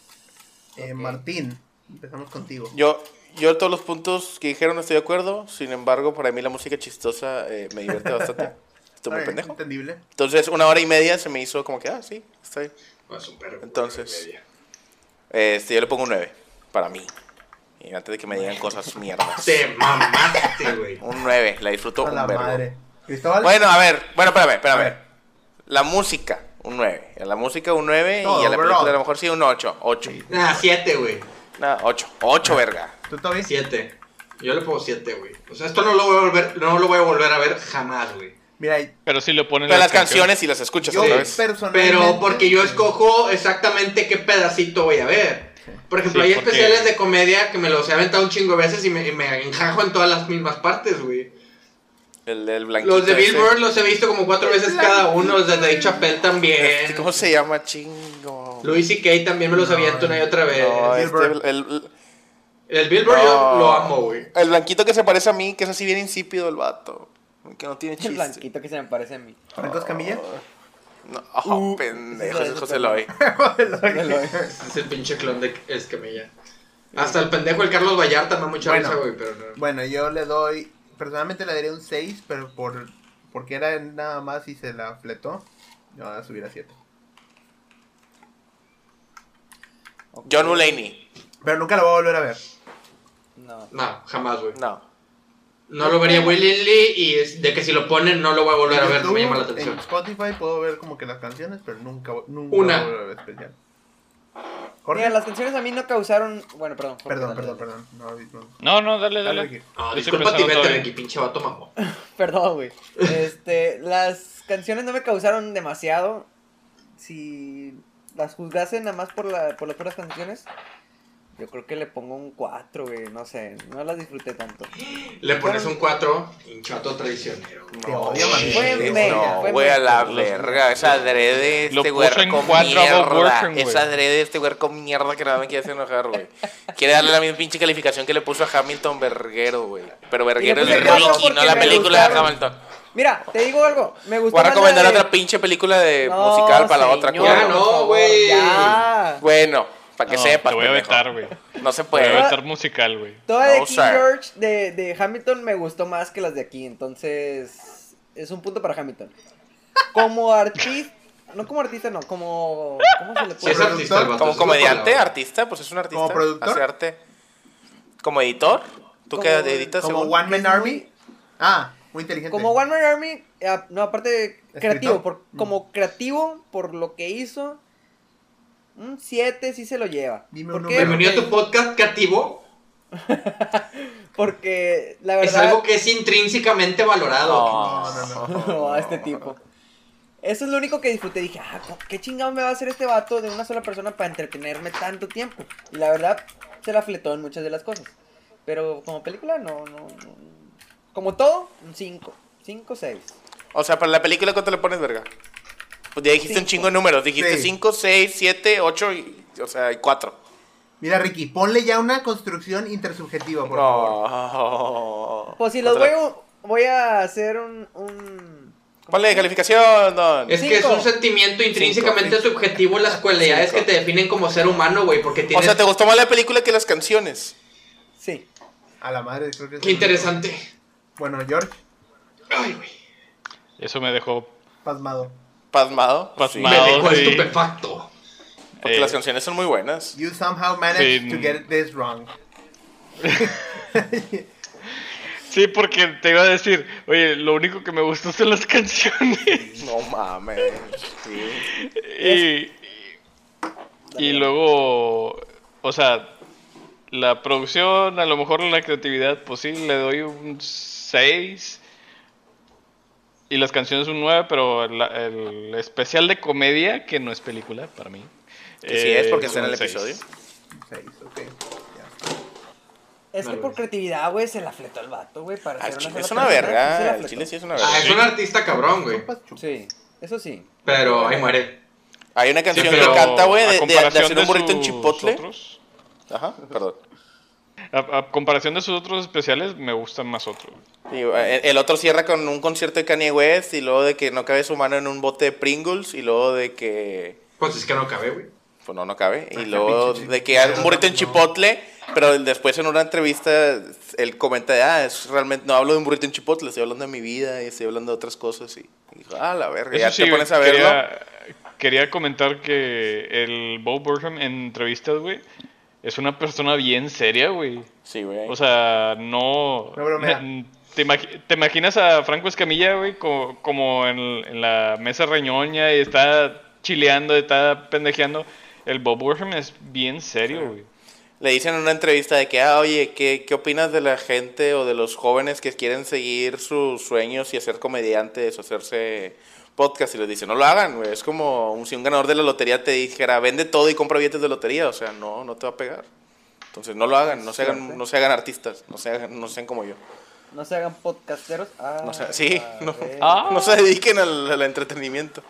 [SPEAKER 1] Eh,
[SPEAKER 5] Ok.
[SPEAKER 1] Martín, empezamos contigo.
[SPEAKER 3] Yo, yo todos los puntos que dijeron estoy de acuerdo. Sin embargo, para mí la música chistosa eh, me divierte bastante. estoy
[SPEAKER 1] Está
[SPEAKER 3] muy
[SPEAKER 1] bien,
[SPEAKER 3] pendejo.
[SPEAKER 1] Entendible.
[SPEAKER 3] Entonces, una hora y media se me hizo como que, ah, sí, está bien.
[SPEAKER 2] No, Pues, es un perro.
[SPEAKER 3] Entonces.
[SPEAKER 2] Media.
[SPEAKER 3] Este, yo le pongo un 9, para mí. Y antes de que me digan cosas mierdas.
[SPEAKER 2] Te mamaste, güey.
[SPEAKER 3] Un 9, la disfruto
[SPEAKER 1] A
[SPEAKER 3] un
[SPEAKER 1] la
[SPEAKER 3] vergo.
[SPEAKER 1] madre. Cristóbal.
[SPEAKER 3] Bueno, a ver, bueno, espérame, espérame.
[SPEAKER 1] A ver.
[SPEAKER 3] La música, un 9. A la música, un 9.
[SPEAKER 1] Todo,
[SPEAKER 3] y a la película,
[SPEAKER 1] overall.
[SPEAKER 3] a lo mejor sí, un 8. 8.
[SPEAKER 2] Nah, Ah, siete, güey.
[SPEAKER 3] No, 8. 8, verga.
[SPEAKER 1] ¿Tú todavía?
[SPEAKER 2] Siete. Yo le pongo siete, güey. O sea, esto no lo voy a volver, no lo voy a volver a ver jamás, güey.
[SPEAKER 1] Mira,
[SPEAKER 4] Pero si le ponen
[SPEAKER 3] Pero las canciones y las escuchas
[SPEAKER 1] yo
[SPEAKER 3] otra vez.
[SPEAKER 1] personalmente.
[SPEAKER 2] Pero porque yo escojo exactamente qué pedacito voy a ver. Por ejemplo,
[SPEAKER 4] Sí,
[SPEAKER 2] hay
[SPEAKER 4] porque-
[SPEAKER 2] especiales de comedia que me los he aventado un chingo de veces y me, y me enjajo en todas las mismas partes, güey.
[SPEAKER 3] El, el blanquito.
[SPEAKER 2] Los de
[SPEAKER 3] ese.
[SPEAKER 2] Billboard los he visto como cuatro veces cada uno, los de Dave Chappelle también.
[SPEAKER 3] Este, ¿Cómo se llama, chingo?
[SPEAKER 2] Luis y Kay también me los
[SPEAKER 1] No,
[SPEAKER 2] aviento una y otra vez.
[SPEAKER 3] No, este,
[SPEAKER 1] Billboard.
[SPEAKER 3] el, el-
[SPEAKER 2] El Billboard yo
[SPEAKER 3] no.
[SPEAKER 2] lo amo, güey.
[SPEAKER 3] El blanquito que se parece a mí, que es así bien insípido el vato. Que no tiene
[SPEAKER 5] El
[SPEAKER 3] chiste.
[SPEAKER 5] blanquito que se me parece a mí.
[SPEAKER 1] ¿Franco Escamilla?
[SPEAKER 3] No, oh,
[SPEAKER 5] Uh,
[SPEAKER 3] pendejo,
[SPEAKER 5] ese
[SPEAKER 3] ese es
[SPEAKER 5] es
[SPEAKER 3] José
[SPEAKER 5] el
[SPEAKER 3] Loy.
[SPEAKER 2] Es el pinche clon de Escamilla. Hasta el pendejo, el Carlos Vallarta, me da mucha
[SPEAKER 1] Bueno.
[SPEAKER 2] risa, güey, pero no.
[SPEAKER 1] Bueno, yo le doy. Personalmente le daría un 6, pero por porque era nada más y se la fletó. Yo voy a subir a 7.
[SPEAKER 3] John Mulaney.
[SPEAKER 1] Pero nunca lo voy a volver a ver.
[SPEAKER 5] No.
[SPEAKER 2] No, jamás, güey.
[SPEAKER 3] No.
[SPEAKER 2] No lo vería willingly y es de que si lo ponen no lo voy a volver a ver, no me llama la
[SPEAKER 1] En
[SPEAKER 2] atención.
[SPEAKER 1] Spotify puedo ver como que las canciones, pero nunca, nunca
[SPEAKER 2] Una.
[SPEAKER 1] voy a volver a ver especial.
[SPEAKER 5] Mira,
[SPEAKER 1] Jorge.
[SPEAKER 5] las canciones a mí no causaron. Bueno, perdón. Jorge,
[SPEAKER 1] Perdón,
[SPEAKER 5] dale,
[SPEAKER 1] perdón,
[SPEAKER 5] dale.
[SPEAKER 1] perdón. No, no.
[SPEAKER 4] No, no, dale,
[SPEAKER 1] Dale,
[SPEAKER 4] dale.
[SPEAKER 1] Ricky.
[SPEAKER 2] No,
[SPEAKER 4] Yo estoy
[SPEAKER 2] disculpa,
[SPEAKER 4] pensando
[SPEAKER 2] Tibete,
[SPEAKER 4] todavía.
[SPEAKER 2] Ricky, pinche vato mamón.
[SPEAKER 5] Perdón, güey. Este, las canciones no me causaron demasiado. Si las juzgasen nada más por, la, por las puras canciones, yo creo que le pongo un 4, güey. No sé, no las disfruté tanto.
[SPEAKER 2] Le pones un 4, pinche vato traicionero. güey.
[SPEAKER 1] Te
[SPEAKER 3] No,
[SPEAKER 1] odio, man.
[SPEAKER 5] Fue
[SPEAKER 3] güey,
[SPEAKER 5] media,
[SPEAKER 3] no,
[SPEAKER 5] fue
[SPEAKER 3] güey, a
[SPEAKER 5] media.
[SPEAKER 3] la verga. Es adrede
[SPEAKER 4] Lo
[SPEAKER 3] este
[SPEAKER 4] puso en
[SPEAKER 3] huerco
[SPEAKER 4] cuatro a Bob
[SPEAKER 3] mierda.
[SPEAKER 4] Wilson,
[SPEAKER 3] Es
[SPEAKER 4] güey.
[SPEAKER 3] adrede este huerco mierda que nada me quiere hacer enojar, güey. Quiere darle la misma pinche calificación que le puso a Hamilton Verguero, güey. Pero Verguero es
[SPEAKER 5] puse
[SPEAKER 3] de
[SPEAKER 5] cuatro
[SPEAKER 3] Ricky, no
[SPEAKER 5] porque
[SPEAKER 3] la
[SPEAKER 5] me
[SPEAKER 3] película de
[SPEAKER 5] gustaron.
[SPEAKER 3] Hamilton.
[SPEAKER 5] Mira, te digo algo. Me gustó.
[SPEAKER 3] Voy a
[SPEAKER 5] más la
[SPEAKER 3] recomendar
[SPEAKER 5] de-
[SPEAKER 3] otra pinche película de
[SPEAKER 5] No,
[SPEAKER 3] musical para la otra,
[SPEAKER 5] señor,
[SPEAKER 2] Ya
[SPEAKER 3] culo.
[SPEAKER 5] por
[SPEAKER 2] no,
[SPEAKER 5] favor,
[SPEAKER 2] güey.
[SPEAKER 5] ya.
[SPEAKER 3] Bueno, para que
[SPEAKER 4] No,
[SPEAKER 3] sepas.
[SPEAKER 4] Te voy a
[SPEAKER 3] pendejo.
[SPEAKER 4] vetar, güey. Te
[SPEAKER 3] No se
[SPEAKER 4] voy a
[SPEAKER 3] puede.
[SPEAKER 4] vetar musical, güey.
[SPEAKER 5] Toda de
[SPEAKER 3] No,
[SPEAKER 5] King
[SPEAKER 3] sir.
[SPEAKER 5] George de, de Hamilton me gustó más que las de aquí, entonces es un punto para Hamilton. Como artista, no como artista, no, como... ¿Cómo se le
[SPEAKER 2] Si
[SPEAKER 1] Como
[SPEAKER 2] es
[SPEAKER 5] puede
[SPEAKER 2] artista el vato,
[SPEAKER 3] Como
[SPEAKER 2] es una
[SPEAKER 3] comediante,
[SPEAKER 2] palabra.
[SPEAKER 3] artista, pues es un artista.
[SPEAKER 1] ¿Como productor?
[SPEAKER 3] Hace arte. Como editor. ¿Tú qué
[SPEAKER 5] Como-
[SPEAKER 3] editas?
[SPEAKER 1] Como
[SPEAKER 3] según?
[SPEAKER 1] One Man
[SPEAKER 5] que es
[SPEAKER 1] Army.
[SPEAKER 5] muy-
[SPEAKER 1] Ah, muy inteligente.
[SPEAKER 5] Como One Man Army, eh, no, aparte de creativo,
[SPEAKER 1] Escritor.
[SPEAKER 5] por,
[SPEAKER 1] Mm.
[SPEAKER 5] como creativo por lo que hizo, un 7 sí se lo lleva.
[SPEAKER 1] Dime
[SPEAKER 5] ¿Por
[SPEAKER 1] un
[SPEAKER 5] qué?
[SPEAKER 1] número.
[SPEAKER 2] Bienvenido a tu
[SPEAKER 5] Porque,
[SPEAKER 2] podcast creativo.
[SPEAKER 5] porque la
[SPEAKER 2] Es
[SPEAKER 5] verdad...
[SPEAKER 2] algo que es intrínsecamente valorado.
[SPEAKER 1] No, no, no.
[SPEAKER 5] No, a este tipo. Eso es lo único que disfruté. Dije, ah, co- qué chingado me va a hacer este vato de una sola persona para entretenerme tanto tiempo. Y la verdad, se la fletó en muchas de las cosas. Pero como película, no, no, no. Como todo, un 5. 5, 6.
[SPEAKER 3] O sea, para la película, ¿cuánto le pones, verga? Pues ya dijiste un
[SPEAKER 5] Cinco.
[SPEAKER 3] chingo de números. Dijiste
[SPEAKER 1] Sí.
[SPEAKER 3] 5, 6, 7, 8 y. O sea, y 4.
[SPEAKER 1] Mira, Ricky, ponle ya una construcción intersubjetiva, por favor.
[SPEAKER 3] No.
[SPEAKER 5] Pues si los voy,
[SPEAKER 3] Oh. Otra-
[SPEAKER 5] a- voy a hacer un... un
[SPEAKER 3] Ponle calificación, don.
[SPEAKER 2] Es que es
[SPEAKER 5] Cinco.
[SPEAKER 2] un sentimiento intrínsecamente
[SPEAKER 3] Cinco.
[SPEAKER 2] subjetivo las cualidades
[SPEAKER 3] Cinco.
[SPEAKER 2] que te definen como ser humano, güey, porque
[SPEAKER 3] O
[SPEAKER 2] tienes...
[SPEAKER 3] sea, ¿te gustó más la película que las canciones?
[SPEAKER 5] Sí.
[SPEAKER 1] A la madre, creo que es
[SPEAKER 2] Qué interesante.
[SPEAKER 1] Bueno, George,
[SPEAKER 2] Ay, güey.
[SPEAKER 4] Eso me dejó.
[SPEAKER 1] pasmado.
[SPEAKER 3] Pasmado.
[SPEAKER 2] Me
[SPEAKER 4] Pasmado. Ah,
[SPEAKER 2] dejó
[SPEAKER 4] sí.
[SPEAKER 2] estupefacto.
[SPEAKER 3] Sí, porque
[SPEAKER 4] Eh,
[SPEAKER 3] las canciones son muy buenas.
[SPEAKER 1] You somehow managed
[SPEAKER 4] Sí.
[SPEAKER 1] to get this wrong.
[SPEAKER 4] Sí, porque te iba a decir, oye, lo único que me gustó son las canciones.
[SPEAKER 3] No mames. Sí.
[SPEAKER 4] Y, y luego, o sea, la producción, a lo mejor la creatividad, pues sí, le doy un 6. Y las canciones un 9, pero la- el especial de comedia, que no es película para mí. eh,
[SPEAKER 3] Que sí es porque está en
[SPEAKER 4] un
[SPEAKER 3] el
[SPEAKER 4] seis.
[SPEAKER 3] episodio.
[SPEAKER 1] Seis, ok. Ya.
[SPEAKER 5] Es que
[SPEAKER 2] Vale.
[SPEAKER 5] por creatividad, güey, se la fletó el vato, güey, para
[SPEAKER 3] Al
[SPEAKER 5] hacer
[SPEAKER 3] chile
[SPEAKER 5] sola
[SPEAKER 3] Ah, es una
[SPEAKER 5] persona, sí se la
[SPEAKER 3] verga. Al
[SPEAKER 5] fletó.
[SPEAKER 3] chile sí es una verga.
[SPEAKER 2] Ah, es un artista cabrón, güey.
[SPEAKER 3] Pues,
[SPEAKER 1] Chupas, chupas.
[SPEAKER 5] Sí, eso sí.
[SPEAKER 2] Pero ahí muere.
[SPEAKER 3] Hay una
[SPEAKER 4] Sí,
[SPEAKER 3] canción
[SPEAKER 4] pero
[SPEAKER 3] que canta, güey,
[SPEAKER 4] a
[SPEAKER 3] de, de- de
[SPEAKER 4] comparación
[SPEAKER 3] hacer un
[SPEAKER 4] de
[SPEAKER 3] burrito en
[SPEAKER 4] sus
[SPEAKER 3] chipotle.
[SPEAKER 4] otros-
[SPEAKER 3] Ajá, perdón.
[SPEAKER 4] a, a comparación de sus otros especiales, me gustan más otros.
[SPEAKER 3] Sí, eh, el otro cierra con un concierto de Kanye West y luego de que no cabe su mano en un bote de Pringles y luego de que...
[SPEAKER 2] Pues es que no cabe, güey.
[SPEAKER 3] Pues no, no cabe. Y
[SPEAKER 1] Ajá,
[SPEAKER 3] luego
[SPEAKER 1] pinche
[SPEAKER 3] de
[SPEAKER 1] chi-
[SPEAKER 3] que hay un burrito en
[SPEAKER 1] no.
[SPEAKER 3] chipotle Pero después en una entrevista él comenta de, ah, es realmente, no hablo de un burrito en chipotle, estoy hablando de mi vida y estoy hablando de otras cosas. Y dijo, ah, la verga, ya
[SPEAKER 4] Eso sí,
[SPEAKER 3] te pones a
[SPEAKER 4] güey,
[SPEAKER 3] verlo.
[SPEAKER 4] quería, quería comentar que el Bo Burnham en entrevistas, güey, es una persona bien seria, güey.
[SPEAKER 3] Sí, güey.
[SPEAKER 4] O sea, no...
[SPEAKER 1] No bromea.
[SPEAKER 4] te, imagi- te imaginas a Franco Escamilla, güey, como, como en, en la mesa reñoña y está chileando, está pendejeando. El Bob Burnham es bien serio, güey.
[SPEAKER 3] Le dicen en una entrevista de que, ah, oye, ¿qué, ¿qué opinas de la gente o de los jóvenes que quieren seguir sus sueños y hacer comediantes o hacerse podcast? Y les dicen, no lo hagan, güey. Es como un- si un ganador de la lotería te dijera, vende todo y compra billetes de lotería. O sea, no, no te va a pegar. Entonces, no lo hagan, no se hagan,
[SPEAKER 5] Cierto.
[SPEAKER 3] no se hagan artistas, no se hagan, no sean como yo.
[SPEAKER 5] No se hagan podcasteros. Ah,
[SPEAKER 3] No se, sí,
[SPEAKER 5] a
[SPEAKER 3] no,
[SPEAKER 5] ver.
[SPEAKER 4] Ah.
[SPEAKER 3] no se dediquen al, al entretenimiento.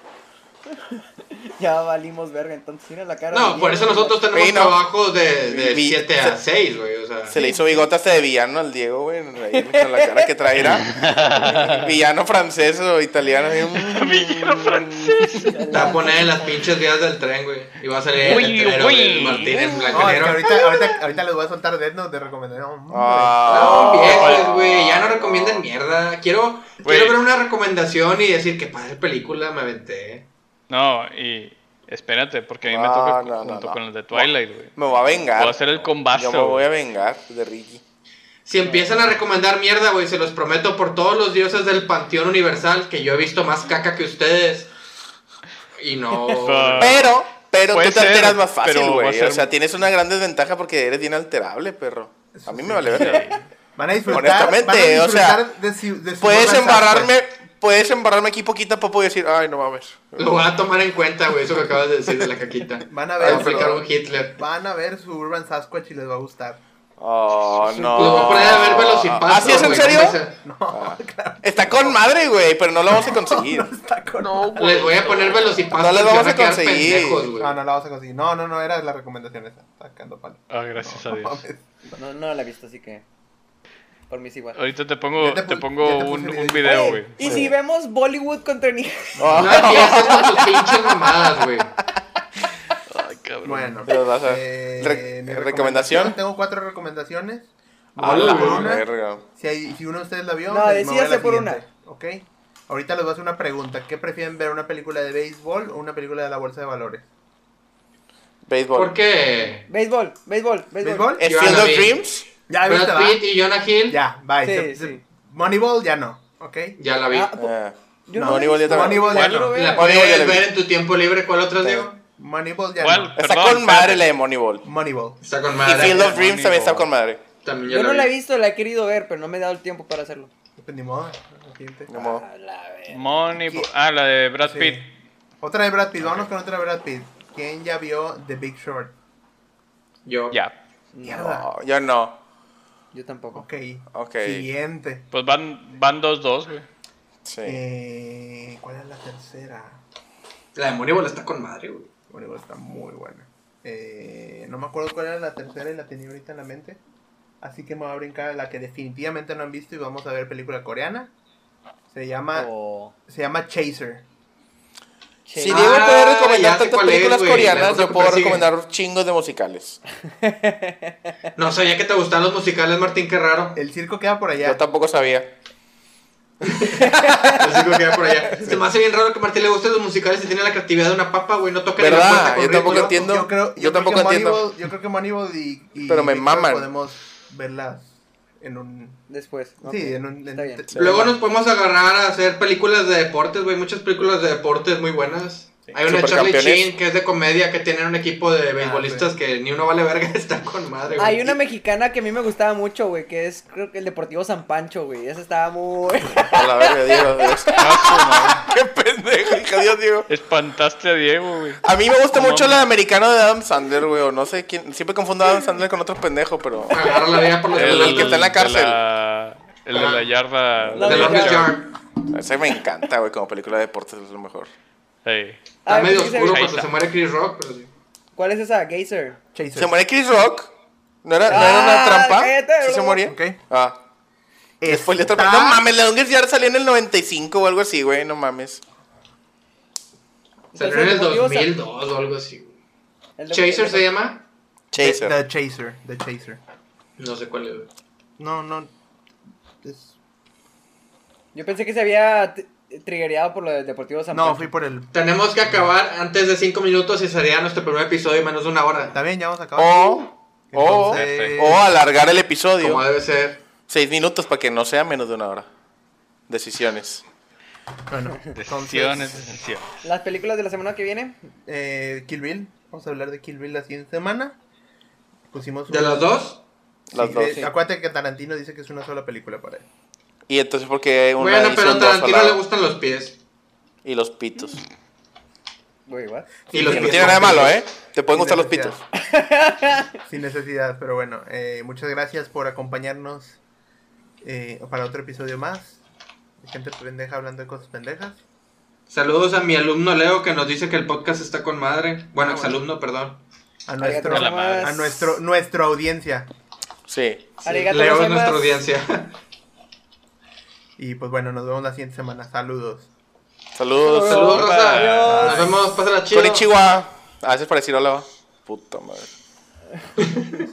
[SPEAKER 5] Ya valimos verga, entonces mira la cara.
[SPEAKER 2] No,
[SPEAKER 5] de
[SPEAKER 2] por eso
[SPEAKER 5] Diego,
[SPEAKER 2] nosotros tenemos
[SPEAKER 3] Sí, no.
[SPEAKER 2] trabajos de, de
[SPEAKER 3] Vi-
[SPEAKER 2] 7 a
[SPEAKER 3] se-
[SPEAKER 2] 6, güey. O sea,
[SPEAKER 3] Se le hizo bigote hasta de villano al Diego, güey, ahí con la cara que traerá. villano francés o italiano. ahí, mm.
[SPEAKER 4] Villano francés.
[SPEAKER 5] ya
[SPEAKER 2] te
[SPEAKER 5] la-
[SPEAKER 2] va a poner en las pinches vías del tren, güey. Y va a salir el
[SPEAKER 4] Uy,
[SPEAKER 2] letrero
[SPEAKER 4] uy.
[SPEAKER 2] del Martínez
[SPEAKER 1] No, es que
[SPEAKER 2] Blancanero.
[SPEAKER 1] ahorita, ahorita, ahorita les voy a soltar Death Note de recomendación.
[SPEAKER 3] Ah.
[SPEAKER 2] No, empieces,
[SPEAKER 4] no.
[SPEAKER 2] güey. Ya no recomiendan mierda. Quiero,
[SPEAKER 4] Güey.
[SPEAKER 2] quiero ver una recomendación y decir que padre película me aventé.
[SPEAKER 4] No, y espérate, porque a mí me
[SPEAKER 3] Ah,
[SPEAKER 4] toca
[SPEAKER 3] no, no,
[SPEAKER 4] junto
[SPEAKER 3] no.
[SPEAKER 4] con el de Twilight, güey.
[SPEAKER 3] Me voy a vengar.
[SPEAKER 4] Voy a hacer el combazo,
[SPEAKER 3] Yo me voy
[SPEAKER 4] güey.
[SPEAKER 3] a vengar de Ricky.
[SPEAKER 2] Si empiezan a recomendar mierda, güey, se los prometo por todos los dioses del panteón universal que yo he visto más caca que ustedes. Y no.
[SPEAKER 4] Fuck.
[SPEAKER 3] Pero, pero tú
[SPEAKER 4] Ah, Puede
[SPEAKER 3] te
[SPEAKER 4] ser,
[SPEAKER 3] alteras más
[SPEAKER 4] pero
[SPEAKER 3] fácil,
[SPEAKER 4] va a
[SPEAKER 3] güey.
[SPEAKER 4] ser-
[SPEAKER 3] O sea, tienes una gran desventaja porque eres bien alterable, perro. A mí me vale ver.
[SPEAKER 1] Van a disfrutar.
[SPEAKER 3] Honestamente,
[SPEAKER 1] van a
[SPEAKER 3] o sea,
[SPEAKER 1] disfrutar de, su- de su
[SPEAKER 3] Puedes
[SPEAKER 1] Urban
[SPEAKER 3] embarrarme,
[SPEAKER 1] South,
[SPEAKER 4] pues.
[SPEAKER 3] puedes embarrarme aquí poquita popo y decir, ay, no mames.
[SPEAKER 2] Lo voy a tomar en cuenta, güey, eso que acabas de decir de la caquita.
[SPEAKER 1] Van a
[SPEAKER 2] Voy
[SPEAKER 1] ver,
[SPEAKER 2] a aplicar
[SPEAKER 1] pero-
[SPEAKER 2] un Hitler.
[SPEAKER 1] Van a ver su Urban Sasquatch y les va a gustar.
[SPEAKER 3] Oh, no.
[SPEAKER 2] Los voy a poner pues, a ver Velocipasto,
[SPEAKER 3] ¿Así es en
[SPEAKER 2] güey,
[SPEAKER 3] serio?
[SPEAKER 2] no sé.
[SPEAKER 3] Está con madre, güey, pero no lo vamos a conseguir.
[SPEAKER 1] Está con-
[SPEAKER 2] Les voy a poner Velocipasto.
[SPEAKER 3] No les
[SPEAKER 2] y se
[SPEAKER 3] vamos
[SPEAKER 2] van
[SPEAKER 3] a
[SPEAKER 2] quedar
[SPEAKER 3] conseguir. Ah,
[SPEAKER 2] pendejos, güey.
[SPEAKER 1] No, no la vas a conseguir. No, no, no, era la recomendación esa. Sacando palo.
[SPEAKER 4] Ah, gracias a
[SPEAKER 1] No
[SPEAKER 4] Dios.
[SPEAKER 1] mames.
[SPEAKER 5] No, no la he visto, así que. Por mí es igual.
[SPEAKER 4] Ahorita te pongo,
[SPEAKER 1] Ya te pu-
[SPEAKER 4] te,
[SPEAKER 1] ya
[SPEAKER 4] pongo
[SPEAKER 1] te puse
[SPEAKER 4] un,
[SPEAKER 1] video.
[SPEAKER 4] un video,
[SPEAKER 5] Oye,
[SPEAKER 4] güey.
[SPEAKER 5] y si vemos Bollywood contra Nigeria.
[SPEAKER 3] Oh,
[SPEAKER 2] No empieces con tus pinches mamadas, güey.
[SPEAKER 4] Ay, cabrón.
[SPEAKER 1] Bueno,
[SPEAKER 3] Pero vas a-
[SPEAKER 1] eh,
[SPEAKER 3] Re-
[SPEAKER 1] mi
[SPEAKER 3] recomendación.
[SPEAKER 1] Tengo cuatro recomendaciones.
[SPEAKER 3] a
[SPEAKER 2] Hola,
[SPEAKER 3] Ah, la
[SPEAKER 2] güey.
[SPEAKER 3] verga.
[SPEAKER 1] Si, hay- si uno de ustedes la vio, pues
[SPEAKER 5] No,
[SPEAKER 1] me- me voy a la
[SPEAKER 5] decídase por
[SPEAKER 1] siguiente, Ok. Ahorita les voy a hacer una pregunta. ¿Qué prefieren ver, una película de béisbol o una película de la bolsa de valores?
[SPEAKER 3] Béisbol.
[SPEAKER 2] ¿Por qué?
[SPEAKER 5] Béisbol, béisbol, béisbol.
[SPEAKER 1] ¿Béisbol?
[SPEAKER 3] ¿Es
[SPEAKER 2] Yo
[SPEAKER 3] Field
[SPEAKER 2] la
[SPEAKER 3] of
[SPEAKER 2] vi.
[SPEAKER 3] Dreams?
[SPEAKER 1] Ya, ¿viste,
[SPEAKER 2] Brad
[SPEAKER 1] va?
[SPEAKER 2] Pitt y Jonah Hill.
[SPEAKER 1] Ya,
[SPEAKER 2] Ya,
[SPEAKER 1] bye.
[SPEAKER 5] Sí,
[SPEAKER 1] Se- se-
[SPEAKER 5] sí.
[SPEAKER 1] Moneyball ya no, ¿ok?
[SPEAKER 2] la vi.
[SPEAKER 5] Ah,
[SPEAKER 3] Eh,
[SPEAKER 5] Yo
[SPEAKER 1] No,
[SPEAKER 5] no, la he
[SPEAKER 3] Moneyball ya
[SPEAKER 5] visto.
[SPEAKER 3] también.
[SPEAKER 1] Moneyball ya
[SPEAKER 4] ¿Cuál?
[SPEAKER 1] no.
[SPEAKER 2] La
[SPEAKER 3] Moneyball ya la
[SPEAKER 2] puedes
[SPEAKER 3] vi.
[SPEAKER 2] ver en tu tiempo libre. ¿Cuál otra, Diego?
[SPEAKER 1] Moneyball ya
[SPEAKER 4] ¿Cuál?
[SPEAKER 1] no.
[SPEAKER 3] Está
[SPEAKER 4] Perdón,
[SPEAKER 3] con madre
[SPEAKER 4] espérate.
[SPEAKER 3] la de Moneyball.
[SPEAKER 1] Moneyball.
[SPEAKER 2] Está con
[SPEAKER 3] Y
[SPEAKER 2] madre.
[SPEAKER 3] Field of
[SPEAKER 4] Moneyball.
[SPEAKER 3] Dreams también está con madre.
[SPEAKER 2] También yo
[SPEAKER 5] Yo no la he
[SPEAKER 2] vi.
[SPEAKER 5] visto, la he querido ver, pero no me he dado el tiempo para hacerlo.
[SPEAKER 1] Pues ni modo, lo siento.
[SPEAKER 3] Ni modo.
[SPEAKER 2] Ah,
[SPEAKER 5] A la ver-
[SPEAKER 4] Money. Ah, la de Brad
[SPEAKER 1] Sí.
[SPEAKER 4] Pitt.
[SPEAKER 1] Otra de Brad Pitt, vámonos con otra de Brad Pitt. ¿Quién ya vio The Big Short?
[SPEAKER 2] Yo.
[SPEAKER 4] Ya.
[SPEAKER 1] Mierda.
[SPEAKER 3] No, yo no.
[SPEAKER 5] Yo tampoco.
[SPEAKER 1] Ok.
[SPEAKER 3] Ok.
[SPEAKER 1] Siguiente.
[SPEAKER 4] Pues van, van dos, dos, güey.
[SPEAKER 3] Sí.
[SPEAKER 1] Eh, ¿Cuál es la tercera?
[SPEAKER 2] La de Moneyball está con madre, güey.
[SPEAKER 1] Moneyball está muy buena. Eh, no me acuerdo cuál era la tercera y la tenía ahorita en la mente. Así que me voy a brincar a la que definitivamente no han visto y vamos a ver película coreana. Se llama,
[SPEAKER 3] Oh.
[SPEAKER 5] O
[SPEAKER 1] se llama Chaser.
[SPEAKER 5] Che-
[SPEAKER 3] Si
[SPEAKER 2] Ah,
[SPEAKER 3] Diego puede
[SPEAKER 2] ya
[SPEAKER 3] recomendar
[SPEAKER 2] sé
[SPEAKER 3] tantas
[SPEAKER 2] cuál es,
[SPEAKER 3] películas
[SPEAKER 2] güey, la
[SPEAKER 3] coreanas,
[SPEAKER 2] cosa
[SPEAKER 3] yo
[SPEAKER 2] que
[SPEAKER 3] puedo
[SPEAKER 2] persigue.
[SPEAKER 3] recomendar chingos de musicales.
[SPEAKER 2] No sabía que te gustaban los musicales, Martín, qué raro.
[SPEAKER 1] El circo queda por allá.
[SPEAKER 3] Yo tampoco sabía.
[SPEAKER 2] El circo queda por allá. Se me hace bien raro que a Martín le gusten los musicales y tiene la creatividad de una papa, güey. No toca ni la puerta
[SPEAKER 3] ¿Verdad?
[SPEAKER 2] con
[SPEAKER 3] Yo tampoco
[SPEAKER 2] ritmo, ¿no?
[SPEAKER 3] entiendo.
[SPEAKER 1] yo creo, yo
[SPEAKER 3] yo
[SPEAKER 1] creo
[SPEAKER 3] tampoco
[SPEAKER 1] que
[SPEAKER 3] entiendo.
[SPEAKER 1] Moneyball- yo creo que Moneyball y, y
[SPEAKER 3] Pero me
[SPEAKER 1] Big Short
[SPEAKER 3] maman.
[SPEAKER 1] podemos verlas en un...
[SPEAKER 5] Después. ok.
[SPEAKER 1] Sí, en un... en-
[SPEAKER 5] Está bien.
[SPEAKER 1] te-
[SPEAKER 2] Luego nos podemos agarrar a hacer películas de deportes, güey. Muchas películas de deportes muy buenas. Hay una de Charlie
[SPEAKER 3] Supercampeones. Ah,
[SPEAKER 2] Sheen que es de comedia, que tiene un equipo de beisbolistas que ni uno vale verga, está con madre, güey.
[SPEAKER 5] Hay una mexicana que a mí me gustaba mucho, güey, que es creo que el Deportivo San Pancho, güey. Esa estaba muy...
[SPEAKER 3] A la verga, Diego. Dios.
[SPEAKER 4] Ah,
[SPEAKER 3] Qué pendejo, hija Dios, Diego.
[SPEAKER 4] su madre. Espantaste a Diego, güey.
[SPEAKER 3] A mí me gusta
[SPEAKER 4] No,
[SPEAKER 3] mucho
[SPEAKER 4] no.
[SPEAKER 3] la americana de Adam Sandler, güey. o No sé quién. Siempre confundo a Adam Sandler con otro pendejo, pero.
[SPEAKER 2] Agarra la vida por los
[SPEAKER 3] El- que está en la
[SPEAKER 4] de
[SPEAKER 3] cárcel.
[SPEAKER 4] la- el de la yarda.
[SPEAKER 5] La
[SPEAKER 2] de
[SPEAKER 5] de
[SPEAKER 2] Longest
[SPEAKER 5] Longest
[SPEAKER 2] Yard.
[SPEAKER 3] Ese me encanta, güey. Como película de deportes es lo mejor.
[SPEAKER 4] Ey.
[SPEAKER 2] Está
[SPEAKER 5] Ah,
[SPEAKER 2] medio
[SPEAKER 5] sí, sí,
[SPEAKER 2] oscuro
[SPEAKER 5] sí.
[SPEAKER 2] cuando se muere Chris Rock, pero sí.
[SPEAKER 5] ¿Cuál es esa? Geyser.
[SPEAKER 1] Chaser.
[SPEAKER 3] ¿Se muere Chris Rock? ¿No era, ¿no era una
[SPEAKER 5] Ah, cállate,
[SPEAKER 3] trampa? ¿Sí se
[SPEAKER 5] bro.
[SPEAKER 3] moría?
[SPEAKER 1] Ok.
[SPEAKER 3] Ah. Después de otra
[SPEAKER 1] Está-
[SPEAKER 3] No
[SPEAKER 2] Ah.
[SPEAKER 3] mames, la Longest Yard salió en el 95 o algo así, güey. No mames.
[SPEAKER 2] Salió en el
[SPEAKER 5] Deportivo San-
[SPEAKER 2] 2002 o algo así. güey.
[SPEAKER 5] el de-
[SPEAKER 2] ¿Chaser
[SPEAKER 5] el
[SPEAKER 2] se
[SPEAKER 5] de-
[SPEAKER 2] llama?
[SPEAKER 3] Chaser.
[SPEAKER 1] The, The Chaser. The Chaser.
[SPEAKER 2] No sé cuál es. güey.
[SPEAKER 1] No, no. es-
[SPEAKER 5] Yo pensé que se había t- triggereado por lo de Deportivo San
[SPEAKER 1] No,
[SPEAKER 5] Pancho.
[SPEAKER 1] fui por el.
[SPEAKER 2] Tenemos que acabar antes de 5 minutos y sería nuestro primer episodio en menos de una hora.
[SPEAKER 1] Está bien, ya vamos a acabar.
[SPEAKER 3] O, o,
[SPEAKER 1] Entonces-
[SPEAKER 3] o alargar el
[SPEAKER 2] Como
[SPEAKER 3] episodio.
[SPEAKER 2] debe ser.
[SPEAKER 3] Seis minutos para que no sea menos de una hora. Decisiones.
[SPEAKER 1] Bueno,
[SPEAKER 4] Decisiones,
[SPEAKER 1] entonces.
[SPEAKER 4] decisiones.
[SPEAKER 5] Las películas de la semana que viene.
[SPEAKER 1] eh, Kill Bill. Vamos a hablar de Kill Bill la siguiente semana. Pusimos.
[SPEAKER 2] ¿De
[SPEAKER 1] un-
[SPEAKER 2] las dos?
[SPEAKER 1] Sí,
[SPEAKER 3] Las dos.
[SPEAKER 1] de- Acuérdate que Tarantino dice que es una sola película para él.
[SPEAKER 3] Y entonces porque una
[SPEAKER 2] Bueno,
[SPEAKER 3] hizo
[SPEAKER 2] pero a
[SPEAKER 3] un dos al
[SPEAKER 2] Tarantino le
[SPEAKER 3] lado.
[SPEAKER 2] gustan los pies.
[SPEAKER 3] Y los pitos.
[SPEAKER 5] Güey, what?
[SPEAKER 2] Y los
[SPEAKER 3] Que no
[SPEAKER 2] pies
[SPEAKER 3] tiene
[SPEAKER 2] son
[SPEAKER 3] nada de malo,
[SPEAKER 2] pies.
[SPEAKER 3] ¿eh? Te pueden
[SPEAKER 1] Sin
[SPEAKER 3] gustar los
[SPEAKER 1] necesidad.
[SPEAKER 3] pitos.
[SPEAKER 1] Sin necesidad, pero bueno. eh, muchas gracias por acompañarnos eh, para otro episodio más. Gente pendeja hablando de cosas pendejas.
[SPEAKER 2] Saludos a mi alumno Leo que nos dice que el podcast está con madre. Bueno, exalumno, perdón.
[SPEAKER 1] A
[SPEAKER 5] Arigato
[SPEAKER 1] nuestro,
[SPEAKER 4] la madre.
[SPEAKER 1] a nuestro, nuestra audiencia.
[SPEAKER 3] Sí.
[SPEAKER 5] Arigato
[SPEAKER 2] Leo es
[SPEAKER 5] gozaimasu.
[SPEAKER 2] nuestra audiencia.
[SPEAKER 1] Y pues bueno, nos vemos la siguiente semana. Saludos.
[SPEAKER 3] Saludos.
[SPEAKER 2] Saludos, Rosa.
[SPEAKER 5] Adiós.
[SPEAKER 2] Nos vemos. Pásala chido.
[SPEAKER 3] Konnichiwa. A veces para decir hola. Puta madre.